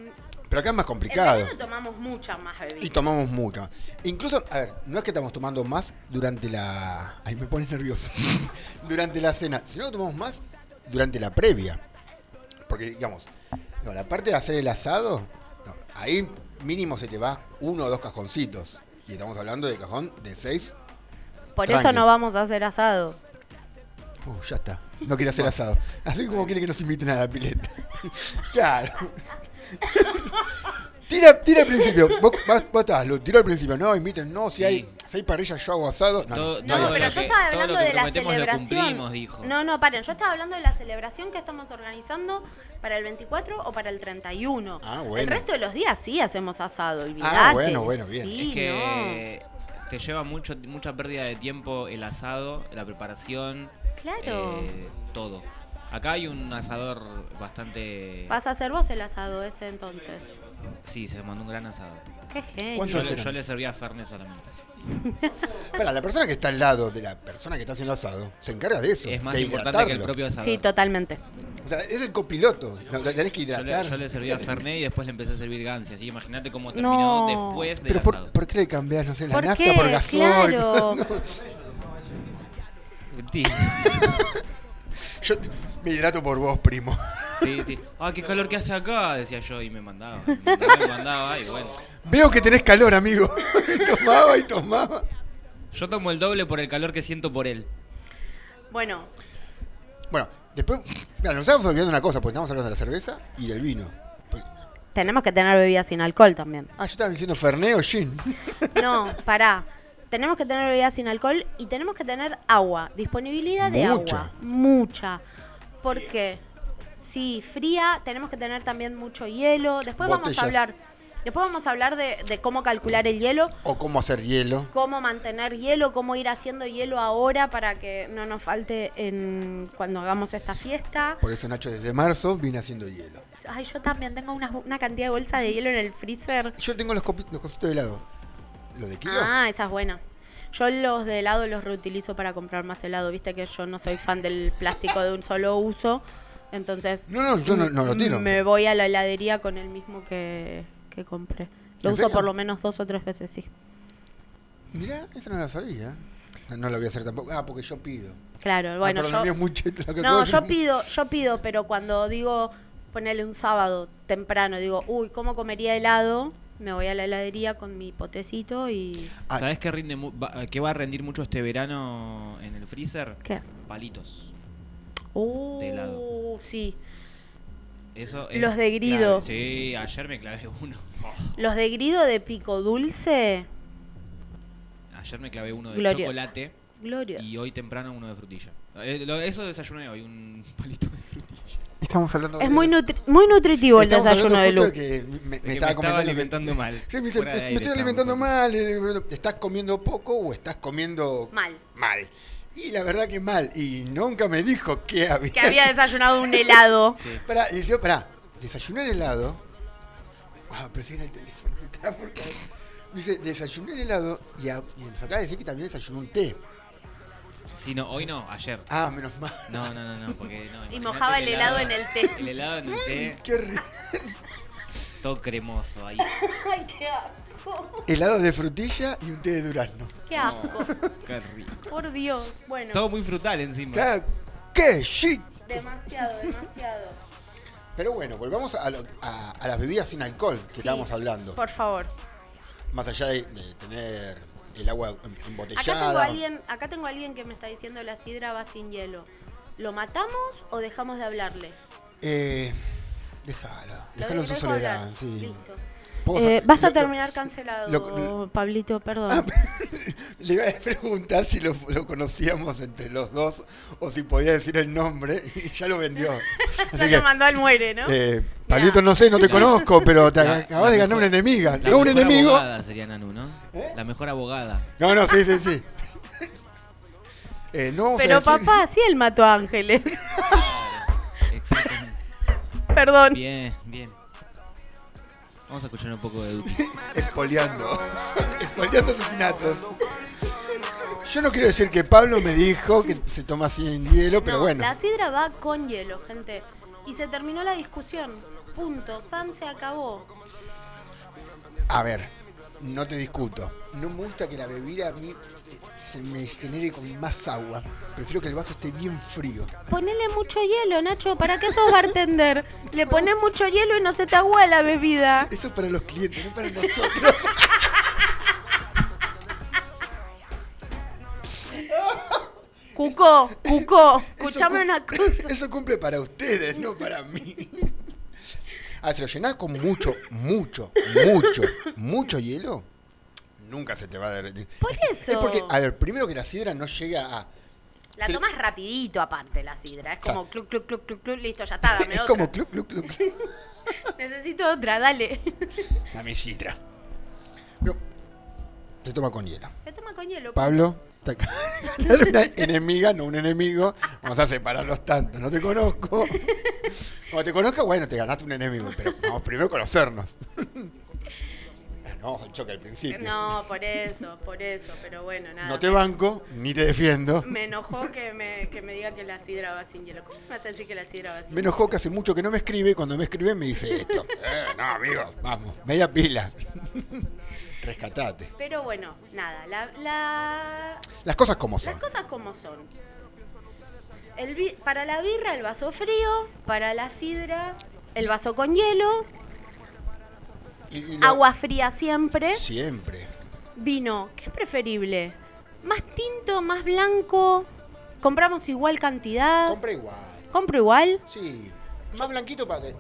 [SPEAKER 6] Pero acá es más
[SPEAKER 4] en
[SPEAKER 6] complicado.
[SPEAKER 4] verano tomamos mucha más bebida.
[SPEAKER 6] Y tomamos mucho. Incluso, a ver, no es que estamos tomando más durante la. Ay, me pones nervioso. *laughs* durante la cena, sino que tomamos más durante la previa. Porque, digamos, no, la parte de hacer el asado, no, ahí mínimo se te va uno o dos cajoncitos. Y estamos hablando de cajón de seis.
[SPEAKER 4] Por
[SPEAKER 6] tranqui.
[SPEAKER 4] eso no vamos a hacer asado.
[SPEAKER 6] Uh, ya está. No quiere hacer asado. Así como quiere que nos inviten a la pileta. *laughs* claro. *laughs* tira, tira al principio. Vos, vos, vos estás, lo tiro al principio. No, inviten. No, si hay, si hay parrilla, yo hago asado. No,
[SPEAKER 5] Todo-
[SPEAKER 6] no,
[SPEAKER 4] No,
[SPEAKER 6] hay
[SPEAKER 5] o
[SPEAKER 4] pero
[SPEAKER 5] sea
[SPEAKER 4] yo
[SPEAKER 5] que
[SPEAKER 4] estaba
[SPEAKER 5] todo
[SPEAKER 4] hablando
[SPEAKER 5] lo que
[SPEAKER 4] de la
[SPEAKER 5] prometemos lo
[SPEAKER 4] celebración.
[SPEAKER 5] cumplimos, dijo.
[SPEAKER 4] No, no, paren, yo estaba hablando de la celebración que estamos organizando para el 24 o para el 31.
[SPEAKER 6] Ah, bueno. Ah,
[SPEAKER 4] El resto de los días sí hacemos asado, olvidate.
[SPEAKER 6] bueno, bueno, bien.
[SPEAKER 4] Sí,
[SPEAKER 5] Es que te lleva mucho, mucha pérdida de tiempo el asado, la preparación,
[SPEAKER 4] no. Claro.
[SPEAKER 5] eh, todo. Acá hay un asador bastante...
[SPEAKER 4] Vas a hacer vos el asado ese entonces.
[SPEAKER 5] Sí, se mandó un gran asado.
[SPEAKER 4] Qué genio.
[SPEAKER 6] ¿Cuántos
[SPEAKER 5] Yo, le-
[SPEAKER 6] eran?
[SPEAKER 5] yo le servía a Fernet solamente.
[SPEAKER 6] Para la persona que está al lado de la persona que está haciendo asado, se encarga de eso.
[SPEAKER 5] Es más
[SPEAKER 6] de
[SPEAKER 5] importante que el
[SPEAKER 6] hidratarlo.
[SPEAKER 5] propio asador.
[SPEAKER 4] Sí, totalmente.
[SPEAKER 6] O sea, es el copiloto. Lo, lo tenés que
[SPEAKER 5] yo,
[SPEAKER 6] hidratar.
[SPEAKER 5] le, yo le servía a Fernet y después le empecé a servir Gansi. Así que imagínate cómo terminó
[SPEAKER 4] No.
[SPEAKER 5] después del
[SPEAKER 6] Pero
[SPEAKER 5] asado.
[SPEAKER 6] por, ¿por qué le cambiás, no sé, la
[SPEAKER 4] ¿Por
[SPEAKER 6] nafta
[SPEAKER 4] qué?
[SPEAKER 6] por gasol? *laughs*
[SPEAKER 4] Claro.
[SPEAKER 5] Sí,
[SPEAKER 6] Yo te- me hidrato por vos, primo.
[SPEAKER 5] sí, sí. Ah, qué calor que hace acá, decía yo. Y me mandaba. Me mandaba, me mandaba y bueno.
[SPEAKER 6] Veo que tenés calor, amigo. *laughs* tomaba y tomaba.
[SPEAKER 5] Yo tomo el doble por el calor que siento por él.
[SPEAKER 4] Bueno,
[SPEAKER 6] Bueno, después. Mira, nos estamos olvidando una cosa, porque estamos hablando de la cerveza y del vino.
[SPEAKER 4] tenemos que tener bebidas sin alcohol también.
[SPEAKER 6] Ah, yo estaba diciendo Fernet o Gin.
[SPEAKER 4] No, pará. Tenemos que tener bebidas sin alcohol y tenemos que tener agua. Disponibilidad de
[SPEAKER 6] Mucha.
[SPEAKER 4] agua. Mucha. Porque sí, fría, tenemos que tener también mucho hielo. Después vamos a
[SPEAKER 6] Botellas.
[SPEAKER 4] hablar. Después vamos a hablar de, de cómo calcular el hielo,
[SPEAKER 6] O cómo hacer hielo.
[SPEAKER 4] cómo mantener hielo, cómo ir haciendo hielo ahora para que no nos falte en cuando hagamos esta fiesta.
[SPEAKER 6] Por eso Nacho desde marzo viene haciendo hielo.
[SPEAKER 4] Ay, yo también tengo una, una cantidad de bolsas de hielo en el freezer.
[SPEAKER 6] Yo tengo los, copi- los cositos de helado. ¿Los de kilo?
[SPEAKER 4] Ah, esa es buena. Yo los de helado los reutilizo para comprar más helado. Viste que yo no soy fan del plástico de un solo uso. Entonces.
[SPEAKER 6] No, no, yo no, no lo tiro.
[SPEAKER 4] Me voy a la heladería con el mismo que, que compré. Lo
[SPEAKER 6] ¿En
[SPEAKER 4] uso
[SPEAKER 6] serio?
[SPEAKER 4] por lo menos dos o tres veces, sí.
[SPEAKER 6] Mirá, esa no la sabía. No, no la voy a hacer tampoco. Ah, porque yo pido.
[SPEAKER 4] Claro, bueno,
[SPEAKER 6] Ah, perdón,
[SPEAKER 4] yo.
[SPEAKER 6] es muy cheto lo que acabo
[SPEAKER 4] no,
[SPEAKER 6] de
[SPEAKER 4] yo
[SPEAKER 6] decir.
[SPEAKER 4] pido, yo pido, pero cuando digo ponerle un sábado temprano, digo, uy, ¿cómo comería helado? Me voy a la heladería con mi potecito y.
[SPEAKER 6] Ah.
[SPEAKER 5] ¿Sabes qué, rinde mu- va- qué va a rendir mucho este verano en el freezer?
[SPEAKER 4] ¿Qué?
[SPEAKER 5] Palitos.
[SPEAKER 4] Uh,
[SPEAKER 5] De helado.
[SPEAKER 4] sí.
[SPEAKER 5] Eso es
[SPEAKER 4] Los de grido.
[SPEAKER 5] clave. Sí, ayer me clavé
[SPEAKER 4] *laughs*
[SPEAKER 5] uno.
[SPEAKER 4] Los de grido de pico dulce.
[SPEAKER 5] Ayer me clavé uno de
[SPEAKER 4] Glorioso.
[SPEAKER 5] chocolate.
[SPEAKER 9] Gloria.
[SPEAKER 5] Y hoy temprano uno de frutilla. Eh, lo- Eso desayuné hoy, un *laughs* palito de frutilla.
[SPEAKER 6] Estamos hablando
[SPEAKER 4] Es muy, nutri- muy nutritivo el
[SPEAKER 6] Estamos
[SPEAKER 4] desayuno de
[SPEAKER 6] hablando
[SPEAKER 4] Lu.
[SPEAKER 6] justo que me- me,
[SPEAKER 5] que me
[SPEAKER 6] estaba
[SPEAKER 5] estaba
[SPEAKER 6] comentando que-
[SPEAKER 5] alimentando mal.
[SPEAKER 6] Sí, me dice,
[SPEAKER 5] Fuera de
[SPEAKER 6] me
[SPEAKER 5] aire
[SPEAKER 6] estoy
[SPEAKER 5] estábamos
[SPEAKER 6] alimentando mal. eh, ¿Estás comiendo poco o estás comiendo
[SPEAKER 4] Mal.
[SPEAKER 6] mal? Y la verdad que mal. Y nunca me dijo que *laughs* había.
[SPEAKER 4] Que había desayunado un helado.
[SPEAKER 6] Pará, y decía, pará, desayuné el helado. Ah, presiona el teléfono. *laughs* por favor. Dice, desayuné el helado y, a- y nos acaba de decir que también desayunó un té.
[SPEAKER 5] Sí, no, hoy no, ayer.
[SPEAKER 6] Ah, menos mal.
[SPEAKER 5] No, no, no, no, porque no.
[SPEAKER 4] *laughs* Y
[SPEAKER 5] imagínate
[SPEAKER 4] mojaba el helado en el té.
[SPEAKER 5] El helado en el
[SPEAKER 4] *laughs*
[SPEAKER 5] té,
[SPEAKER 6] *laughs* Qué rico.
[SPEAKER 5] todo cremoso ahí.
[SPEAKER 4] *laughs* Ay, qué asco.
[SPEAKER 6] Helado de frutilla y un té de durazno.
[SPEAKER 4] Qué asco.
[SPEAKER 5] Qué rico.
[SPEAKER 4] Por Dios. Bueno.
[SPEAKER 5] Todo muy frutal encima.
[SPEAKER 6] Claro, ¡Qué chic!
[SPEAKER 4] Demasiado, demasiado.
[SPEAKER 6] Pero bueno, volvamos a, lo- a- a las bebidas sin alcohol que estábamos hablando.
[SPEAKER 4] Por favor.
[SPEAKER 6] Más allá de, de tener el agua em-
[SPEAKER 4] Acá tengo,
[SPEAKER 6] embotellada.
[SPEAKER 4] alguien, acá tengo alguien que me está diciendo la sidra va sin hielo. ¿Lo matamos o dejamos de hablarle?
[SPEAKER 6] Eh, déjalo, déjalo en su
[SPEAKER 4] dejo hablar.
[SPEAKER 6] soledad. Sí.
[SPEAKER 4] Listo.
[SPEAKER 6] Vos
[SPEAKER 4] Eh,
[SPEAKER 6] sa-
[SPEAKER 4] vas a
[SPEAKER 6] lo- lo-
[SPEAKER 4] terminar cancelado,
[SPEAKER 6] lo- Ah,
[SPEAKER 4] Pablito, perdón.
[SPEAKER 6] Le iba a preguntar si lo, lo conocíamos entre los dos o si podía decir el nombre y ya lo
[SPEAKER 4] *laughs*
[SPEAKER 6] vendió.
[SPEAKER 4] Ya
[SPEAKER 6] Así
[SPEAKER 4] te
[SPEAKER 6] que,
[SPEAKER 4] mandó al muere, ¿no?
[SPEAKER 6] eh, Pablito, no sé, no te conozco, pero te
[SPEAKER 5] La-
[SPEAKER 6] acabas
[SPEAKER 5] la
[SPEAKER 6] de ganar
[SPEAKER 5] mejor-
[SPEAKER 6] una enemiga.
[SPEAKER 5] la
[SPEAKER 6] No, un
[SPEAKER 5] mejor
[SPEAKER 6] enemigo. ¿Eh?
[SPEAKER 5] abogada sería Nanu, ¿no? La mejor
[SPEAKER 4] *laughs*
[SPEAKER 5] abogada.
[SPEAKER 6] No, no, sí, sí, sí. Eh, no vamos a
[SPEAKER 4] Pero
[SPEAKER 6] decir-
[SPEAKER 4] papá, sí él mató a
[SPEAKER 6] *laughs*
[SPEAKER 4] Ángeles.
[SPEAKER 5] Exactamente.
[SPEAKER 4] Perdón.
[SPEAKER 5] Bien, bien. Vamos a escuchar un poco de Duki.
[SPEAKER 6] Espoleando. *laughs* Espoleando asesinatos. Yo no quiero decir que Pablo me dijo que se toma sin hielo, pero
[SPEAKER 4] No,
[SPEAKER 6] bueno.
[SPEAKER 4] La sidra va con hielo, gente. Y se terminó la discusión. Punto. San se acabó.
[SPEAKER 6] A ver, no te discuto. No me gusta que la bebida a mí eh, se me genere con más agua. Prefiero que el vaso esté bien frío.
[SPEAKER 4] Ponele mucho hielo, Nacho. ¿Para qué sos bartender? Le pones mucho hielo y no se te agua la bebida.
[SPEAKER 6] Eso es para los clientes, no para nosotros.
[SPEAKER 4] Cuco, Cuco,
[SPEAKER 6] Eso
[SPEAKER 4] escuchame
[SPEAKER 6] cum-
[SPEAKER 4] una cosa.
[SPEAKER 6] Eso cumple para ustedes, no para mí. Ah, si lo llenás con mucho, mucho, mucho, mucho hielo, nunca se te va a derretir.
[SPEAKER 4] Por eso.
[SPEAKER 6] Es porque, a ver, primero que la sidra no llega a...
[SPEAKER 4] La
[SPEAKER 6] se-
[SPEAKER 4] tomas rapidito aparte la sidra. Es
[SPEAKER 6] sea,
[SPEAKER 4] como cluc, cluc, cluc, cluc, cluc, listo, ya está, dame
[SPEAKER 6] Es
[SPEAKER 4] otra.
[SPEAKER 6] como cluc, cluc, cluc, cluc.
[SPEAKER 4] Necesito otra, dale.
[SPEAKER 6] Dame sidra. Pero se toma con hielo.
[SPEAKER 4] Se toma con hielo.
[SPEAKER 6] Pablo, te acaba de *laughs* ganar una enemiga, no un enemigo. Vamos a separarlos tanto. No te conozco. Cuando te conozca, bueno, te ganaste un enemigo. Pero vamos primero a conocernos. *laughs* No vamos al choque al principio. No,
[SPEAKER 4] No, por eso, por eso, pero bueno, nada.
[SPEAKER 6] te banco, ni te defiendo.
[SPEAKER 4] Me enojó que me, que me diga que la sidra va sin hielo. ¿Cómo me vas a decir que la sidra va sin hielo?
[SPEAKER 6] Me enojó que hace mucho que no me escribe. y Cuando me escribe, me dice
[SPEAKER 4] *laughs*
[SPEAKER 6] esto. Eh, no, amigo, vamos, media pila. *laughs* Rescatate.
[SPEAKER 4] Pero bueno, nada, la, la-
[SPEAKER 6] Las cosas como son.
[SPEAKER 4] las cosas como son. El vi- para la birra el vaso frío, para la sidra el vaso con hielo,
[SPEAKER 6] Y- y lo-
[SPEAKER 4] agua fría siempre,
[SPEAKER 6] Siempre.
[SPEAKER 4] vino, ¿qué es preferible? ¿Más tinto, más blanco? ¿Compramos igual cantidad?
[SPEAKER 6] Compra igual.
[SPEAKER 4] ¿Compro igual?
[SPEAKER 6] Sí. Más blanquito para que.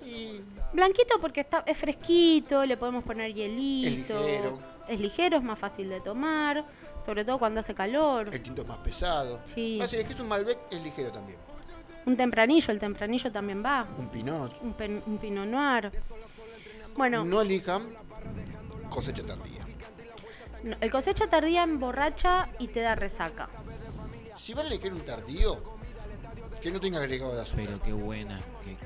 [SPEAKER 6] Sí.
[SPEAKER 4] Blanquito porque está, es fresquito, le podemos poner hielito.
[SPEAKER 6] ligero.
[SPEAKER 4] Es ligero, es más fácil de tomar, sobre todo cuando hace calor.
[SPEAKER 6] El tinto es más pesado.
[SPEAKER 4] Sí.
[SPEAKER 6] Ah, sí, es que es un Malbec, es ligero también.
[SPEAKER 4] Un tempranillo, el tempranillo también va.
[SPEAKER 6] Un Pinot.
[SPEAKER 4] Un, pen- un pinot noir. Bueno,
[SPEAKER 6] No elijan cosecha tardía.
[SPEAKER 4] no, el cosecha tardía emborracha y te da resaca.
[SPEAKER 6] Si van a elegir un tardío, que no tenga agregado de azúcar.
[SPEAKER 5] Pero qué buena que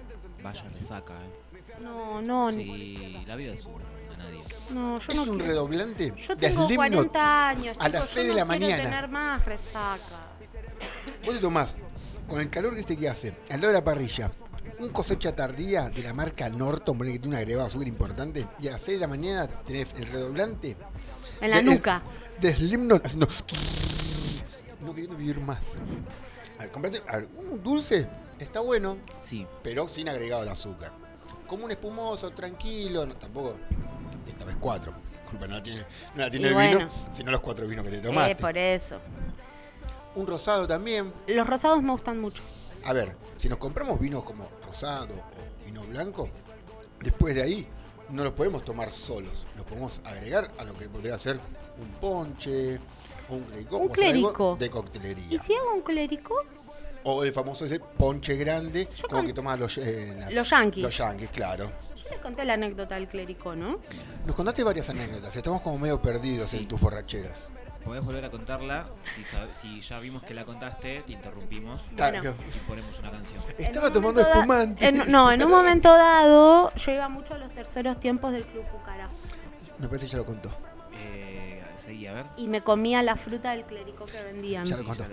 [SPEAKER 5] vaya resaca, eh.
[SPEAKER 4] No, no,
[SPEAKER 5] Sí, la vida es una, a nadie.
[SPEAKER 4] no, yo
[SPEAKER 6] es
[SPEAKER 4] no
[SPEAKER 6] un
[SPEAKER 4] quiero-
[SPEAKER 6] redoblante
[SPEAKER 4] Yo
[SPEAKER 6] de
[SPEAKER 4] tengo
[SPEAKER 6] Slim
[SPEAKER 4] 40 años,
[SPEAKER 6] a las
[SPEAKER 4] chicos, yo
[SPEAKER 6] 6 de
[SPEAKER 4] no
[SPEAKER 6] la
[SPEAKER 4] quiero
[SPEAKER 6] mañana.
[SPEAKER 4] tener más resaca.
[SPEAKER 6] Knot. Vos te tomás, con el calor que este que hace, al lado de la parrilla, un cosecha tardía de la marca Norton, ponele que tiene un agregado de azúcar importante, y a las 6 de la mañana tenés el redoblante
[SPEAKER 4] En la
[SPEAKER 6] de-
[SPEAKER 4] nuca.
[SPEAKER 6] De Slimknot haciendo. No queriendo vivir más. A ver, comprate. A ver, un dulce está bueno,
[SPEAKER 5] Sí,
[SPEAKER 6] pero sin agregado de azúcar. Como un espumoso, tranquilo, no, tampoco. Esta vez cuatro. *laughs* Disculpa, no la tiene, no la tiene
[SPEAKER 4] Y
[SPEAKER 6] el
[SPEAKER 4] bueno.
[SPEAKER 6] vino, sino los cuatro vinos que te
[SPEAKER 4] Eh,
[SPEAKER 6] tomaste.
[SPEAKER 4] por eso.
[SPEAKER 6] Un rosado también.
[SPEAKER 4] Los rosados me gustan mucho.
[SPEAKER 6] A ver, si nos compramos vinos como rosado o vino blanco, después de ahí no los podemos tomar solos, los podemos agregar a lo que podría ser un ponche, o un clericó,
[SPEAKER 4] Un
[SPEAKER 6] o hacer algo
[SPEAKER 4] clericó.
[SPEAKER 6] de coctelería.
[SPEAKER 4] ¿Y si hago un clérico?
[SPEAKER 6] O el famoso ese ponche grande, como que toman los, eh, las-
[SPEAKER 4] Los yanquis.
[SPEAKER 6] Los yanquis, claro.
[SPEAKER 4] Yo les conté la anécdota del clérico, ¿no?
[SPEAKER 6] Nos contaste varias anécdotas, estamos como medio perdidos en tus borracheras.
[SPEAKER 5] Podés volver a contarla. Si, sab- si ya vimos que la contaste, te interrumpimos
[SPEAKER 6] Bueno. Claro.
[SPEAKER 5] y ponemos una canción.
[SPEAKER 6] Estaba tomando espumante.
[SPEAKER 4] En- no, en un momento dado, yo iba mucho a los terceros tiempos del Club Pucará
[SPEAKER 6] *laughs* Me parece que ya lo contó.
[SPEAKER 5] Eh, seguí, a ver.
[SPEAKER 4] y me comía la fruta del clérico que vendían.
[SPEAKER 5] Ya lo contó.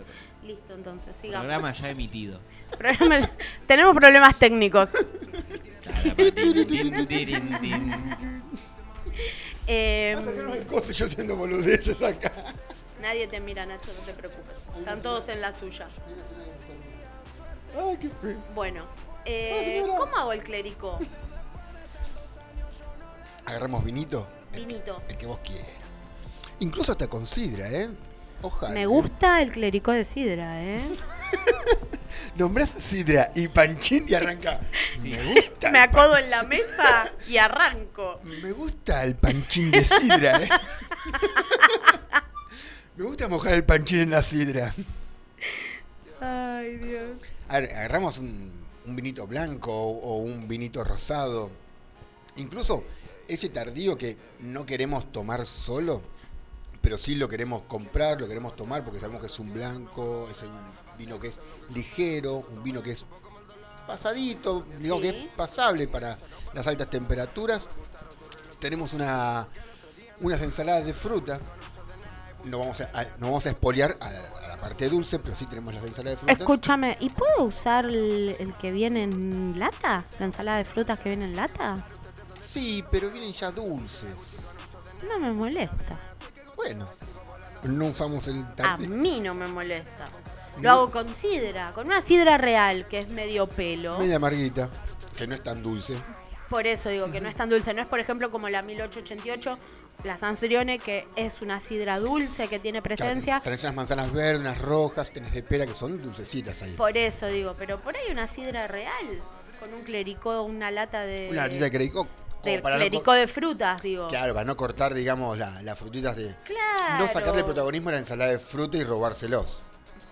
[SPEAKER 4] Listo, entonces, sigamos.
[SPEAKER 5] Programa ya emitido.
[SPEAKER 4] Programa- Tenemos problemas técnicos. Eh,
[SPEAKER 6] Cosas yo haciendo boludeces acá.
[SPEAKER 4] nadie te mira, Nacho, no te preocupes. Están todos en la suya.
[SPEAKER 6] Ay, qué feo. Ah,
[SPEAKER 4] Bueno, eh, ¿cómo hago el clérico?
[SPEAKER 6] Agarramos vinito,
[SPEAKER 4] Vinito.
[SPEAKER 6] el que vos quieras. Incluso hasta con sidra, ¿eh? Ojalá.
[SPEAKER 4] Me gusta el clérico de sidra, ¿eh?
[SPEAKER 6] Nombrás sidra y panchín y arranca. Me gusta.
[SPEAKER 4] Me
[SPEAKER 6] el
[SPEAKER 4] acodo en la mesa y arranco.
[SPEAKER 6] Me gusta el panchín de sidra,
[SPEAKER 4] *laughs*
[SPEAKER 6] ¿eh? Me gusta mojar el panchín en la sidra.
[SPEAKER 4] Ay, Dios.
[SPEAKER 6] A ver, agarramos un, un vinito blanco o, o un vinito rosado. Incluso ese tardío que no queremos tomar solo, pero sí lo queremos comprar, lo queremos tomar porque sabemos que es un blanco, es un vino que es ligero, un vino que es pasadito, digamos que es pasable para las altas temperaturas. Tenemos una, unas ensaladas de fruta. No vamos a, a- no vamos a espolear a, la- a la parte dulce, pero sí tenemos las ensaladas de fruta.
[SPEAKER 4] Escúchame, ¿y puedo usar el, el que viene en lata? ¿La ensalada de frutas que viene en lata?
[SPEAKER 6] Sí, pero vienen ya dulces.
[SPEAKER 4] No me molesta.
[SPEAKER 6] Bueno, no usamos el
[SPEAKER 4] A
[SPEAKER 6] tarde.
[SPEAKER 4] mí no me molesta.
[SPEAKER 6] *laughs*
[SPEAKER 4] Lo hago con sidra, con una sidra real que es medio pelo.
[SPEAKER 6] Media amarguita, que no es tan dulce.
[SPEAKER 4] Por eso digo que no es tan dulce. No es, por ejemplo, como la 1888, la Sanserione, que es una sidra dulce que tiene presencia.
[SPEAKER 6] Claro, tenés unas manzanas verdes, unas rojas, tenés de pera que son dulcecitas ahí.
[SPEAKER 4] Por eso digo, pero por ahí una sidra real, con un clericó, una lata de.
[SPEAKER 6] Una latita de clericó. como
[SPEAKER 4] de
[SPEAKER 6] para no
[SPEAKER 4] clericó
[SPEAKER 6] co-
[SPEAKER 4] de frutas, digo.
[SPEAKER 6] Claro, para no cortar, digamos, la- las frutitas de...
[SPEAKER 4] Claro.
[SPEAKER 6] No sacarle protagonismo a la ensalada de fruta y robárselos.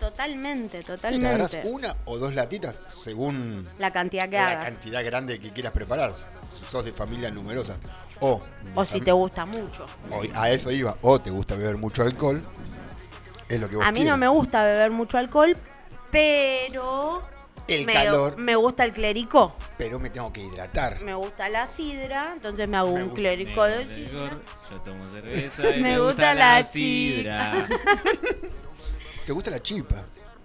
[SPEAKER 4] Totalmente,
[SPEAKER 6] Si te agarrás
[SPEAKER 4] totalmente.
[SPEAKER 6] una o dos latitas, según
[SPEAKER 4] La cantidad que
[SPEAKER 6] la
[SPEAKER 4] hagas.
[SPEAKER 6] cantidad grande que quieras preparar. Si sos de familia numerosa. O,
[SPEAKER 4] O si te gusta mucho.
[SPEAKER 6] O- a eso iba. O te gusta beber mucho alcohol. Es lo que vos
[SPEAKER 4] A mí no
[SPEAKER 6] quieras.
[SPEAKER 4] me gusta beber mucho alcohol, pero.
[SPEAKER 6] El
[SPEAKER 4] me,
[SPEAKER 6] calor.
[SPEAKER 4] Me gusta el clericó.
[SPEAKER 6] Pero me tengo que hidratar.
[SPEAKER 4] Me gusta la sidra, entonces me hago
[SPEAKER 6] Me
[SPEAKER 4] un
[SPEAKER 6] gusta-
[SPEAKER 4] clérico
[SPEAKER 5] Me
[SPEAKER 4] de
[SPEAKER 5] gusta el
[SPEAKER 4] sidra.
[SPEAKER 5] licor, Yo tomo cerveza y
[SPEAKER 4] Me
[SPEAKER 5] me
[SPEAKER 4] gusta
[SPEAKER 5] gusta
[SPEAKER 4] la
[SPEAKER 5] la sidra.
[SPEAKER 6] ¿Te gusta la chipa?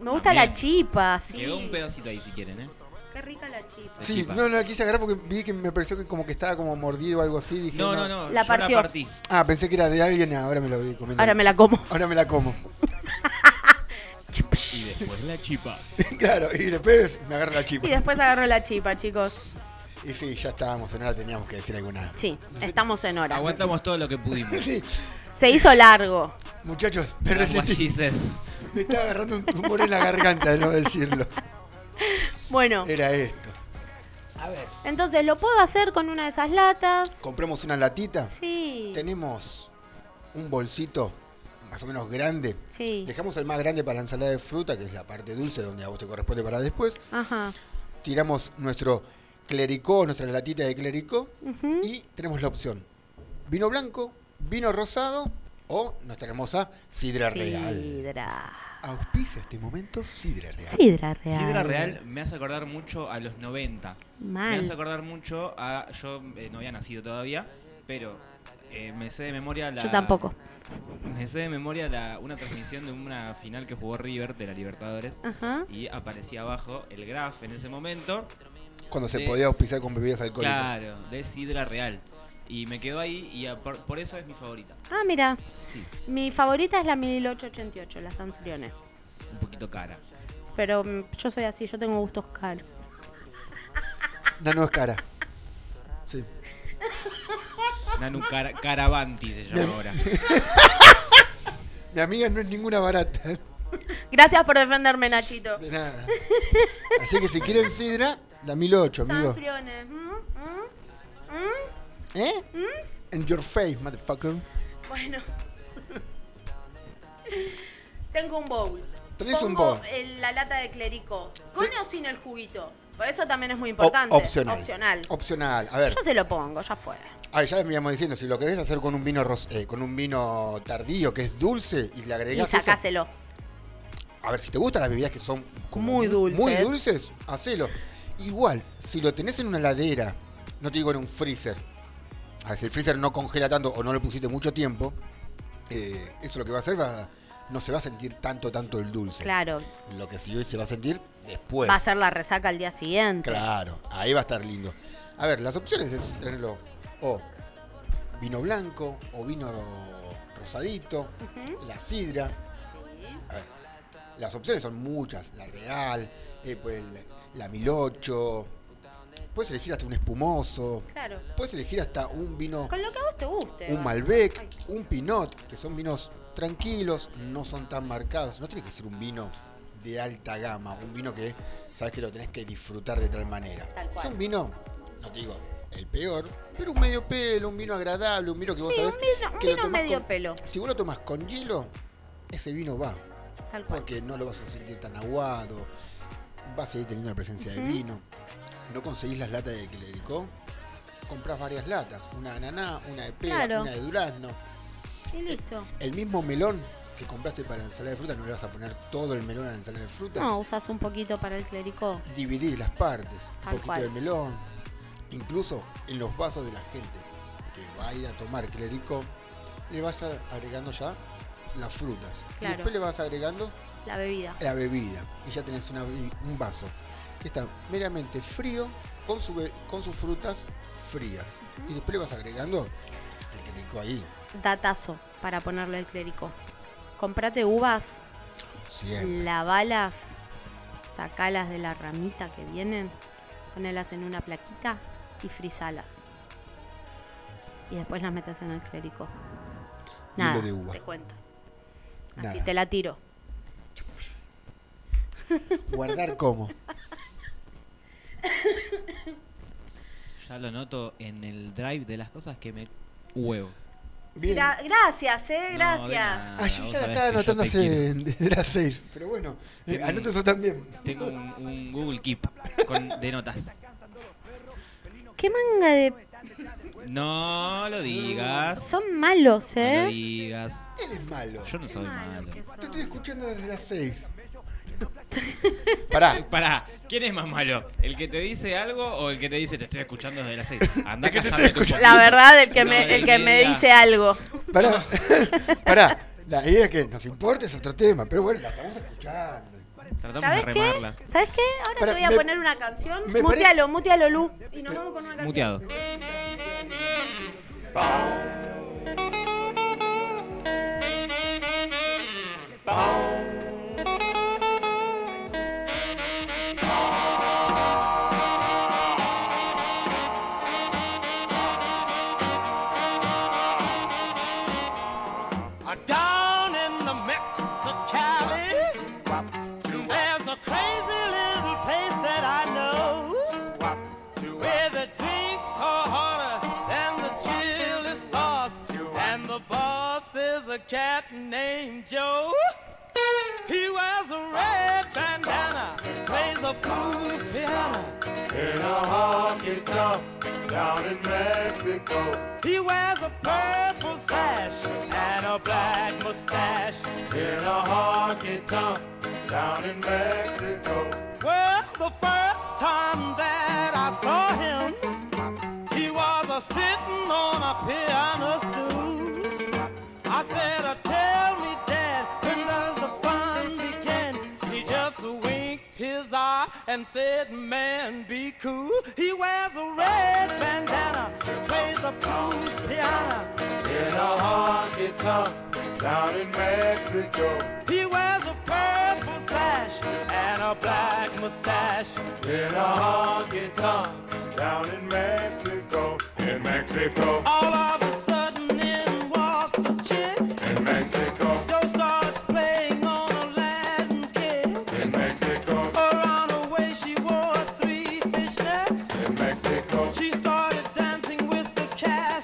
[SPEAKER 4] Me gusta la
[SPEAKER 5] También.
[SPEAKER 4] chipa,
[SPEAKER 5] Quedó
[SPEAKER 4] *laughs*
[SPEAKER 5] un
[SPEAKER 4] sí.
[SPEAKER 5] pedacito ahí si quieren, ¿eh?
[SPEAKER 4] Qué rica la chipa.
[SPEAKER 6] Sí, no, no, la quise agarrar porque vi que me pareció que como que estaba como mordido o algo así. Dije,
[SPEAKER 5] No, no, no.
[SPEAKER 4] La
[SPEAKER 5] yo
[SPEAKER 4] partió.
[SPEAKER 5] la partí.
[SPEAKER 6] Ah, pensé que era de alguien, ahora me la voy comiendo.
[SPEAKER 4] Ahora me la como. *laughs*
[SPEAKER 6] Ahora me la como. *laughs*
[SPEAKER 5] Y después la chipa.
[SPEAKER 6] claro, y después me agarro la chipa.
[SPEAKER 4] Y después agarro la chipa, chicos.
[SPEAKER 6] Y sí, ya estábamos en hora, teníamos que decir alguna.
[SPEAKER 4] Sí, estamos en
[SPEAKER 5] Ah,
[SPEAKER 4] hora.
[SPEAKER 5] Aguantamos todo lo que
[SPEAKER 6] *laughs*
[SPEAKER 5] pudimos.
[SPEAKER 6] Sí,
[SPEAKER 4] Se hizo largo.
[SPEAKER 6] muchachos, me
[SPEAKER 5] That's what she
[SPEAKER 6] resistí.
[SPEAKER 5] said.
[SPEAKER 6] Me estaba agarrando un tumor en la garganta de no
[SPEAKER 5] *laughs*
[SPEAKER 6] decirlo.
[SPEAKER 4] Bueno,
[SPEAKER 6] Era esto.
[SPEAKER 4] entonces lo puedo hacer con una de esas latas.
[SPEAKER 6] Compramos una latita.
[SPEAKER 4] Sí,
[SPEAKER 6] Tenemos un bolsito más o menos grande.
[SPEAKER 4] sí.
[SPEAKER 6] Dejamos el más grande para la ensalada de fruta, que es la parte dulce donde a vos te corresponde para después.
[SPEAKER 4] Ajá.
[SPEAKER 6] tiramos nuestro clericó, nuestra latita de clericó
[SPEAKER 4] Ujú.
[SPEAKER 6] y tenemos la opción vino blanco, vino rosado o nuestra hermosa sidra real.
[SPEAKER 4] Sidra.
[SPEAKER 6] Auspicia este momento sidra real.
[SPEAKER 4] Sidra real.
[SPEAKER 5] Sidra Real me hace acordar mucho a los 90. Me hace
[SPEAKER 4] Mal.
[SPEAKER 5] acordar mucho a. Yo eh, no había nacido todavía, pero eh, me sé de memoria la.
[SPEAKER 4] Yo tampoco.
[SPEAKER 5] Me sé de memoria la, una transmisión de una final que jugó River de la Libertadores.
[SPEAKER 4] Ajá.
[SPEAKER 5] Y aparecía abajo el graf en ese momento.
[SPEAKER 6] Cuando se
[SPEAKER 5] de-
[SPEAKER 6] podía auspiciar con bebidas alcohólicas.
[SPEAKER 5] Claro, de Sidra Real. Y me quedó ahí y a- por, por eso es mi favorita.
[SPEAKER 4] Ah, mira.
[SPEAKER 5] Sí,
[SPEAKER 4] Mi favorita es la 1888, la Sanserione.
[SPEAKER 5] un poquito cara.
[SPEAKER 4] Pero mm, yo soy así, yo tengo gustos caros.
[SPEAKER 6] No, no es cara. Sí.
[SPEAKER 5] Nanu Cara- Caravanti se llama ahora.
[SPEAKER 6] Mi amiga no es ninguna barata.
[SPEAKER 4] Gracias por defenderme, Nachito.
[SPEAKER 6] De nada. Así que si quieren sidra, la 1008, amigo.
[SPEAKER 4] Sanfriones. mm, mm, mm.
[SPEAKER 6] ¿Eh? In your face, motherfucker.
[SPEAKER 4] Bueno. *laughs* Tengo un bowl.
[SPEAKER 6] Tenés un
[SPEAKER 4] Pongo
[SPEAKER 6] bowl.
[SPEAKER 4] el- la lata de clericó. ¿Con o sin el juguito? Por eso también es muy importante.
[SPEAKER 6] Op- opcional.
[SPEAKER 4] Opcional.
[SPEAKER 6] Opcional. A ver.
[SPEAKER 4] Yo se lo pongo, ya fue.
[SPEAKER 6] A ver, ya veníamos diciendo, si lo querés hacer con un vino ros- eh, con un vino tardío que es dulce y le
[SPEAKER 4] Y
[SPEAKER 6] agregás eso-
[SPEAKER 4] sacáselo.
[SPEAKER 6] a ver, si te gustan las bebidas que son como
[SPEAKER 4] Muy dulces.
[SPEAKER 6] muy dulces, hacelo. Igual, si lo tenés en una heladera, no te digo en un freezer, a ver, si el freezer no congela tanto o no lo pusiste mucho tiempo, eh, eso lo que va a hacer va, no se va a sentir tanto, tanto el dulce.
[SPEAKER 4] Claro.
[SPEAKER 6] Lo que sí se va a sentir después.
[SPEAKER 4] Va a ser la resaca al día siguiente.
[SPEAKER 6] Pues. Claro, ahí va a estar lindo. A ver, las opciones es tenerlo o vino blanco o vino rosadito, la sidra. A ver, las opciones son muchas, la real, eh, pues, la 1008. Puedes elegir hasta un espumoso.
[SPEAKER 4] Claro.
[SPEAKER 6] Puedes elegir hasta un vino,
[SPEAKER 4] Con lo que a vos te guste.
[SPEAKER 6] un Malbec, un Pinot, que son vinos tranquilos, no son tan marcados. No tiene que ser un vino de alta gama, un vino que sabes que lo tenés que disfrutar de tal manera. Es un vino, no te digo el peor, pero un medio pelo, un vino agradable, un vino que vos
[SPEAKER 4] Sí,
[SPEAKER 6] sabés
[SPEAKER 4] un vino- un
[SPEAKER 6] que lo
[SPEAKER 4] vino
[SPEAKER 6] tomás
[SPEAKER 4] medio
[SPEAKER 6] con-
[SPEAKER 4] pelo.
[SPEAKER 6] Si vos lo tomás con hielo, ese vino va,
[SPEAKER 4] Tal cual.
[SPEAKER 6] porque no lo vas a sentir tan aguado, vas a seguir teniendo la presencia de
[SPEAKER 4] Ujú.
[SPEAKER 6] vino. No conseguís las latas de clericó, compras varias latas, una de ananá, una de pera,
[SPEAKER 4] Claro.
[SPEAKER 6] una de durazno.
[SPEAKER 4] Y listo.
[SPEAKER 6] El mismo melón que compraste para la ensalada de fruta, no le vas a poner todo el melón a la ensalada de fruta
[SPEAKER 4] No, usas un poquito para el clericó.
[SPEAKER 6] dividir las partes, un
[SPEAKER 4] Tal
[SPEAKER 6] poquito
[SPEAKER 4] cual.
[SPEAKER 6] de melón, incluso en los vasos de la gente que va a ir a tomar clericó, le vas a- agregando ya las frutas. Y
[SPEAKER 4] Claro.
[SPEAKER 6] después le vas agregando
[SPEAKER 4] La bebida.
[SPEAKER 6] la bebida y ya tenés una bebi- un vaso que está meramente frío con, su be- con sus frutas frías. Y después le vas agregando el clericó ahí,
[SPEAKER 4] Datazo para ponerle el clericó. Comprate uvas,
[SPEAKER 6] siempre.
[SPEAKER 4] lavalas, sacalas de la ramita que vienen, ponelas en una plaquita y frisalas. Y después las metes en el clericó. Nada,
[SPEAKER 6] Hilo de uva.
[SPEAKER 4] te cuento. Así
[SPEAKER 6] Nada.
[SPEAKER 4] te la tiro.
[SPEAKER 6] Guardar como.
[SPEAKER 5] Ya lo noto en el drive de las cosas que me huevo.
[SPEAKER 6] Bien.
[SPEAKER 4] Gra- gracias, eh,
[SPEAKER 5] de
[SPEAKER 4] gracias.
[SPEAKER 5] nada,
[SPEAKER 6] Ah, yo
[SPEAKER 5] vos
[SPEAKER 6] ya la
[SPEAKER 5] sabés
[SPEAKER 6] estaba
[SPEAKER 5] que yo
[SPEAKER 6] anotando
[SPEAKER 5] te
[SPEAKER 6] hace,
[SPEAKER 5] quiero.
[SPEAKER 6] desde las 6. Pero bueno, eh,
[SPEAKER 5] Tengo
[SPEAKER 6] anoto
[SPEAKER 5] un-
[SPEAKER 6] eso también.
[SPEAKER 5] Tengo un, un Google Keep con, de notas.
[SPEAKER 4] Qué manga de...
[SPEAKER 5] No lo digas.
[SPEAKER 4] Son malos,
[SPEAKER 5] No lo
[SPEAKER 4] eh.
[SPEAKER 5] digas.
[SPEAKER 6] Él es malo.
[SPEAKER 5] Yo no soy malo.
[SPEAKER 6] Te estoy escuchando desde las 6. Pará.
[SPEAKER 5] Pará, ¿quién es más malo? ¿El que te dice algo o el que te dice te estoy escuchando desde las 6? Andá
[SPEAKER 6] que te
[SPEAKER 5] callate
[SPEAKER 6] estoy
[SPEAKER 5] un poquito.
[SPEAKER 4] La verdad, el que,
[SPEAKER 5] No,
[SPEAKER 4] me,
[SPEAKER 5] del
[SPEAKER 4] el que me
[SPEAKER 5] media.
[SPEAKER 4] dice algo.
[SPEAKER 6] Pará. *laughs* Pará. La idea es que nos importe es otro tema, pero bueno, la estamos escuchando.
[SPEAKER 5] Tratamos
[SPEAKER 4] ¿Sabes
[SPEAKER 5] de
[SPEAKER 4] qué?
[SPEAKER 5] remarla.
[SPEAKER 4] ¿Sabes qué? Ahora
[SPEAKER 6] Pará,
[SPEAKER 4] te voy a
[SPEAKER 6] me-
[SPEAKER 4] poner una canción.
[SPEAKER 6] me pare-
[SPEAKER 4] Mutealo, mutealo, Lu. Y nos vamos con una canción.
[SPEAKER 5] Muteado.
[SPEAKER 14] Down in the Mexicali, there's a crazy little place that I know where the drinks are hotter than the chili sauce, and the boss is a cat named Joe. He wears a red bandana, plays a blues piano in a honky tonk down in Mexico. He wears a purple sash and a black mustache in a honky tonk down in Mexico. Well, the first time that I saw him, he was a sitting on a piano stool. I said, "Uh, "Tell me, Dad, when does the fun begin?" He just winked his eye and said, "Man, be cool." He wears a red bandana, plays the blues piano in a honky tonk down in Mexico. He wears a purple sash and a black mustache in a honky tonk down in Mexico. In Mexico. All of a sudden in walks a chick. In Mexico. Joe starts playing on a Latin kick. In Mexico. Around her waist she wore three fishnets. In Mexico. She started dancing with the cat.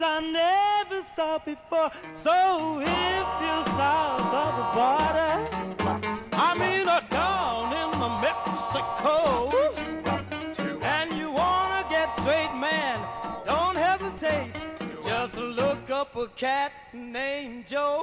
[SPEAKER 15] I never saw before. So if you're south of the border, I mean, or down in the Mexico, and you wanna get straight, man, don't hesitate. Just look up a cat named Joe.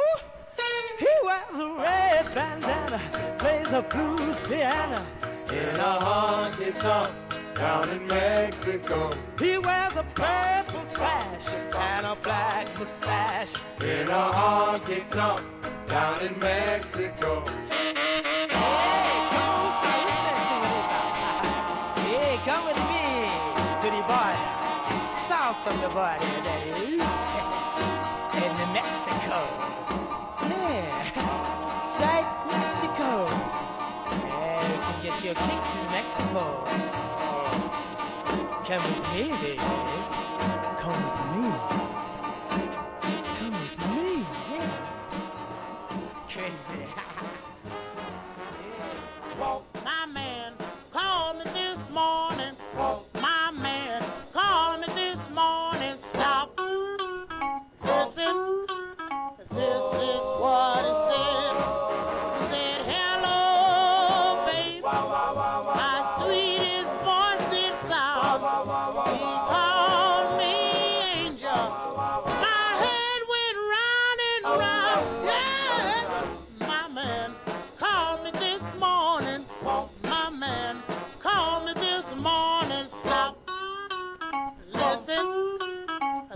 [SPEAKER 15] He wears a red bandana, plays a blues piano
[SPEAKER 2] In a honky tonk down in Mexico.
[SPEAKER 15] He wears a purple sash and a black mustache.
[SPEAKER 2] In a honky tonk down in Mexico.
[SPEAKER 15] Hey, come with me to the border, south of the border, that is, *laughs* in the Mexico. Yeah, *laughs* it's right, Mexico. Yeah, you can get your kicks in Mexico. Come with me, baby. Come with me. Come with me, yeah. Crazy. *laughs*
[SPEAKER 11] My man called me this morning. My man called me this morning. Stop. Listen. This is what he said. He said, "Hello, babe." My sweetest voice did sound. He called me angel. My head went round and round. Yeah. My man called me this morning. My man called me this morning. Stop. Listen.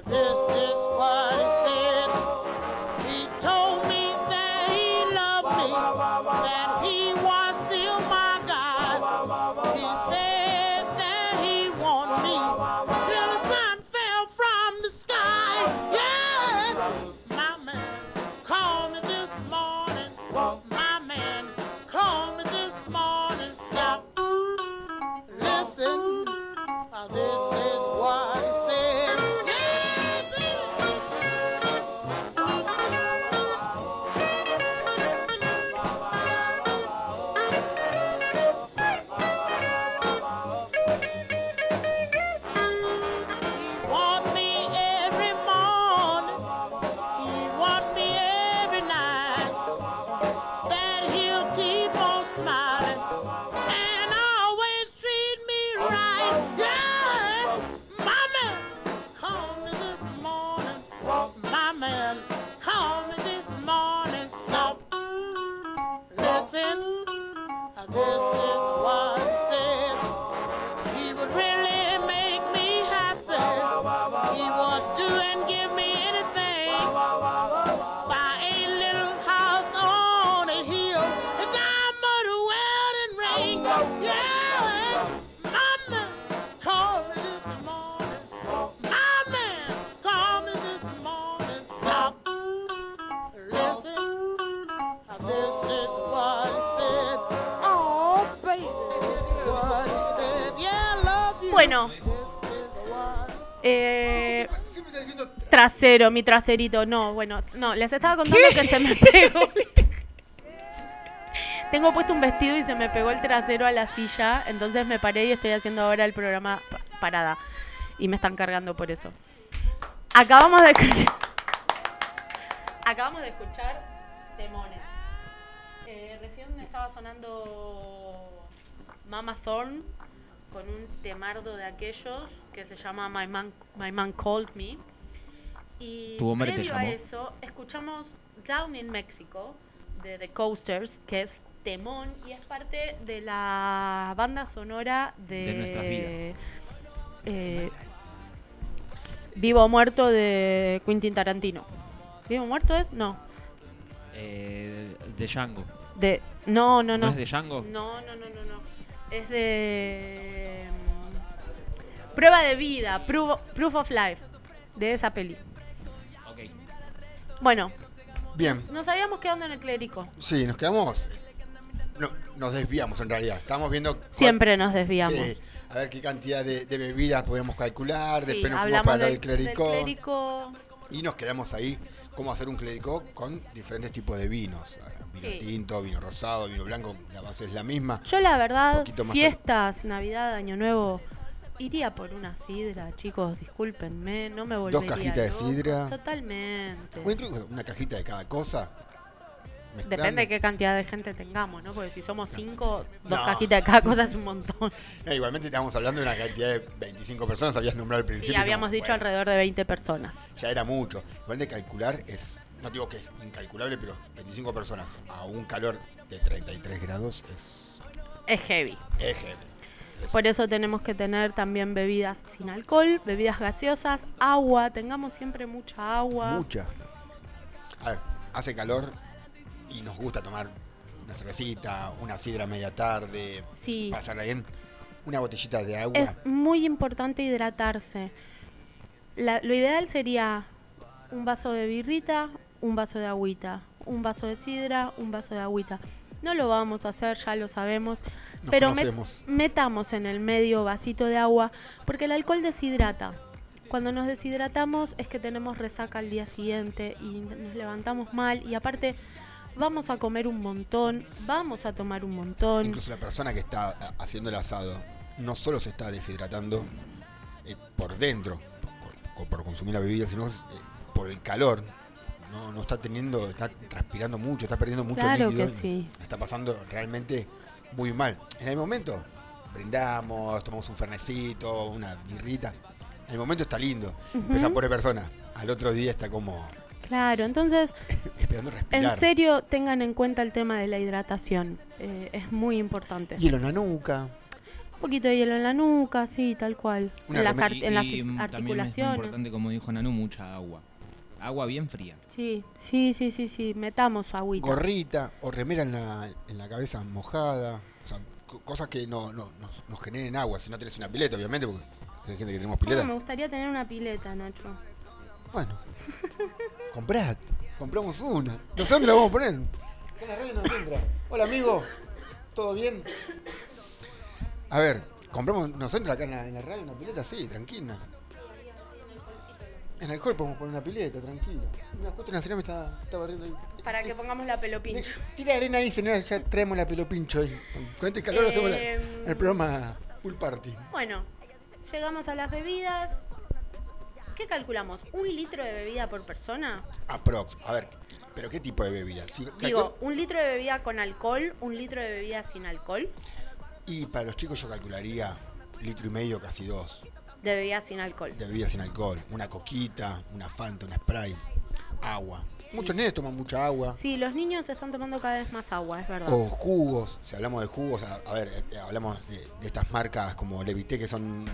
[SPEAKER 11] This is what he said. He told me that he loved me, that he was still my God. He said that he wanted me till the sun fell from the sky. Yeah, my man called me this morning. My man called me this morning. Stop, listen. This is what he said. Yeah, want me every morning. He want me every night. That he'll keep on smiling and always treat me right. Yeah, my man called me this morning. My man called me this morning. Stop, listen. This is what he said. He would really make me happy. He would do and give me anything. Buy a little house on a hill, a diamond wedding ring. Yeah, my man called me this morning. My man called me this morning. Stop, listen. This is what he said. Oh, baby, this is what he said. Yeah, I love you.
[SPEAKER 4] Bueno. Eh, trasero, mi traserito. No, bueno, no, les estaba contando que se me *laughs* pegó. Tengo puesto un vestido y se me pegó el trasero a la silla, entonces me paré y estoy haciendo ahora el programa pa- parada. Y me están cargando por eso. Acabamos de escuchar. *laughs* Acabamos de escuchar Demones. Eh, recién estaba sonando Mama Thorn con un temardo de aquellos que se llama My Man, My Man Called Me. Y
[SPEAKER 5] Tu hombre te
[SPEAKER 4] previo a
[SPEAKER 5] llamó.
[SPEAKER 4] eso, escuchamos Down in Mexico de The Coasters, que es temón y es parte de la banda sonora de,
[SPEAKER 5] De nuestras vidas.
[SPEAKER 4] eh, Vivo o Muerto de Quentin Tarantino. ¿Vivo o Muerto es? No.
[SPEAKER 5] Eh, de Django.
[SPEAKER 4] De, no, no, no.
[SPEAKER 5] ¿No es de Django?
[SPEAKER 4] No, no, no, no, no. Es de. mm, Prueba de vida, proof, Proof of Life, de esa peli.
[SPEAKER 5] Ok.
[SPEAKER 4] Bueno,
[SPEAKER 6] Bien,
[SPEAKER 4] nos habíamos quedado en el clérico.
[SPEAKER 6] sí, nos quedamos. no, nos desviamos en realidad. Estábamos viendo. cuál-
[SPEAKER 4] Siempre nos desviamos.
[SPEAKER 6] Sí, a ver qué cantidad de, de bebidas podíamos calcular.
[SPEAKER 4] Sí,
[SPEAKER 6] Después nos fuimos
[SPEAKER 4] hablamos
[SPEAKER 6] para
[SPEAKER 4] del-
[SPEAKER 6] el clericó.
[SPEAKER 4] del clérico.
[SPEAKER 6] Y nos quedamos ahí, cómo hacer un clericó con diferentes tipos de vinos. Ah, Vino
[SPEAKER 4] Sí.
[SPEAKER 6] tinto, vino rosado, vino blanco, la base es la misma.
[SPEAKER 4] Yo, la verdad,
[SPEAKER 6] poquito más
[SPEAKER 4] fiestas, Navidad, Año Nuevo, Iría por una sidra, chicos, discúlpenme, no me volvería
[SPEAKER 6] Dos cajitas de
[SPEAKER 4] loca.
[SPEAKER 6] sidra.
[SPEAKER 4] Totalmente.
[SPEAKER 6] Bueno, creo que una cajita de cada cosa.
[SPEAKER 4] Depende de qué cantidad de gente tengamos, ¿no? Porque si somos cinco, dos
[SPEAKER 6] No.
[SPEAKER 4] cajitas de cada cosa es un montón.
[SPEAKER 6] No, igualmente estábamos hablando de una cantidad de 25 personas, habías nombrado al
[SPEAKER 4] Sí,
[SPEAKER 6] principio.
[SPEAKER 4] habíamos
[SPEAKER 6] como,
[SPEAKER 4] dicho alrededor de 20 personas.
[SPEAKER 6] bueno, ya era mucho. Igual de calcular es, no digo que es incalculable, pero 25 personas a un calor de 33 grados es
[SPEAKER 4] Es heavy.
[SPEAKER 6] es heavy. Es-
[SPEAKER 4] Por eso tenemos que tener también bebidas sin alcohol, bebidas gaseosas, agua, tengamos siempre mucha agua.
[SPEAKER 6] Mucha. A ver, hace calor y nos gusta tomar una cervecita, una sidra a media tarde,
[SPEAKER 4] Sí.
[SPEAKER 6] pasarla bien. Una botellita de agua.
[SPEAKER 4] Es muy importante hidratarse. La- lo ideal sería un vaso de birrita, un vaso de agüita, un vaso de sidra, un vaso de agüita. No lo vamos a hacer, ya lo sabemos,
[SPEAKER 6] Nos
[SPEAKER 4] pero met-
[SPEAKER 6] conocemos.
[SPEAKER 4] metamos en el medio vasito de agua porque el alcohol deshidrata. Cuando nos deshidratamos es que tenemos resaca al día siguiente y nos levantamos mal y aparte vamos a comer un montón, vamos a tomar un montón.
[SPEAKER 6] Incluso la persona que está a- haciendo el asado no solo se está deshidratando eh, por dentro, por, por- por consumir la bebida, sino es, eh, por el calor. No, no está teniendo, está transpirando mucho, está perdiendo mucho
[SPEAKER 4] Claro
[SPEAKER 6] líquido.
[SPEAKER 4] que
[SPEAKER 6] y
[SPEAKER 4] sí.
[SPEAKER 6] Está pasando realmente muy mal. En el momento brindamos, tomamos un fernecito, una birrita. En el momento está lindo. Pero esa
[SPEAKER 4] Ujú.
[SPEAKER 6] pobre persona al otro día está como
[SPEAKER 4] Claro, entonces
[SPEAKER 6] esperando respirar.
[SPEAKER 4] En serio, tengan en cuenta el tema de la hidratación. Eh, es muy importante.
[SPEAKER 6] Hielo en la nuca.
[SPEAKER 4] Un poquito de hielo en la nuca, sí, tal cual.
[SPEAKER 5] Una
[SPEAKER 4] en las,
[SPEAKER 5] remera.
[SPEAKER 4] ar-
[SPEAKER 5] Y-
[SPEAKER 4] en las
[SPEAKER 5] y
[SPEAKER 4] is-
[SPEAKER 5] también Es muy
[SPEAKER 4] articulaciones.
[SPEAKER 5] importante, como dijo Nanu, mucha agua. Agua bien fría.
[SPEAKER 4] Sí, sí, sí, sí, sí. Metamos agüita.
[SPEAKER 6] gorrita o remera en la, en la cabeza mojada. O sea, co- cosas que no, no- nos, nos generen agua. Si no tenés una pileta, obviamente, porque hay gente que tenemos
[SPEAKER 4] Ah,
[SPEAKER 6] pileta.
[SPEAKER 4] me gustaría tener una pileta, Nacho.
[SPEAKER 6] Bueno, comprad. Compramos una. No sé dónde la vamos a poner. Acá en la radio nos entra. Hola, amigo. ¿Todo bien? A ver, compramos, nos entra acá en la, en la radio una pileta, sí, tranquila. En alcohol podemos poner una pileta, tranquilo. Mira, justo una señora me está, está barriendo ahí.
[SPEAKER 4] Para que pongamos la pelopincha.
[SPEAKER 6] Tira arena ahí, señora, ya traemos la pelopincho ahí. Con este calor hacemos la-
[SPEAKER 4] Em.
[SPEAKER 6] el programa Pool Party.
[SPEAKER 4] Bueno, llegamos a las bebidas. ¿Qué calculamos? ¿Un litro de bebida por persona?
[SPEAKER 6] Aprox. A ver, ¿pero qué tipo de bebida? Si-
[SPEAKER 4] Digo, un litro de bebida con alcohol, un litro de bebida sin alcohol.
[SPEAKER 6] Y para los chicos yo calcularía litro y medio, casi dos,
[SPEAKER 4] De bebida sin alcohol.
[SPEAKER 6] de bebida sin alcohol. Una coquita, una fanta, una spray, agua. Muchos nenes toman mucha agua.
[SPEAKER 4] Sí, los niños están tomando cada vez más agua, es verdad.
[SPEAKER 6] O jugos, si hablamos de jugos, a, a ver, eh, hablamos de, de estas marcas como Levité que son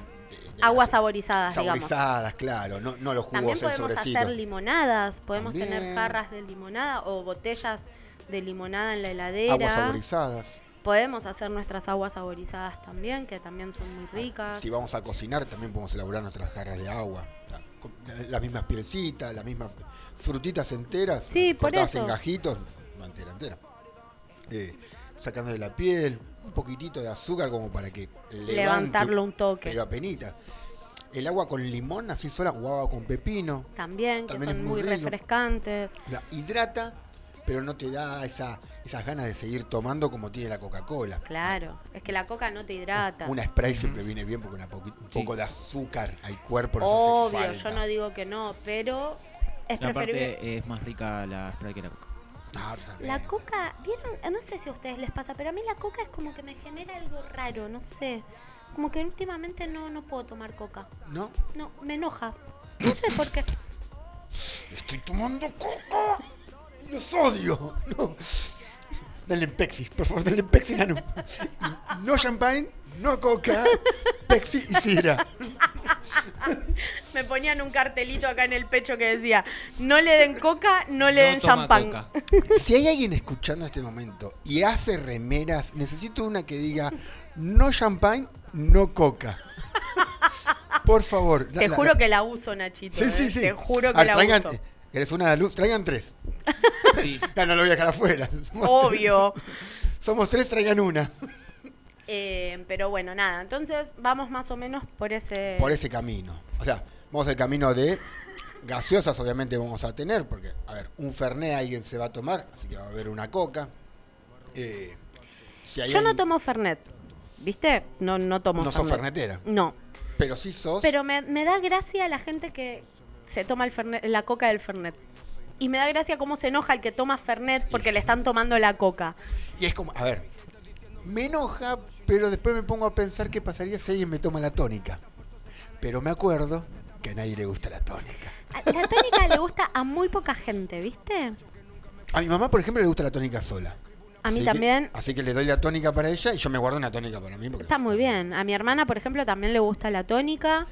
[SPEAKER 4] Aguas saborizadas, digamos.
[SPEAKER 6] saborizadas, claro, no, no los
[SPEAKER 4] También
[SPEAKER 6] jugos en
[SPEAKER 4] podemos
[SPEAKER 6] sobrecito.
[SPEAKER 4] hacer limonadas, podemos tener
[SPEAKER 6] También.
[SPEAKER 4] jarras de limonada o botellas de limonada en la heladera.
[SPEAKER 6] Aguas saborizadas.
[SPEAKER 4] Podemos hacer nuestras aguas saborizadas también, que también son muy ricas.
[SPEAKER 6] Si vamos a cocinar, también podemos elaborar nuestras jarras de agua. O sea, con la- Las mismas pielcitas, las mismas frutitas enteras,
[SPEAKER 4] Sí, por
[SPEAKER 6] cortadas
[SPEAKER 4] eso.
[SPEAKER 6] en gajitos, no entera, entera. Eh, sacándole la piel, un poquitito de azúcar como para que levante,
[SPEAKER 4] Levantarlo un toque.
[SPEAKER 6] Pero apenita. El agua con limón, así sola, o agua con pepino.
[SPEAKER 4] También, que
[SPEAKER 6] También es
[SPEAKER 4] son
[SPEAKER 6] muy
[SPEAKER 4] muy,
[SPEAKER 6] rico.
[SPEAKER 4] refrescantes.
[SPEAKER 6] La hidrata, pero no te da esa, esas ganas de seguir tomando como tiene la Coca-Cola.
[SPEAKER 4] Claro, es que la coca no te hidrata.
[SPEAKER 6] Una spray siempre viene bien porque una poqui- un poco de azúcar al cuerpo nos hace
[SPEAKER 4] Obvio,
[SPEAKER 6] falta.
[SPEAKER 4] yo no digo que no, pero es
[SPEAKER 5] La
[SPEAKER 4] preferible.
[SPEAKER 5] parte es más rica la spray que la coca.
[SPEAKER 6] Ah,
[SPEAKER 9] La coca, ¿vieron? Ah, No sé si a ustedes les pasa, pero a mí la coca es como que me genera algo raro, no sé. Como que últimamente no, no puedo tomar coca.
[SPEAKER 6] ¿No?
[SPEAKER 9] No, me enoja. No sé por qué.
[SPEAKER 6] Estoy tomando coca. Los odio. No. Dale en Pepsi, por favor, dale en Pepsi, Nanu. Y no champagne, no coca, Pepsi y sidra.
[SPEAKER 4] *laughs* Me ponían un cartelito acá en el pecho que decía, no le den coca, no le den champán. *laughs*
[SPEAKER 6] Si hay alguien escuchando en este momento y hace remeras, necesito una que diga no champagne, no coca. Por favor.
[SPEAKER 4] Te juro que la uso, Nachito.
[SPEAKER 6] Sí,
[SPEAKER 4] ¿eh?
[SPEAKER 6] sí, sí.
[SPEAKER 4] Te juro
[SPEAKER 6] A
[SPEAKER 4] que
[SPEAKER 6] ver,
[SPEAKER 4] la
[SPEAKER 6] traigan,
[SPEAKER 4] uso.
[SPEAKER 6] ¿Querés una luz? Traigan tres. Ya no lo voy a dejar afuera. Somos
[SPEAKER 4] Obvio. *laughs*
[SPEAKER 6] tres. Somos tres, traigan una.
[SPEAKER 4] Eh, pero bueno, nada. Entonces vamos más o menos por ese.
[SPEAKER 6] por ese camino. O sea, vamos al camino de gaseosas, obviamente vamos a tener, porque, a ver, un Fernet alguien se va a tomar, así que va a haber una coca. Eh, si hay
[SPEAKER 4] Yo no
[SPEAKER 6] alguien-
[SPEAKER 4] tomo Fernet. ¿Viste? No, no tomo
[SPEAKER 6] No sos
[SPEAKER 4] Fernet.
[SPEAKER 6] fernetera.
[SPEAKER 4] No.
[SPEAKER 6] Pero sí sos.
[SPEAKER 4] Pero me, me da gracia la gente que se toma el Fernet- la coca del Fernet. Y me da gracia cómo se enoja el que toma Fernet porque le están tomando la coca.
[SPEAKER 6] Y es como, a ver, me enoja, pero después me pongo a pensar qué pasaría si alguien me toma la tónica. Pero me acuerdo que a nadie le gusta la tónica.
[SPEAKER 4] A- La tónica le gusta a muy poca gente, ¿viste?
[SPEAKER 6] A mi mamá, por ejemplo, le gusta la tónica sola.
[SPEAKER 4] A mí
[SPEAKER 6] Así que-
[SPEAKER 4] también.
[SPEAKER 6] así que le doy la tónica para ella y yo me guardo una tónica para mí. Porque
[SPEAKER 4] Está muy bien. A mi hermana, por ejemplo, también le gusta la tónica.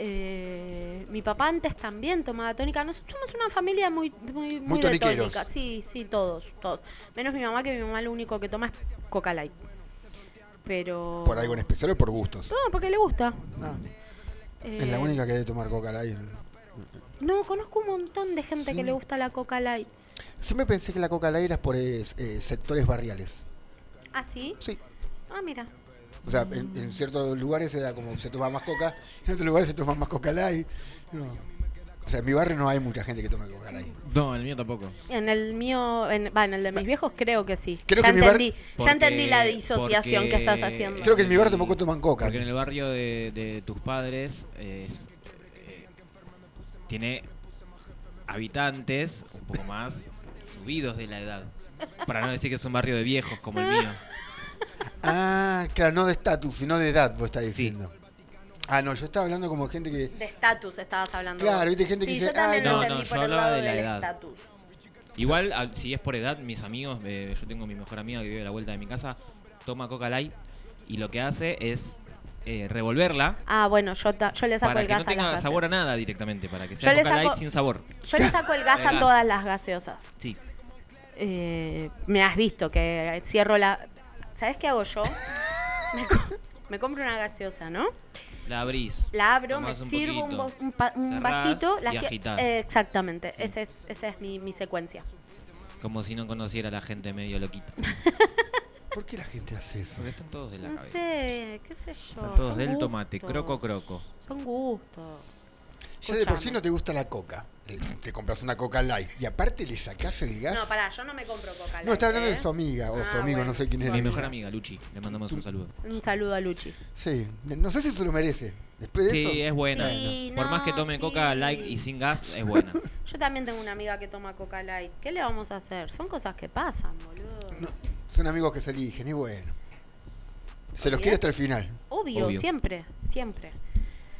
[SPEAKER 4] Eh, mi papá antes también tomaba tónica. Nosotros somos una familia muy, muy, muy,
[SPEAKER 6] Muy
[SPEAKER 4] de
[SPEAKER 6] toniqueros.
[SPEAKER 4] tónica. Sí, sí, todos, todos. Menos mi mamá, que mi mamá lo único que toma es Coca Light. Pero...
[SPEAKER 6] por algo en especial o por gustos.
[SPEAKER 4] No, porque le gusta.
[SPEAKER 6] Es la
[SPEAKER 4] Eh,
[SPEAKER 6] única que debe tomar coca light.
[SPEAKER 4] No, conozco un montón de gente
[SPEAKER 6] Sí.
[SPEAKER 4] que le gusta la Coca Light.
[SPEAKER 6] Siempre pensé que la coca light era por eh, eh, sectores barriales.
[SPEAKER 4] ¿Ah, sí?
[SPEAKER 6] Sí.
[SPEAKER 4] Ah, mira.
[SPEAKER 6] O sea, en,
[SPEAKER 4] Mm.
[SPEAKER 6] en ciertos lugares era como se toma más coca, en otros lugares se toma más coca light. No. O sea, en mi barrio no hay mucha gente que toma coca light.
[SPEAKER 5] No, el mío tampoco.
[SPEAKER 4] En el mío, en, va, en el de mis viejos creo que sí.
[SPEAKER 6] Creo
[SPEAKER 4] ya
[SPEAKER 6] que mi bar-
[SPEAKER 4] entendí, ya
[SPEAKER 5] Porque-
[SPEAKER 4] entendí la disociación que
[SPEAKER 5] porque-
[SPEAKER 4] estás haciendo.
[SPEAKER 6] Creo que en mi barrio tampoco toman coca.
[SPEAKER 5] Porque en el barrio de, de tus padres eh, es- eh, tiene habitantes un poco más subidos de la edad. Para no decir que es un barrio de viejos como el mío.
[SPEAKER 6] Ah, claro, no de estatus, sino de edad, vos estás diciendo. Ah, no, yo estaba hablando como gente que.
[SPEAKER 4] De estatus estabas hablando.
[SPEAKER 6] Claro,
[SPEAKER 4] vos.
[SPEAKER 6] viste gente que
[SPEAKER 4] Sí,
[SPEAKER 6] dice,
[SPEAKER 4] yo también
[SPEAKER 5] "Ay,
[SPEAKER 4] lo
[SPEAKER 5] no,
[SPEAKER 4] entendí
[SPEAKER 5] no,
[SPEAKER 4] por
[SPEAKER 5] yo
[SPEAKER 4] el
[SPEAKER 5] hablaba
[SPEAKER 4] lado
[SPEAKER 5] de la
[SPEAKER 4] del
[SPEAKER 5] edad".
[SPEAKER 4] estatus.
[SPEAKER 5] Igual, al- si es por edad, mis amigos, eh, yo tengo mi mejor amiga que vive a la vuelta de mi casa, toma Coca Light y lo que hace es eh, revolverla
[SPEAKER 4] Ah, bueno, yo, ta- yo le saco
[SPEAKER 5] para
[SPEAKER 4] el
[SPEAKER 5] que no
[SPEAKER 4] gas a las
[SPEAKER 5] tenga
[SPEAKER 4] gaseosas.
[SPEAKER 5] sabor a nada directamente, para que
[SPEAKER 4] Yo
[SPEAKER 5] sea
[SPEAKER 4] le
[SPEAKER 5] Coca Light
[SPEAKER 4] saco-
[SPEAKER 5] sin sabor.
[SPEAKER 4] Yo le saco el gas
[SPEAKER 5] El
[SPEAKER 4] a
[SPEAKER 5] gas.
[SPEAKER 4] todas las gaseosas.
[SPEAKER 5] Sí.
[SPEAKER 4] Eh, me has visto que cierro la... ¿Sabes qué hago
[SPEAKER 5] *laughs*
[SPEAKER 4] yo? me, co- me compro una gaseosa, ¿no?
[SPEAKER 5] La abrís.
[SPEAKER 4] La abro, me
[SPEAKER 5] tomás un
[SPEAKER 4] sirvo un,
[SPEAKER 5] poquito,
[SPEAKER 4] va- un pa- un
[SPEAKER 5] cerrás
[SPEAKER 4] vasito. La
[SPEAKER 5] y
[SPEAKER 4] sie-
[SPEAKER 5] agitás.
[SPEAKER 4] eh, exactamente, esa es, esa es mi, mi secuencia.
[SPEAKER 5] Como si no conociera a la gente
[SPEAKER 4] *laughs*
[SPEAKER 5] medio loquita.
[SPEAKER 6] ¿Por qué la gente hace eso?
[SPEAKER 5] Porque están todos de la
[SPEAKER 4] No
[SPEAKER 5] cabeza.
[SPEAKER 4] sé, qué sé yo.
[SPEAKER 5] Están todos
[SPEAKER 4] son
[SPEAKER 5] del tomate,
[SPEAKER 4] gustos.
[SPEAKER 5] croco croco.
[SPEAKER 4] Son gustos.
[SPEAKER 6] Ya de por sí
[SPEAKER 4] Escuchame.
[SPEAKER 6] no te gusta la coca. Te, te compras una coca light y aparte le sacás el gas.
[SPEAKER 4] No, pará, yo no me compro coca.
[SPEAKER 6] No, está
[SPEAKER 4] Light,
[SPEAKER 6] hablando
[SPEAKER 4] ¿eh?
[SPEAKER 6] de su amiga o su
[SPEAKER 4] Ah,
[SPEAKER 6] amigo,
[SPEAKER 4] bueno.
[SPEAKER 6] no sé quién es.
[SPEAKER 5] Mi mejor amiga, Luchi. Le mandamos un saludo.
[SPEAKER 4] Un saludo a Luchi.
[SPEAKER 6] Sí, no sé si se lo merece. Después de
[SPEAKER 5] Sí,
[SPEAKER 6] eso.
[SPEAKER 5] es buena.
[SPEAKER 4] Sí,
[SPEAKER 5] Por más que
[SPEAKER 4] no,
[SPEAKER 5] tome
[SPEAKER 4] sí.
[SPEAKER 5] coca light y sin gas, es
[SPEAKER 4] *laughs*
[SPEAKER 5] buena.
[SPEAKER 4] Yo también tengo una amiga que toma coca light. ¿Qué le vamos a hacer? Son cosas que pasan, boludo.
[SPEAKER 6] Son amigos que se eligen y bueno. Se los
[SPEAKER 4] Obvio.
[SPEAKER 6] quiere hasta el final.
[SPEAKER 4] Obvio, siempre, siempre.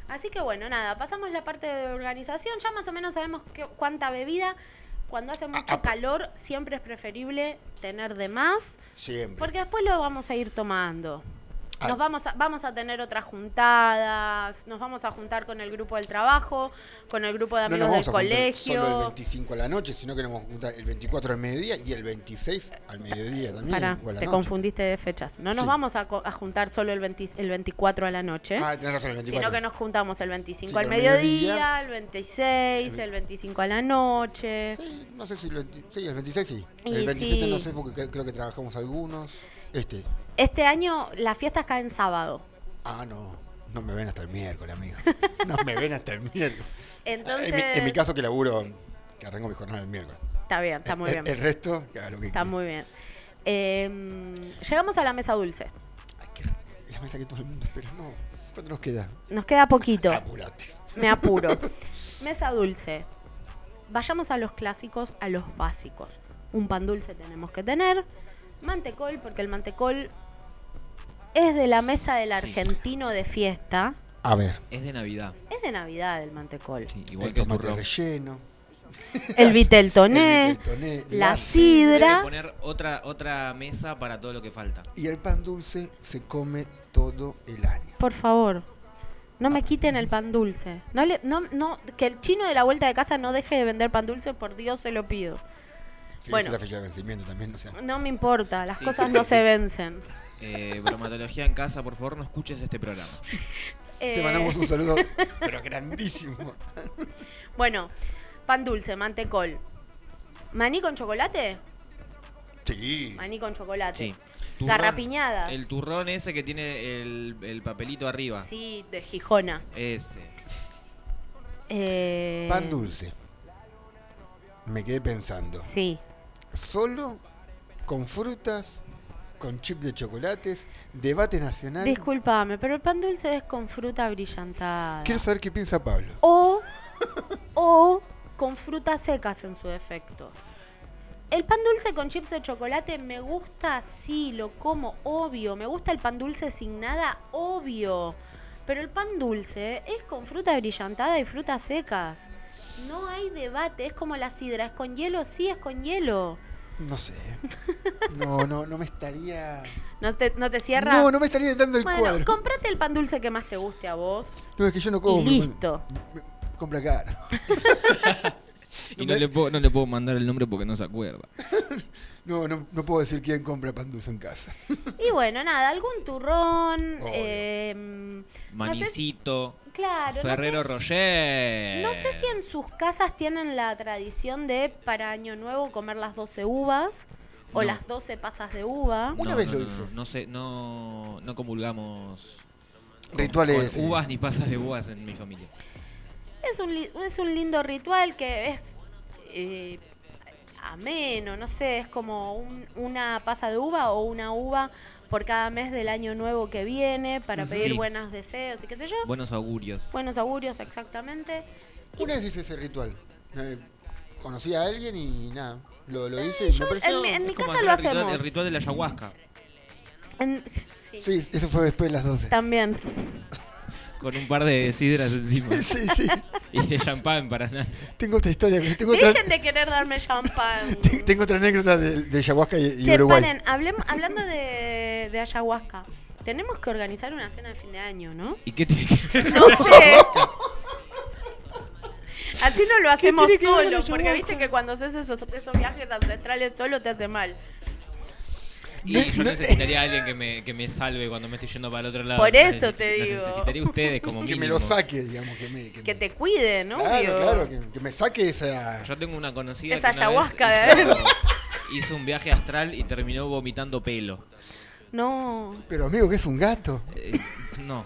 [SPEAKER 4] Así que bueno, nada, pasamos la parte de organización. Ya más o menos sabemos qué- cuánta bebida. Cuando hace mucho
[SPEAKER 6] Ah,
[SPEAKER 4] calor, siempre es preferible tener de más.
[SPEAKER 6] Siempre.
[SPEAKER 4] Porque después lo vamos a ir tomando.
[SPEAKER 6] Ah.
[SPEAKER 4] Nos vamos a, vamos a tener otras juntadas, nos vamos a juntar con el grupo del trabajo, con el grupo de
[SPEAKER 6] No
[SPEAKER 4] amigos
[SPEAKER 6] nos vamos a
[SPEAKER 4] del
[SPEAKER 6] juntar
[SPEAKER 4] colegio.
[SPEAKER 6] solo el 25 a la noche, sino que nos vamos a juntar el 24 al mediodía y el 26 al mediodía también.
[SPEAKER 4] Pará,
[SPEAKER 6] o a la
[SPEAKER 4] te
[SPEAKER 6] noche.
[SPEAKER 4] confundiste de fechas. No nos
[SPEAKER 6] Sí.
[SPEAKER 4] vamos a, co- a juntar solo el, 20 el 24 a la noche,
[SPEAKER 6] Ah, tenés razón, el 24.
[SPEAKER 4] sino que nos juntamos el 25
[SPEAKER 6] Sí,
[SPEAKER 4] al
[SPEAKER 6] al
[SPEAKER 4] mediodía,
[SPEAKER 6] mediodía.
[SPEAKER 4] el 26, el 25 a la noche.
[SPEAKER 6] No sé si el 20 sí, el 26 sí.
[SPEAKER 4] Y
[SPEAKER 6] el 27 no
[SPEAKER 4] sí.
[SPEAKER 6] sé porque cre- creo que trabajamos algunos. Este.
[SPEAKER 4] Este año las fiestas caen sábado.
[SPEAKER 6] Ah, no. No me ven hasta el miércoles,
[SPEAKER 4] *laughs*
[SPEAKER 6] amigo. No me ven hasta el miércoles. Ah,
[SPEAKER 4] Entonces,
[SPEAKER 6] En mi, en mi caso que laburo, que arranco mi jornada el miércoles.
[SPEAKER 4] está bien, está muy
[SPEAKER 6] el,
[SPEAKER 4] bien.
[SPEAKER 6] Eh, el resto, que haga lo que
[SPEAKER 4] Está muy bien. Eh, llegamos a la mesa dulce.
[SPEAKER 6] quiera. La mesa que todo el mundo espera. No. ¿Cuánto nos queda?
[SPEAKER 4] Nos queda poquito.
[SPEAKER 6] Apurate.
[SPEAKER 4] Me apuro.
[SPEAKER 6] *laughs*
[SPEAKER 4] Mesa dulce. Vayamos a los clásicos, a los básicos. Un pan dulce tenemos que tener. Mantecol, porque el mantecol es de la mesa del argentino de fiesta.
[SPEAKER 6] A ver.
[SPEAKER 5] Es de Navidad.
[SPEAKER 4] Es de Navidad el mantecol.
[SPEAKER 5] Igual
[SPEAKER 6] el
[SPEAKER 5] que el
[SPEAKER 6] tomate
[SPEAKER 5] turrón.
[SPEAKER 6] relleno.
[SPEAKER 4] El vitel toné,
[SPEAKER 6] El vitel toné,
[SPEAKER 4] la
[SPEAKER 6] la
[SPEAKER 5] Hay que
[SPEAKER 4] sidra.
[SPEAKER 5] poner otra, otra mesa para todo lo que falta.
[SPEAKER 6] Y el pan dulce se come todo el año.
[SPEAKER 4] Por favor, no me quiten el pan dulce. No le, no, no, que el chino de la vuelta de casa no deje de vender pan dulce, por Dios se lo pido.
[SPEAKER 6] Fíjense
[SPEAKER 4] Bueno,
[SPEAKER 6] la fecha de vencimiento también, no sé.
[SPEAKER 4] no me importa, las
[SPEAKER 5] Sí,
[SPEAKER 4] cosas
[SPEAKER 5] sí,
[SPEAKER 4] no
[SPEAKER 5] sí,
[SPEAKER 6] *laughs*
[SPEAKER 4] se
[SPEAKER 5] sí.
[SPEAKER 4] vencen.
[SPEAKER 5] Eh, bromatología en casa, por favor, no escuches este programa.
[SPEAKER 4] Eh,
[SPEAKER 6] Te mandamos un
[SPEAKER 4] *laughs*
[SPEAKER 6] saludo, pero grandísimo.
[SPEAKER 4] Eh, Bueno, pan dulce, mantecol. ¿Maní con chocolate?
[SPEAKER 6] Sí.
[SPEAKER 4] Maní con chocolate.
[SPEAKER 5] Sí.
[SPEAKER 4] Garrapiñadas.
[SPEAKER 5] El turrón ese que tiene el, el papelito arriba.
[SPEAKER 4] Sí, de Gijona.
[SPEAKER 5] Ese.
[SPEAKER 4] Eh,
[SPEAKER 6] Pan dulce. Me quedé pensando.
[SPEAKER 4] Sí.
[SPEAKER 6] Solo con frutas con chip de chocolates, debate nacional.
[SPEAKER 4] Disculpame, pero el pan dulce es con fruta brillantada.
[SPEAKER 6] Quiero saber qué piensa Pablo.
[SPEAKER 4] O, o con frutas secas en su defecto. El pan dulce con chips de chocolate me gusta, sí, lo como, obvio. Me gusta el pan dulce sin nada, obvio. Pero el pan dulce es con fruta brillantada y frutas secas. No hay debate, es como la sidra, es con hielo, sí, es con hielo.
[SPEAKER 6] No
[SPEAKER 4] *laughs*
[SPEAKER 6] sé. No, no, no me estaría.
[SPEAKER 4] ¿No te, no te cierra?
[SPEAKER 6] No, no me estaría dando el
[SPEAKER 4] bueno,
[SPEAKER 6] cuadro.
[SPEAKER 4] comprate el pan dulce que más te guste a vos.
[SPEAKER 6] No, es que yo no como.
[SPEAKER 4] Y listo.
[SPEAKER 6] Me- me- Compra caro.
[SPEAKER 5] Y no le, puedo, no le puedo mandar el nombre porque no se acuerda.
[SPEAKER 6] No, no, no puedo decir quién compra pan dulce en casa.
[SPEAKER 4] Y bueno, nada, algún turrón. eh, no sé-
[SPEAKER 5] Manicito.
[SPEAKER 4] claro. no sé-
[SPEAKER 5] Ferrero Rocher.
[SPEAKER 4] No sé si en sus casas tienen la tradición de para Año Nuevo comer las 12 uvas o
[SPEAKER 5] No.
[SPEAKER 4] las 12 pasas de uva.
[SPEAKER 5] No, no, no, No, no sé, no, no comulgamos. con-
[SPEAKER 6] Rituales,
[SPEAKER 5] con
[SPEAKER 6] eh.
[SPEAKER 5] uvas ni pasas de uvas en mi familia.
[SPEAKER 4] Es un, li- es un lindo ritual que es eh, ameno, no sé, es como un- una pasa de uva o una uva por cada mes del año nuevo que viene para
[SPEAKER 5] Sí.
[SPEAKER 4] pedir buenos deseos y qué sé yo.
[SPEAKER 5] Buenos augurios.
[SPEAKER 4] Buenos augurios, exactamente.
[SPEAKER 6] Una vez hice ese ritual. Eh, conocí a alguien y nada. Lo, lo hice y me pareció.
[SPEAKER 4] en mi- en mi
[SPEAKER 5] Es como
[SPEAKER 4] casa
[SPEAKER 5] hacer
[SPEAKER 4] lo
[SPEAKER 5] el ritual-
[SPEAKER 4] hacemos.
[SPEAKER 5] El ritual de la ayahuasca.
[SPEAKER 4] En-
[SPEAKER 6] Sí, eso fue después de las 12.
[SPEAKER 4] También.
[SPEAKER 5] Con un par de
[SPEAKER 4] *laughs*
[SPEAKER 5] sidras encima.
[SPEAKER 6] *laughs* Sí, sí.
[SPEAKER 5] Y de champán para nada.
[SPEAKER 6] Tengo otra historia. Tengo otra,
[SPEAKER 4] Dejen de querer darme champán.
[SPEAKER 6] *laughs* tengo otra anécdota de, de ayahuasca y, y
[SPEAKER 4] Che,
[SPEAKER 6] Uruguay.
[SPEAKER 4] paren, hablem- hablando de, de ayahuasca, tenemos que organizar una cena de fin de año, ¿no?
[SPEAKER 6] *laughs*
[SPEAKER 5] ¿Y qué tiene que ver?
[SPEAKER 4] No sé. Así no lo hacemos
[SPEAKER 16] tiene que ver
[SPEAKER 4] solo,
[SPEAKER 16] la
[SPEAKER 4] porque viste que cuando haces esos, esos viajes ancestrales solo te hace mal.
[SPEAKER 5] Y yo necesitaría a alguien que me, que me salve cuando me estoy yendo para el otro lado.
[SPEAKER 4] Por
[SPEAKER 5] Las
[SPEAKER 4] eso te
[SPEAKER 5] las
[SPEAKER 4] digo.
[SPEAKER 5] Necesitaría ustedes como
[SPEAKER 6] Que me
[SPEAKER 5] mínimo.
[SPEAKER 6] lo saque, digamos. Que me, que
[SPEAKER 4] Que te cuide, ¿no?
[SPEAKER 6] Claro, claro, que, que me saque esa.
[SPEAKER 5] Yo tengo una conocida
[SPEAKER 4] Esa
[SPEAKER 5] que una vez
[SPEAKER 4] ayahuasca de
[SPEAKER 5] hizo,
[SPEAKER 4] adentro.
[SPEAKER 5] *laughs* hizo un viaje astral y terminó vomitando pelo.
[SPEAKER 4] No.
[SPEAKER 6] Pero amigo, que es un gato.
[SPEAKER 5] Eh, no.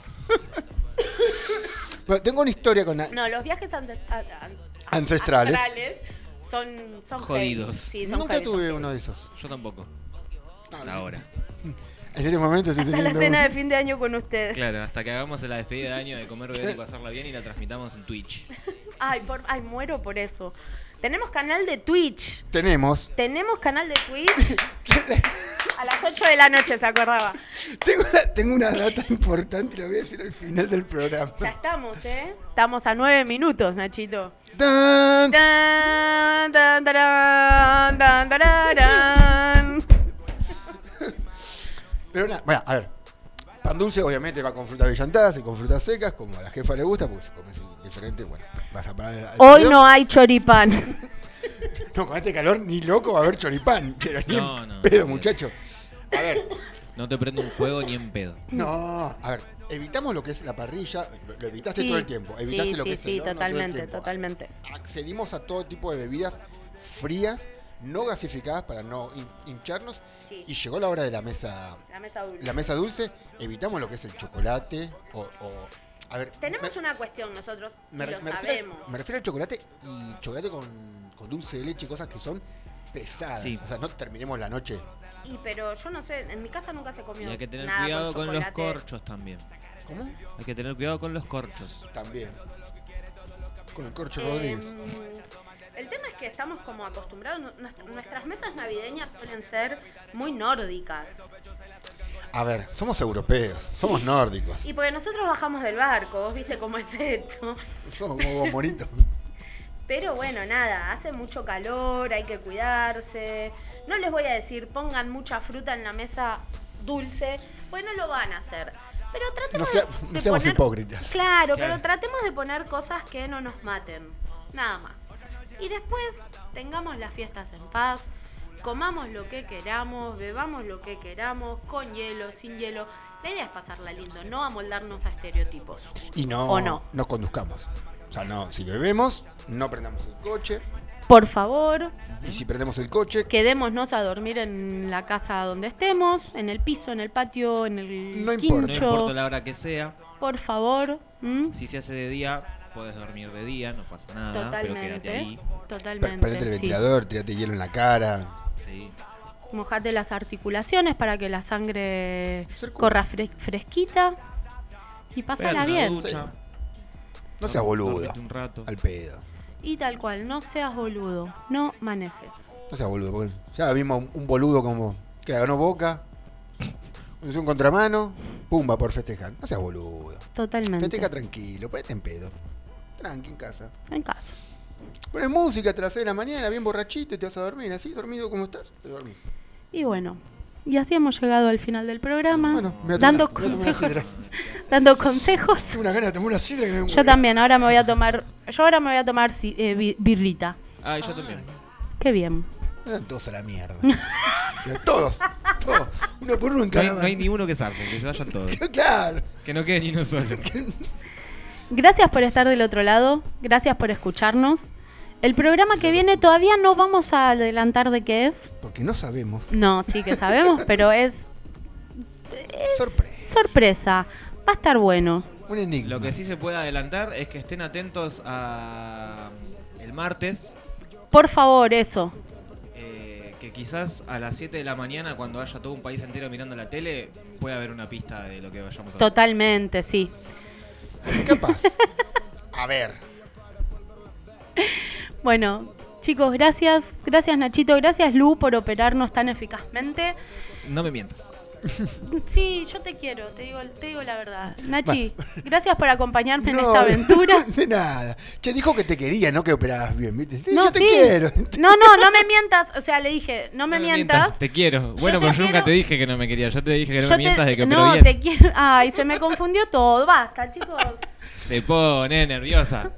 [SPEAKER 6] Bueno, tengo una historia con. a-
[SPEAKER 4] No, los viajes ancest- a- a-
[SPEAKER 6] Ancestrales.
[SPEAKER 4] ancestrales son, son
[SPEAKER 5] Jodidos.
[SPEAKER 4] heavy. Sí, son
[SPEAKER 6] Nunca
[SPEAKER 4] heavy, son
[SPEAKER 6] tuve
[SPEAKER 4] heavy.
[SPEAKER 6] uno de esos.
[SPEAKER 5] Yo tampoco. Hasta ahora.
[SPEAKER 6] En este momento estoy
[SPEAKER 4] Hasta la
[SPEAKER 6] teniendo.
[SPEAKER 4] cena de fin de año con ustedes.
[SPEAKER 5] Claro, hasta que hagamos la despedida de año de comer, beber y pasarla bien y la transmitamos en Twitch.
[SPEAKER 4] Ay, por, ay, muero por eso. Tenemos canal de Twitch.
[SPEAKER 6] Tenemos.
[SPEAKER 4] Tenemos canal de
[SPEAKER 6] *laughs*
[SPEAKER 4] Twitch. A las 8 de la noche se acordaba.
[SPEAKER 6] Tengo una, tengo una data importante, la voy a decir al final del programa.
[SPEAKER 4] Ya estamos, ¿eh? Estamos a 9 minutos, Nachito.
[SPEAKER 6] ¡Tan!
[SPEAKER 4] Tan, tan, tarán, tan, tararán.
[SPEAKER 6] Pero nada, bueno, a ver. Pan dulce obviamente va con frutas brillantadas y con frutas secas, como a la jefa le gusta, porque se come así diferente, bueno, vas a parar al- al
[SPEAKER 4] Hoy
[SPEAKER 6] video.
[SPEAKER 4] no
[SPEAKER 6] *laughs*
[SPEAKER 4] hay choripán.
[SPEAKER 6] No, con este calor ni loco va a haber choripán, pero ni
[SPEAKER 5] No,
[SPEAKER 6] en
[SPEAKER 5] no,
[SPEAKER 6] pedo,
[SPEAKER 5] olvídate.
[SPEAKER 6] muchacho. A ver,
[SPEAKER 5] No te prendo un fuego ni en pedo.
[SPEAKER 6] no, a ver, evitamos lo que es la parrilla, lo, lo evitaste
[SPEAKER 4] Sí,
[SPEAKER 6] todo el tiempo, evitaste
[SPEAKER 4] sí,
[SPEAKER 6] lo que
[SPEAKER 4] sí,
[SPEAKER 6] es
[SPEAKER 4] sí,
[SPEAKER 6] el horno todo el
[SPEAKER 4] totalmente,
[SPEAKER 6] tiempo.
[SPEAKER 4] totalmente.
[SPEAKER 6] Accedimos a todo tipo de bebidas frías, no gasificadas para no hin- hincharnos,
[SPEAKER 4] Sí.
[SPEAKER 6] y llegó la hora de la mesa
[SPEAKER 4] La mesa dulce.
[SPEAKER 6] la mesa dulce, evitamos lo que es el chocolate o... o- a ver,
[SPEAKER 4] Tenemos una cuestión nosotros, y
[SPEAKER 6] me,
[SPEAKER 4] lo
[SPEAKER 6] me refiero,
[SPEAKER 4] sabemos.
[SPEAKER 6] me refiero al chocolate y chocolate con, con dulce de leche, cosas que son pesadas.
[SPEAKER 5] Sí.
[SPEAKER 6] O sea, no terminemos la noche.
[SPEAKER 4] Y pero yo no sé, en mi casa nunca se comió
[SPEAKER 5] Y hay que tener
[SPEAKER 4] nada
[SPEAKER 5] cuidado
[SPEAKER 4] con,
[SPEAKER 5] con, los
[SPEAKER 4] chocolate.
[SPEAKER 5] corchos también.
[SPEAKER 6] ¿Cómo?
[SPEAKER 5] Hay que tener cuidado con los corchos.
[SPEAKER 6] También. Con el corcho
[SPEAKER 4] Eh,
[SPEAKER 6] Rodríguez.
[SPEAKER 4] El tema es que estamos como acostumbrados, nu- nuestra- nuestras mesas navideñas suelen ser muy nórdicas.
[SPEAKER 6] A ver, somos europeos,
[SPEAKER 4] *laughs*
[SPEAKER 6] somos nórdicos,
[SPEAKER 4] Y porque nosotros bajamos del barco, vos viste cómo es esto.
[SPEAKER 6] somos como bombonitos.
[SPEAKER 4] Pero bueno, nada, hace mucho calor, hay que cuidarse. No les voy a decir pongan mucha fruta en la mesa dulce, pues no lo van a hacer. Pero
[SPEAKER 6] No,
[SPEAKER 4] tratemos
[SPEAKER 6] sea-
[SPEAKER 4] de,
[SPEAKER 6] no
[SPEAKER 4] de
[SPEAKER 6] seamos
[SPEAKER 4] poner-
[SPEAKER 6] hipócritas.
[SPEAKER 4] Claro,
[SPEAKER 6] Claro.
[SPEAKER 4] pero tratemos de poner cosas que no nos maten. Nada más. Y después tengamos las fiestas en paz, comamos lo que queramos, bebamos lo que queramos, con hielo, sin hielo. La idea es pasarla lindo, no amoldarnos a estereotipos.
[SPEAKER 6] Y no,
[SPEAKER 4] ¿O no?
[SPEAKER 6] nos conduzcamos. O sea, no, si bebemos, no prendamos el coche.
[SPEAKER 4] Por favor,
[SPEAKER 6] Y si prendemos el coche,
[SPEAKER 4] quedémonos a dormir en la casa donde estemos, en el piso, en el patio, en el
[SPEAKER 6] No
[SPEAKER 5] No
[SPEAKER 4] quincho.
[SPEAKER 5] importa la hora que sea.
[SPEAKER 4] Por favor. ¿m?
[SPEAKER 5] Si se hace de día, puedes dormir de día, no pasa nada. Pero quédate
[SPEAKER 4] Totalmente.
[SPEAKER 5] ahí.
[SPEAKER 6] prendete
[SPEAKER 4] Totalmente.
[SPEAKER 6] el
[SPEAKER 4] sí.
[SPEAKER 6] ventilador, tirate hielo en la cara.
[SPEAKER 5] Sí.
[SPEAKER 4] Mojate las articulaciones para que la sangre corra fre- fresquita. Y pásala
[SPEAKER 6] Pégate una
[SPEAKER 4] bien.
[SPEAKER 6] ducha. No seas boludo. Al pedo.
[SPEAKER 4] Y tal cual, no seas boludo, no manejes.
[SPEAKER 6] No seas boludo. porque ya vimos un boludo como que la ganó Boca. *coughs* Hizo un contramano. Pumba por festejar. No seas boludo.
[SPEAKER 4] Totalmente.
[SPEAKER 6] Festeja tranquilo. Ponete en pedo. Tranqui en casa.
[SPEAKER 4] En casa.
[SPEAKER 6] Pones música hasta las 6 de la mañana, bien borrachito y te vas a dormir. Así, dormido como estás, te dormís.
[SPEAKER 4] Y bueno, y así hemos llegado al final del programa.
[SPEAKER 6] voy a tomar
[SPEAKER 4] dando
[SPEAKER 6] una- me voy a tomar una
[SPEAKER 4] consejos.
[SPEAKER 6] sidra.
[SPEAKER 4] Dando consejos.
[SPEAKER 6] una gana de tomar una sidra que me
[SPEAKER 4] Yo también, ahora me voy a tomar. Yo ahora me voy a tomar si- eh, bi- birrita.
[SPEAKER 5] Ah, yo también.
[SPEAKER 4] Qué bien.
[SPEAKER 6] Eran todos a la mierda. Pero todos, todos, uno por uno en
[SPEAKER 5] No hay,
[SPEAKER 6] cada.
[SPEAKER 5] no hay ni uno que zarpe, que se vayan
[SPEAKER 6] *laughs*
[SPEAKER 5] todos.
[SPEAKER 6] Claro.
[SPEAKER 5] Que no quede ni
[SPEAKER 6] *laughs*
[SPEAKER 5] uno solo.
[SPEAKER 4] Gracias por estar del otro lado. Gracias por escucharnos. El programa que viene todavía no vamos a adelantar de qué es.
[SPEAKER 6] Porque no sabemos.
[SPEAKER 4] No, sí que sabemos, *laughs* pero es. es sorpresa. Va a estar bueno.
[SPEAKER 6] Un enigma.
[SPEAKER 5] Lo que sí se puede adelantar es que estén atentos a mm, el martes,
[SPEAKER 4] Por favor, eso.
[SPEAKER 5] eh, que quizás a las 7 de la mañana, cuando haya todo un país entero mirando la tele, puede haber una pista de lo que vayamos a ver.
[SPEAKER 4] Totalmente, sí.
[SPEAKER 6] A ver.
[SPEAKER 4] Bueno, chicos, gracias. Gracias, Nachito. Gracias, Lu, por operarnos tan eficazmente.
[SPEAKER 5] No me mientas.
[SPEAKER 4] Sí, yo te quiero, te digo, te digo la verdad. Nachi, gracias por acompañarme en esta aventura.
[SPEAKER 6] *laughs* De nada. Che, dijo que te quería, no que operabas bien, ¿viste? Sí,
[SPEAKER 4] No,
[SPEAKER 6] yo te
[SPEAKER 4] sí.
[SPEAKER 6] quiero. *laughs*
[SPEAKER 4] No, no, no me mientas. O sea, le dije, no me mientas.
[SPEAKER 5] Te quiero. Bueno, pero yo nunca te dije que no me quería. Yo te dije que no
[SPEAKER 4] Yo
[SPEAKER 5] me
[SPEAKER 4] te-
[SPEAKER 5] mientas de que operó
[SPEAKER 4] no,
[SPEAKER 5] bien.
[SPEAKER 4] te quiero. Ay, se me confundió todo. Basta, chicos.
[SPEAKER 5] Se pone nerviosa.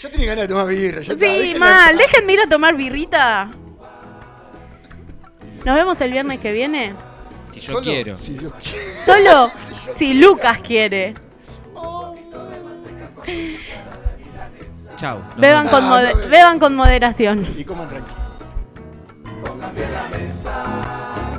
[SPEAKER 6] Yo tenía ganas de tomar birra. ya está,
[SPEAKER 4] Sí,
[SPEAKER 6] déjenla.
[SPEAKER 4] mal. Déjenme ir a tomar birrita. Nos vemos el viernes que viene.
[SPEAKER 5] Si yo
[SPEAKER 6] Solo-
[SPEAKER 5] quiero.
[SPEAKER 6] Si Dios quiere. *laughs*
[SPEAKER 4] Solo si Lucas quiere.
[SPEAKER 5] Chau.
[SPEAKER 4] Beban
[SPEAKER 6] Ah,
[SPEAKER 4] con, mode- beban con moderación.
[SPEAKER 6] Y coman tranquilo.
[SPEAKER 17] Pongan bien la mesa.